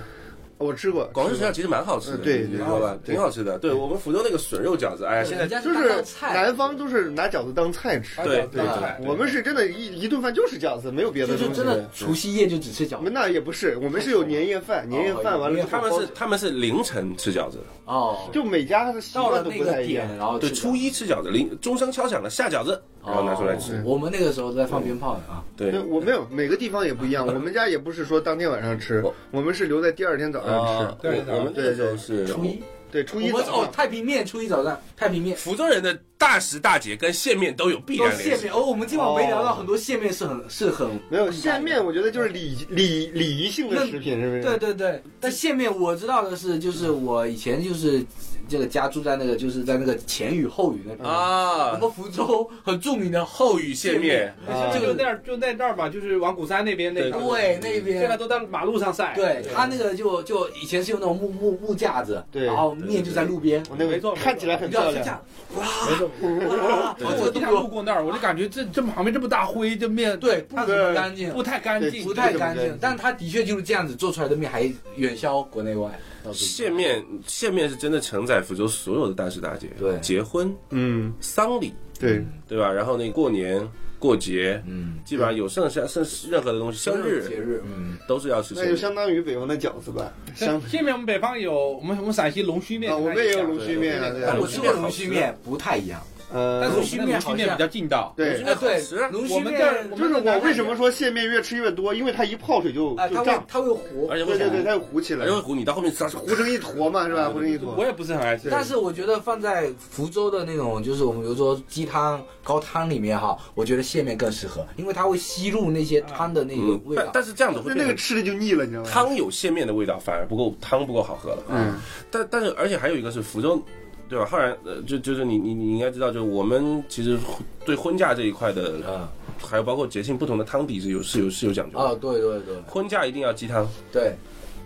我吃过，
广式水饺其实蛮好吃的，
嗯对
你
对
知道吧？
对
挺好吃的。对我们福州那个笋肉饺子，哎呀，现在
人家
嗯就
当
是
个菜
南方都是拿饺子当菜吃，
把
对
饺子
对
当菜
我们是真的一一顿饭就是饺子，没有别的
就
东
是
西。
真的除夕夜就只吃饺子
那也不是，我们是有年夜饭，年夜饭完了之后
他们是他们是凌晨吃饺子，
哦，
就每家的习
到
惯
了
都
那
不
个
太一
点，
样。
然后
对，
吃
初一吃饺子，凌钟声敲响了下饺子，然后拿出来吃。
哦我们那个时候在放鞭炮呢啊，
对
对，，我没有，每个地方也不一样。我们家也不是说当天晚上吃，我们是留在第二天早上
啊
吃。，
对
我我们那个时候是
初一
对，初一
我
早
们哦
上。
太平面，初一早上太平面。
福州人的大时大节跟线面都有必
都
然
蟹
联系
面。哦，我们今晚没聊到很多蟹面是很是很
没有线面，我觉得就是礼礼礼仪性的食品，是不是？
对对对，但线面我知道的是，就是我以前就是这个家住在那个就是在那个前雨后雨那边，我
啊。
们福州很著名的
后雨线面，
啊
就就那儿就在那儿吧，就是往鼓山那边那
对
条路
对那
现在
边。
都在马路上晒。
对他那个就就以前是用那种木木木架子，
对
然后面就在路边，
我那
没
个
错没错
看起来很
你
漂
这
亮。
样，哇，
没错，
哇
对
哇
哦我
这个
经
动
常路
作，
过那儿，我就感觉这这旁边这么大灰，这面
对，不怎么干净，
不太干净，
不太
不怎么
干
干
净
净，
但他的确就是这样子做出来的面，还远销国内外。到处
线面线面是真的承载福州所有的大时大节，
对
结婚、
嗯，
丧礼，
对，
对吧？然后那过年、过节，
嗯，
基本上有剩下剩任何的东西，生
节
日
日，嗯，
都是要吃
那就
线面。
相当于北方的饺子吧。相
下面我们北方有我们我们陕西龙须面，
啊，我们也有龙须面啊，
哎对
对
但
啊
我吃过龙须面，不太一样。
但
呃
是我，们那龙须面比较劲道。
对，
哎，对
好吃，
龙
我
须
们
面
这儿我们
就是我为什么说线面越吃越多，因为它一泡水就
哎，它
就
会
胀，
它会糊
而，且会哎
对对对，它就糊起来
而且，会糊，你到后面吃
糊成一坨嘛，是吧？糊成一坨
我。也不是很爱吃，
但是我觉得放在福州的那种，就是我们比如说鸡汤、高汤里面哈，我觉得蟹面更适合，因为它会吸入那些汤的那个
嗯，
味
但
道。
但是这样子会
那
变
那
成
个吃的就腻了，你知道吗？
汤有线面的味道，反而不够汤不够好喝了。
嗯，
但但是而且还有一个是福州，对吧？浩然，呃，就就是你你你应该知道，就是我们其实对婚嫁这一块的，
嗯，
还有包括节庆不同的汤底是有是有是有讲究的。
哦，对对对
婚嫁一定要鸡汤，
对，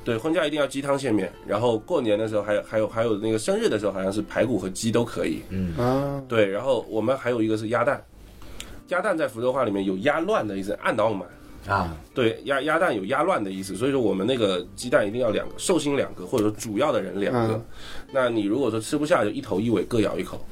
对，婚嫁一定要鸡汤线面。然后过年的时候还有还有还有那个生日的时候，好像是排骨和鸡都可以。
嗯
啊，
对，然后我们还有一个是鸭蛋，鸭蛋在福州话里面有鸭乱的意思，按到嘛。
啊，
对，鸭鸭蛋有鸭乱的意思，所以说我们那个鸡蛋一定要两个，寿星两个，或者说主要的人两个。
嗯
那你如果说吃不下，就一头一尾各咬一口，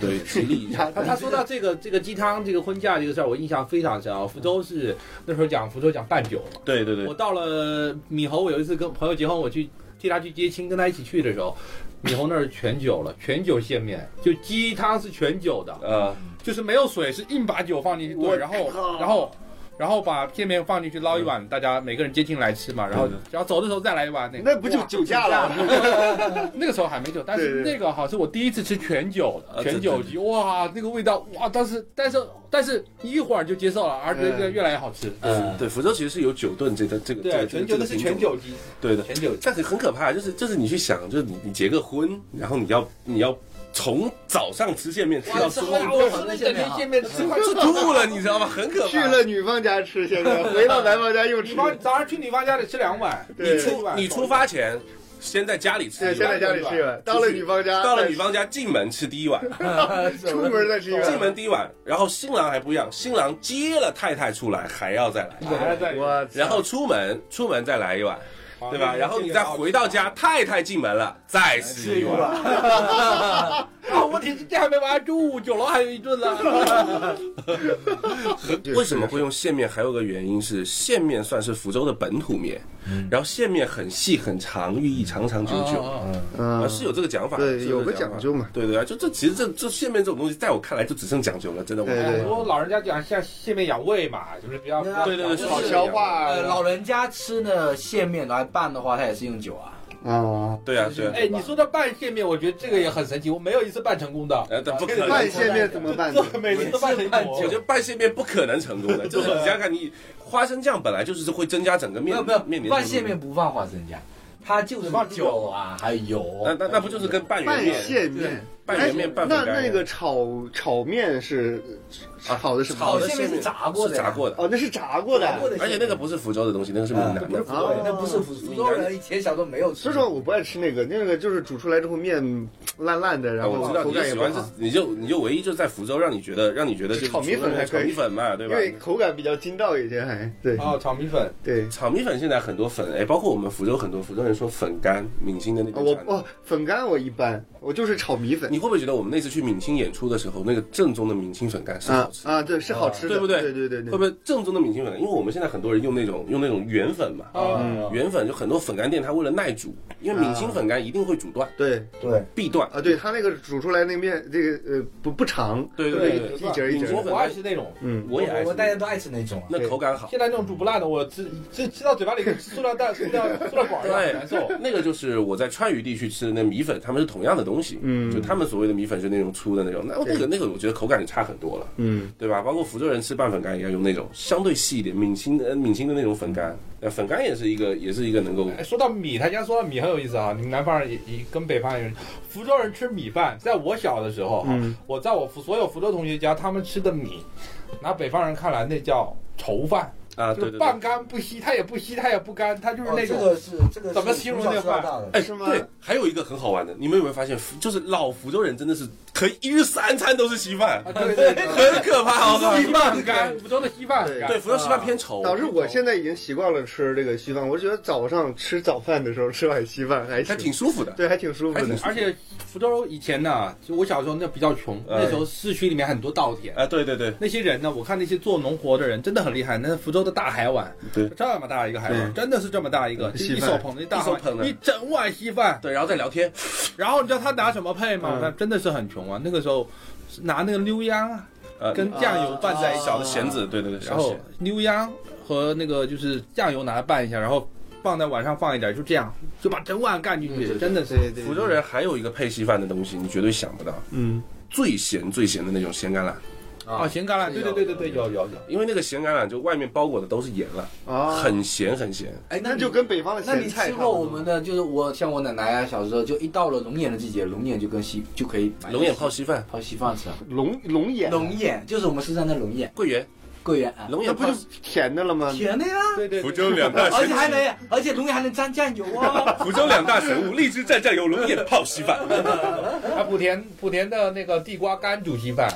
对，吉利一
鸭
下。
他
蛋
他说到这个这个鸡汤这个婚嫁这个事儿，我印象非常深啊。福州是那时候讲福州讲办酒，
对对对
我，到了米侯，我有一次跟朋友结婚，我去替他去接亲，跟他一起去的时候，米侯那儿全酒了，全酒线面，就鸡汤是全酒的，
呃，
就是没有水，是硬把酒放进去
我
炖，然后
靠
然后然后把片面放进去捞一碗，大家每个人接近来吃嘛，然后
对
然后走的时候再来一碗那个。
那不就酒驾了？
那个时候还没酒，但是
对对
那个好像是我第一次吃全酒
啊
的全酒鸡，哇，那个味道哇，但是但是但是一会儿就接受了，而且
嗯
越来越好吃。
嗯，
对，福州其实是有酒炖这个这个这个这个这个品种，
鸡，
对的。
全酒鸡。
但是很可怕，就是就是你去想，就是你你结个婚，然后你要你要从早上吃线面吃到中午，
我吃了一整天
见
线
面吃
吃吐了，你知道吗？很可怕。
去了女方家吃，现在回到男方家又吃
女。方早上去女方家里吃两碗，
对
你出你出发前，先在家里吃
对，
一
先
碗，
在家里吃一碗，到了女方家，
到了女方家进门吃第一碗，
出门再吃一
进
碗。
门第一碗，然后新郎还不一样，新郎接了太太出来还要再来，
还在
我
然后出门出门再来一碗，
啊
对吧？然后你再回到家，太太进门了再
哎
吃一碗，
啊，问题是这还没完，中午酒楼还有一顿 呢。
为什么会用线面？还有个原因是线面算是福州的本土面，
嗯
然后线面很细很长，寓意长长久久。啊，
嗯
是有这个讲法，
对
是
有个
这
讲究嘛
对对啊，就这其实这这线面这种东西，在我看来就只剩讲究了，真的。我
对
很多老人家讲像下面养胃嘛，就是比较
对
对对对
就是呃
好
是
消化
呃，老人家吃的蟹面来拌的话，它也是用酒啊。
啊，
对啊，对啊，
哎，你说到半线面，我觉得这个也很神奇，我没有一次半成功的，
呃，但不可能，
半线面怎么办呢？
每次都半成功。
哦
我觉得半线面不可能成功的，就是
啊
你想想看，你花生酱本来就是会增加整个
没
面
有没有
面，
半线面，不放花生酱，它就是
放
酒啊，还有油
那那那不就是跟半圆
半
面、
线面，哎
半圆面、半
那
粉干一
那
样？
个炒炒面是炒的什么？
炒
好
的
像面是炸过的
是
呀，
炸过的，
哦，那是炸过
炸过
的。
的
而且那个不是嗯福州的东西，那个是闽南的。
啊
那不是福福州人，以前小时候没有吃。
所以说我不爱吃那个，那个就是煮出来之后面烂烂的，然
啊我
后
知道
口
你就
感也
喜
不
欢这
好，，
你就你就唯一就在福州，让你觉得让你觉得就是
炒米粉
除了
还可以
炒米粉嘛，对
因
吧？
为口感比较筋道一些，还对
哦，炒米 粉，
对。
炒米粉现在很多粉，哎，包括我们福州很多福州人说粉干，闽清的那
啊
边
我
产的
我粉干我一般，我就是炒米粉
你会不会觉得我们那次去闽清演出的时候，那个正宗的闽清粉干是
啊
好吃的？哦
啊，对，是好吃的，
对不对
对对对对
呃会不会正宗的闽清粉干？因为我们现在很多人用那种用那种圆粉嘛，
啊，
圆粉就很多粉干店它为了耐煮，因为闽清粉干一定会煮断，
对
对，
必断。
啊，对它那个煮出来那面，这个呃不不长，
对
就是
对对，
一节儿一节
闽清
儿，
粉
我爱
干
吃那种，
嗯，
我也爱
我
吃
大，家都爱吃那种啊。
那口感好。
现在那种煮不烂的，我只只吃到嘴 巴里跟塑料袋、塑料塑料管一样，很难受。
对，那个就是我在川渝地区吃的那米粉，他们是同样的东西，
嗯
就他们所谓的米粉是那种粗的那种，那那个那个我觉得口感就差很多了，
嗯，
对吧？包括福州人吃拌粉干也要用那种相对细一点，闽清呃闽清的那种粉干，呃粉干也是一个也是一个能够
哎说到米，他家说到米很有意思啊。你们南方人也也跟北方人，福州人吃米饭，在我小的时候啊，
嗯
我在我福所有福州同学家，他们吃的米，拿北方人看来那叫稠饭，
啊
就
对
是
对
半
对。
干不稀，它也不稀，它也不干，它就是那
这
种。
个是这个
哦怎么形容那话
话？
哎，
是吗
对，还有一个很好玩的，你们有没有发现，福就是老福州人真的是可以一日三餐都是稀饭，
啊对对对
很可怕，好 吧？
稀饭很干，福州的稀饭很干。
对，福州稀饭偏稠，
导致啊我现在已经习惯了吃这个稀饭，我就觉得早上吃早饭的时候吃碗稀饭还
还
行
挺舒服的。
对，还挺舒服
而且
的，
而且福州以前呢，就我小时候那比较穷，
哎
那时候市区里面很多稻田，
啊，对对对
那些人呢，我看那些做农活的人真的很厉害。那福州的大海碗，
对嗯
这么大一个海碗，真的是这么大一个，
稀
一
饭
手捧着一大
一手捧着
一整碗稀饭。
对，然后再聊天，
然后你知道他拿什么配吗？
嗯
那真的是很穷啊，那个时候是拿那个溜秧啊，
呃，
跟酱油拌在一起，
小的咸
啊
子，对对对，
然
小
后
咸
溜秧和那个就是酱油拿来拌一下，然后放在碗上放一点，就这样就把整碗干进去，真的是。
嗯对对，
福州人还有一个配稀饭的东西，你绝对想不到，
嗯，
最咸最咸的那种咸橄榄，
啊，咸橄榄，对对对对对，有有有。
因为那个咸橄榄就外面包裹的都是盐了，
啊，
很咸很咸。
哎，
那就跟北方的
那
咸
你
菜
吃
差不
过
多
我们的？就是我像我奶奶啊，小时候就一到了龙眼的季节，龙眼就跟稀就可以买
龙眼泡稀饭，
泡稀饭吃啊。
龙龙眼，
龙眼就是我们四川的龙眼，
桂圆，
桂圆啊，
龙
那
眼
不
泡
就。哦甜的了吗？
甜的呀，
对对，
福州 两大
而且还
神，
能，而且龙眼还能沾酱油啊。
福州两大神物，荔枝蘸酱油，龙眼泡 稀饭。
还啊莆田莆田的那个地瓜干煮 稀饭，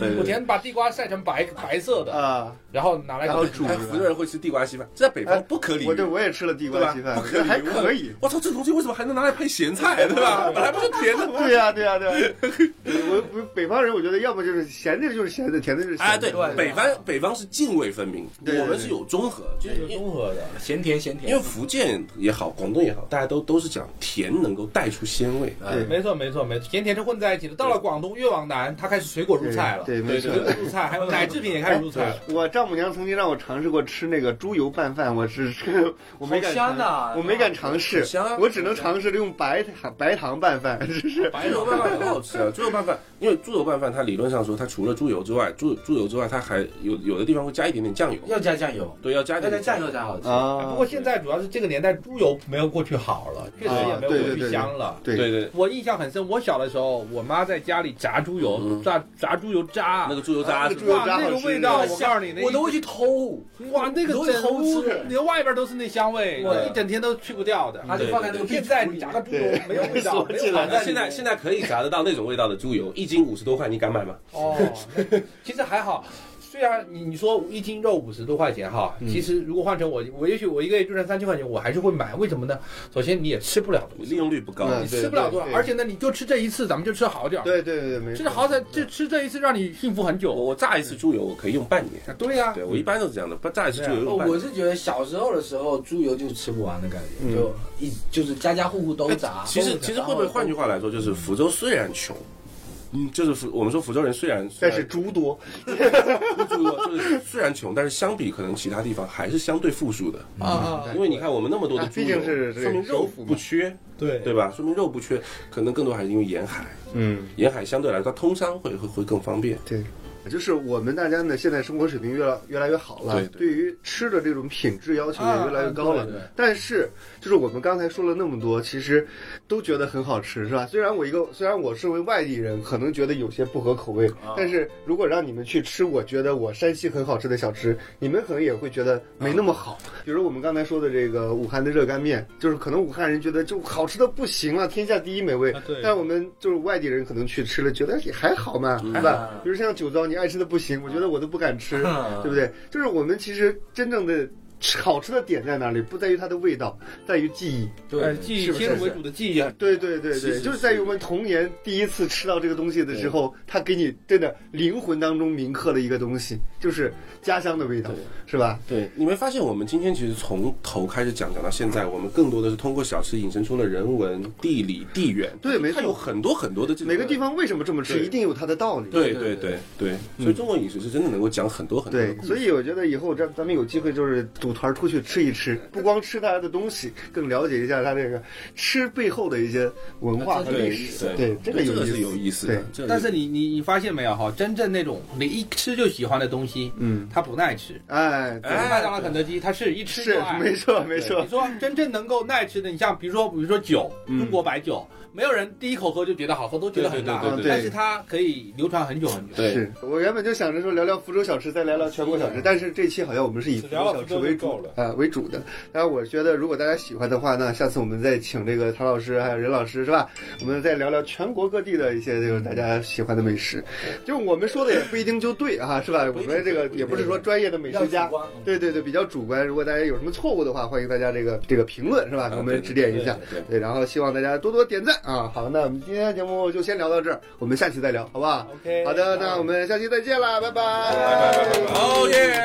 对
莆田把地瓜晒成白白色的，
啊，
然后拿来
然后煮
哎，福州人会吃地瓜稀饭，这在北方不可理
哎我对
喻。
我也吃了地
对吧
瓜稀饭，
不
我
可
觉得还
理喻
可以。
我操，这东西为什么还能拿来配咸菜，对 吧？本来不就甜的吗？
对呀、对呀、对呀、我我北方人，我觉得要么就是咸的，就是咸的，甜的就是咸的。
哎，对
对，
北方北方是泾渭分明，
对对对
我们是有中和，就是因为
综合的。
咸甜咸
因为
甜，
福建也好，广东也好，大家都都是讲甜能够带出鲜味。
对
没错，没错，没错，咸甜是混在一起的。到了广东，越往南，它开始水果入菜了，
对，没错。
水果入菜，还有奶制品也开始入菜了。
哎我丈母娘曾经让我尝试过吃那个猪油拌饭，我只是我没敢尝
好香啊
我没敢尝试
好香啊，
我只能尝试着用白糖白糖拌饭，这是
哎
白油拌饭 很好吃啊， 猪油拌饭，因为猪油拌饭它理论上说，它除了猪油之外，猪猪油之外，它还有有的地方会加一点点酱油，
要加酱油，
对，要加一
要
点
加
点
酱油才好吃。
啊
不过现在主要是这个年代猪油没有过去好了，确实也没有过去香了。
对
啊对
对对，
我印象很深，我小的时候，我妈在家里炸猪油，
嗯
炸炸猪油渣
那，个猪油
那
渣
个
是
猪
吧，
油
哇，
渣
那个
好吃
味道，
那个
我告诉你，那一
我都会去偷，
哇，那个
我都
整
偷
屋
吃
连外边都是那香味，
哇
一整天都去不掉的。
它就放在那个
现
壁
在
橱
你
里
炸个猪油
对
没有 味道，
锁
没
起
有
来
含在
现在
里面
现在可以炸得到那种味道的猪油，一斤五十多块，你敢买吗？
哦，那其实还好。虽然你你说一斤肉五十多块钱哈，
嗯
其实如果换成我，我也许我一个月就赚三千块钱，我还是会买。为什么呢？首先你也吃不了多
利
少，
用率不高，
嗯
你吃不了多少
对，对
而且呢，你就吃这一次，咱们就吃好点儿。
对对对，没错
这是。好歹这吃这一次让你幸福很
我
久。
我炸一次猪油，我可以用半年。
啊对呀，
对我一般都是这样的，不炸一次猪油
哦
用半
我
年。
是觉得小时候的时候猪油就吃不完的感
嗯
觉，就一就是家家户户都炸。
哎其实
都炸
其实会不会换句话来说，就是福州虽然穷，嗯，就是福我们说福州人虽然虽
但
然
是猪多，
不住了，就是虽然穷，但是相比可能其他地方还是相对富庶的，
嗯
啊
因为你看我们那么多的
啊
猪
毕
油，
竟是这个
说明肉
首府嘛
不缺，
对
对吧？说明肉不缺，可能更多还是因为沿海，
嗯，
沿海相对来说它通商会会会更方便。
对。就是我们大家呢，现在生活水平越来越来越好了，
对对
于吃的这种品质要求也越来越高了。
啊对对
但是，就是我们刚才说了那么多，其实都觉得很好吃，是吧？虽然我一个，虽然我身为外地人，可能觉得有些不合口味，
啊
但是如果让你们去吃，我觉得我山西很好吃的小吃，你们可能也会觉得没那么好。
啊
比如我们刚才说的这个武汉的热干面，就是可能武汉人觉得就好吃的不行了，天下第一美味，
啊对
但我们就是外地人可能去吃了，觉得也还好嘛，
嗯
对吧？比如像酒糟，你爱吃的不行，我觉得我都不敢
嗯
吃，对不对？就是我们其实真正的吃好吃的点在哪里，不在于它的味道，在于记忆。
呃
对，
记忆
是不是
先入为主的记忆啊，
对对对
是
对，
是
就是在于我们童年第一次吃到这个东西的时候，它给你真的灵魂当中铭刻了一个东西，就是家乡的味道，是吧？
对，你没发现我们今天其实从头开始讲讲到现在，我们更多的是通过小吃引申出了人文、地理、地缘，
对没错
它有很多很多的这种
每个地。方为什么这么吃，
对
一定有它的道理。
对对对对，
嗯
所以中国饮食是真的能够讲很多很多的
对，
故事。
所以我觉得以后咱咱们有机会就是组团出去吃一吃，不光吃大家的东西，更了解一下它这个吃背后的一些文化和历史。
啊对
对，这个有意
这是有
思。
意思
对
的。这
但是你你你发现没有哈，真正那种你一吃就喜欢的东西，
嗯，
它不耐吃。
哎，对
哎
麦当劳、肯德基，它是一吃
是
就爱。
没错没
对
错
你，说真正能够耐吃的，你像比如说，比如说酒，
嗯
中国白酒，没有人第一口喝就觉得好喝，都觉得很辣
对对对对，对
但是它可以流传很久很久。
对
是我原本就想着说聊聊福州小吃，再聊聊全国小吃，但是这期好像我们是以福州小吃为主
聊了福州就够了
啊为主的。当然，我觉得如果大家喜欢的话呢，下次我们再请这个唐老师还有任老师是吧？我们再聊聊全国各地的一些就是大家喜欢的美食，就我们说的也不一定就对啊，是吧？我们这个也不是说专业的美食家
要主观，
对对对，比较主观。如果大家有什么错误的话，欢迎大家这个这个评论是吧？给我们指点一下。
啊对
对，然后希望大家多多点赞啊！好，那我们今天的节目就先聊到这儿，我们下期再聊，好不好
OK，
好的，那我们下期再见啦，拜拜，拜
拜拜拜拜
哦耶！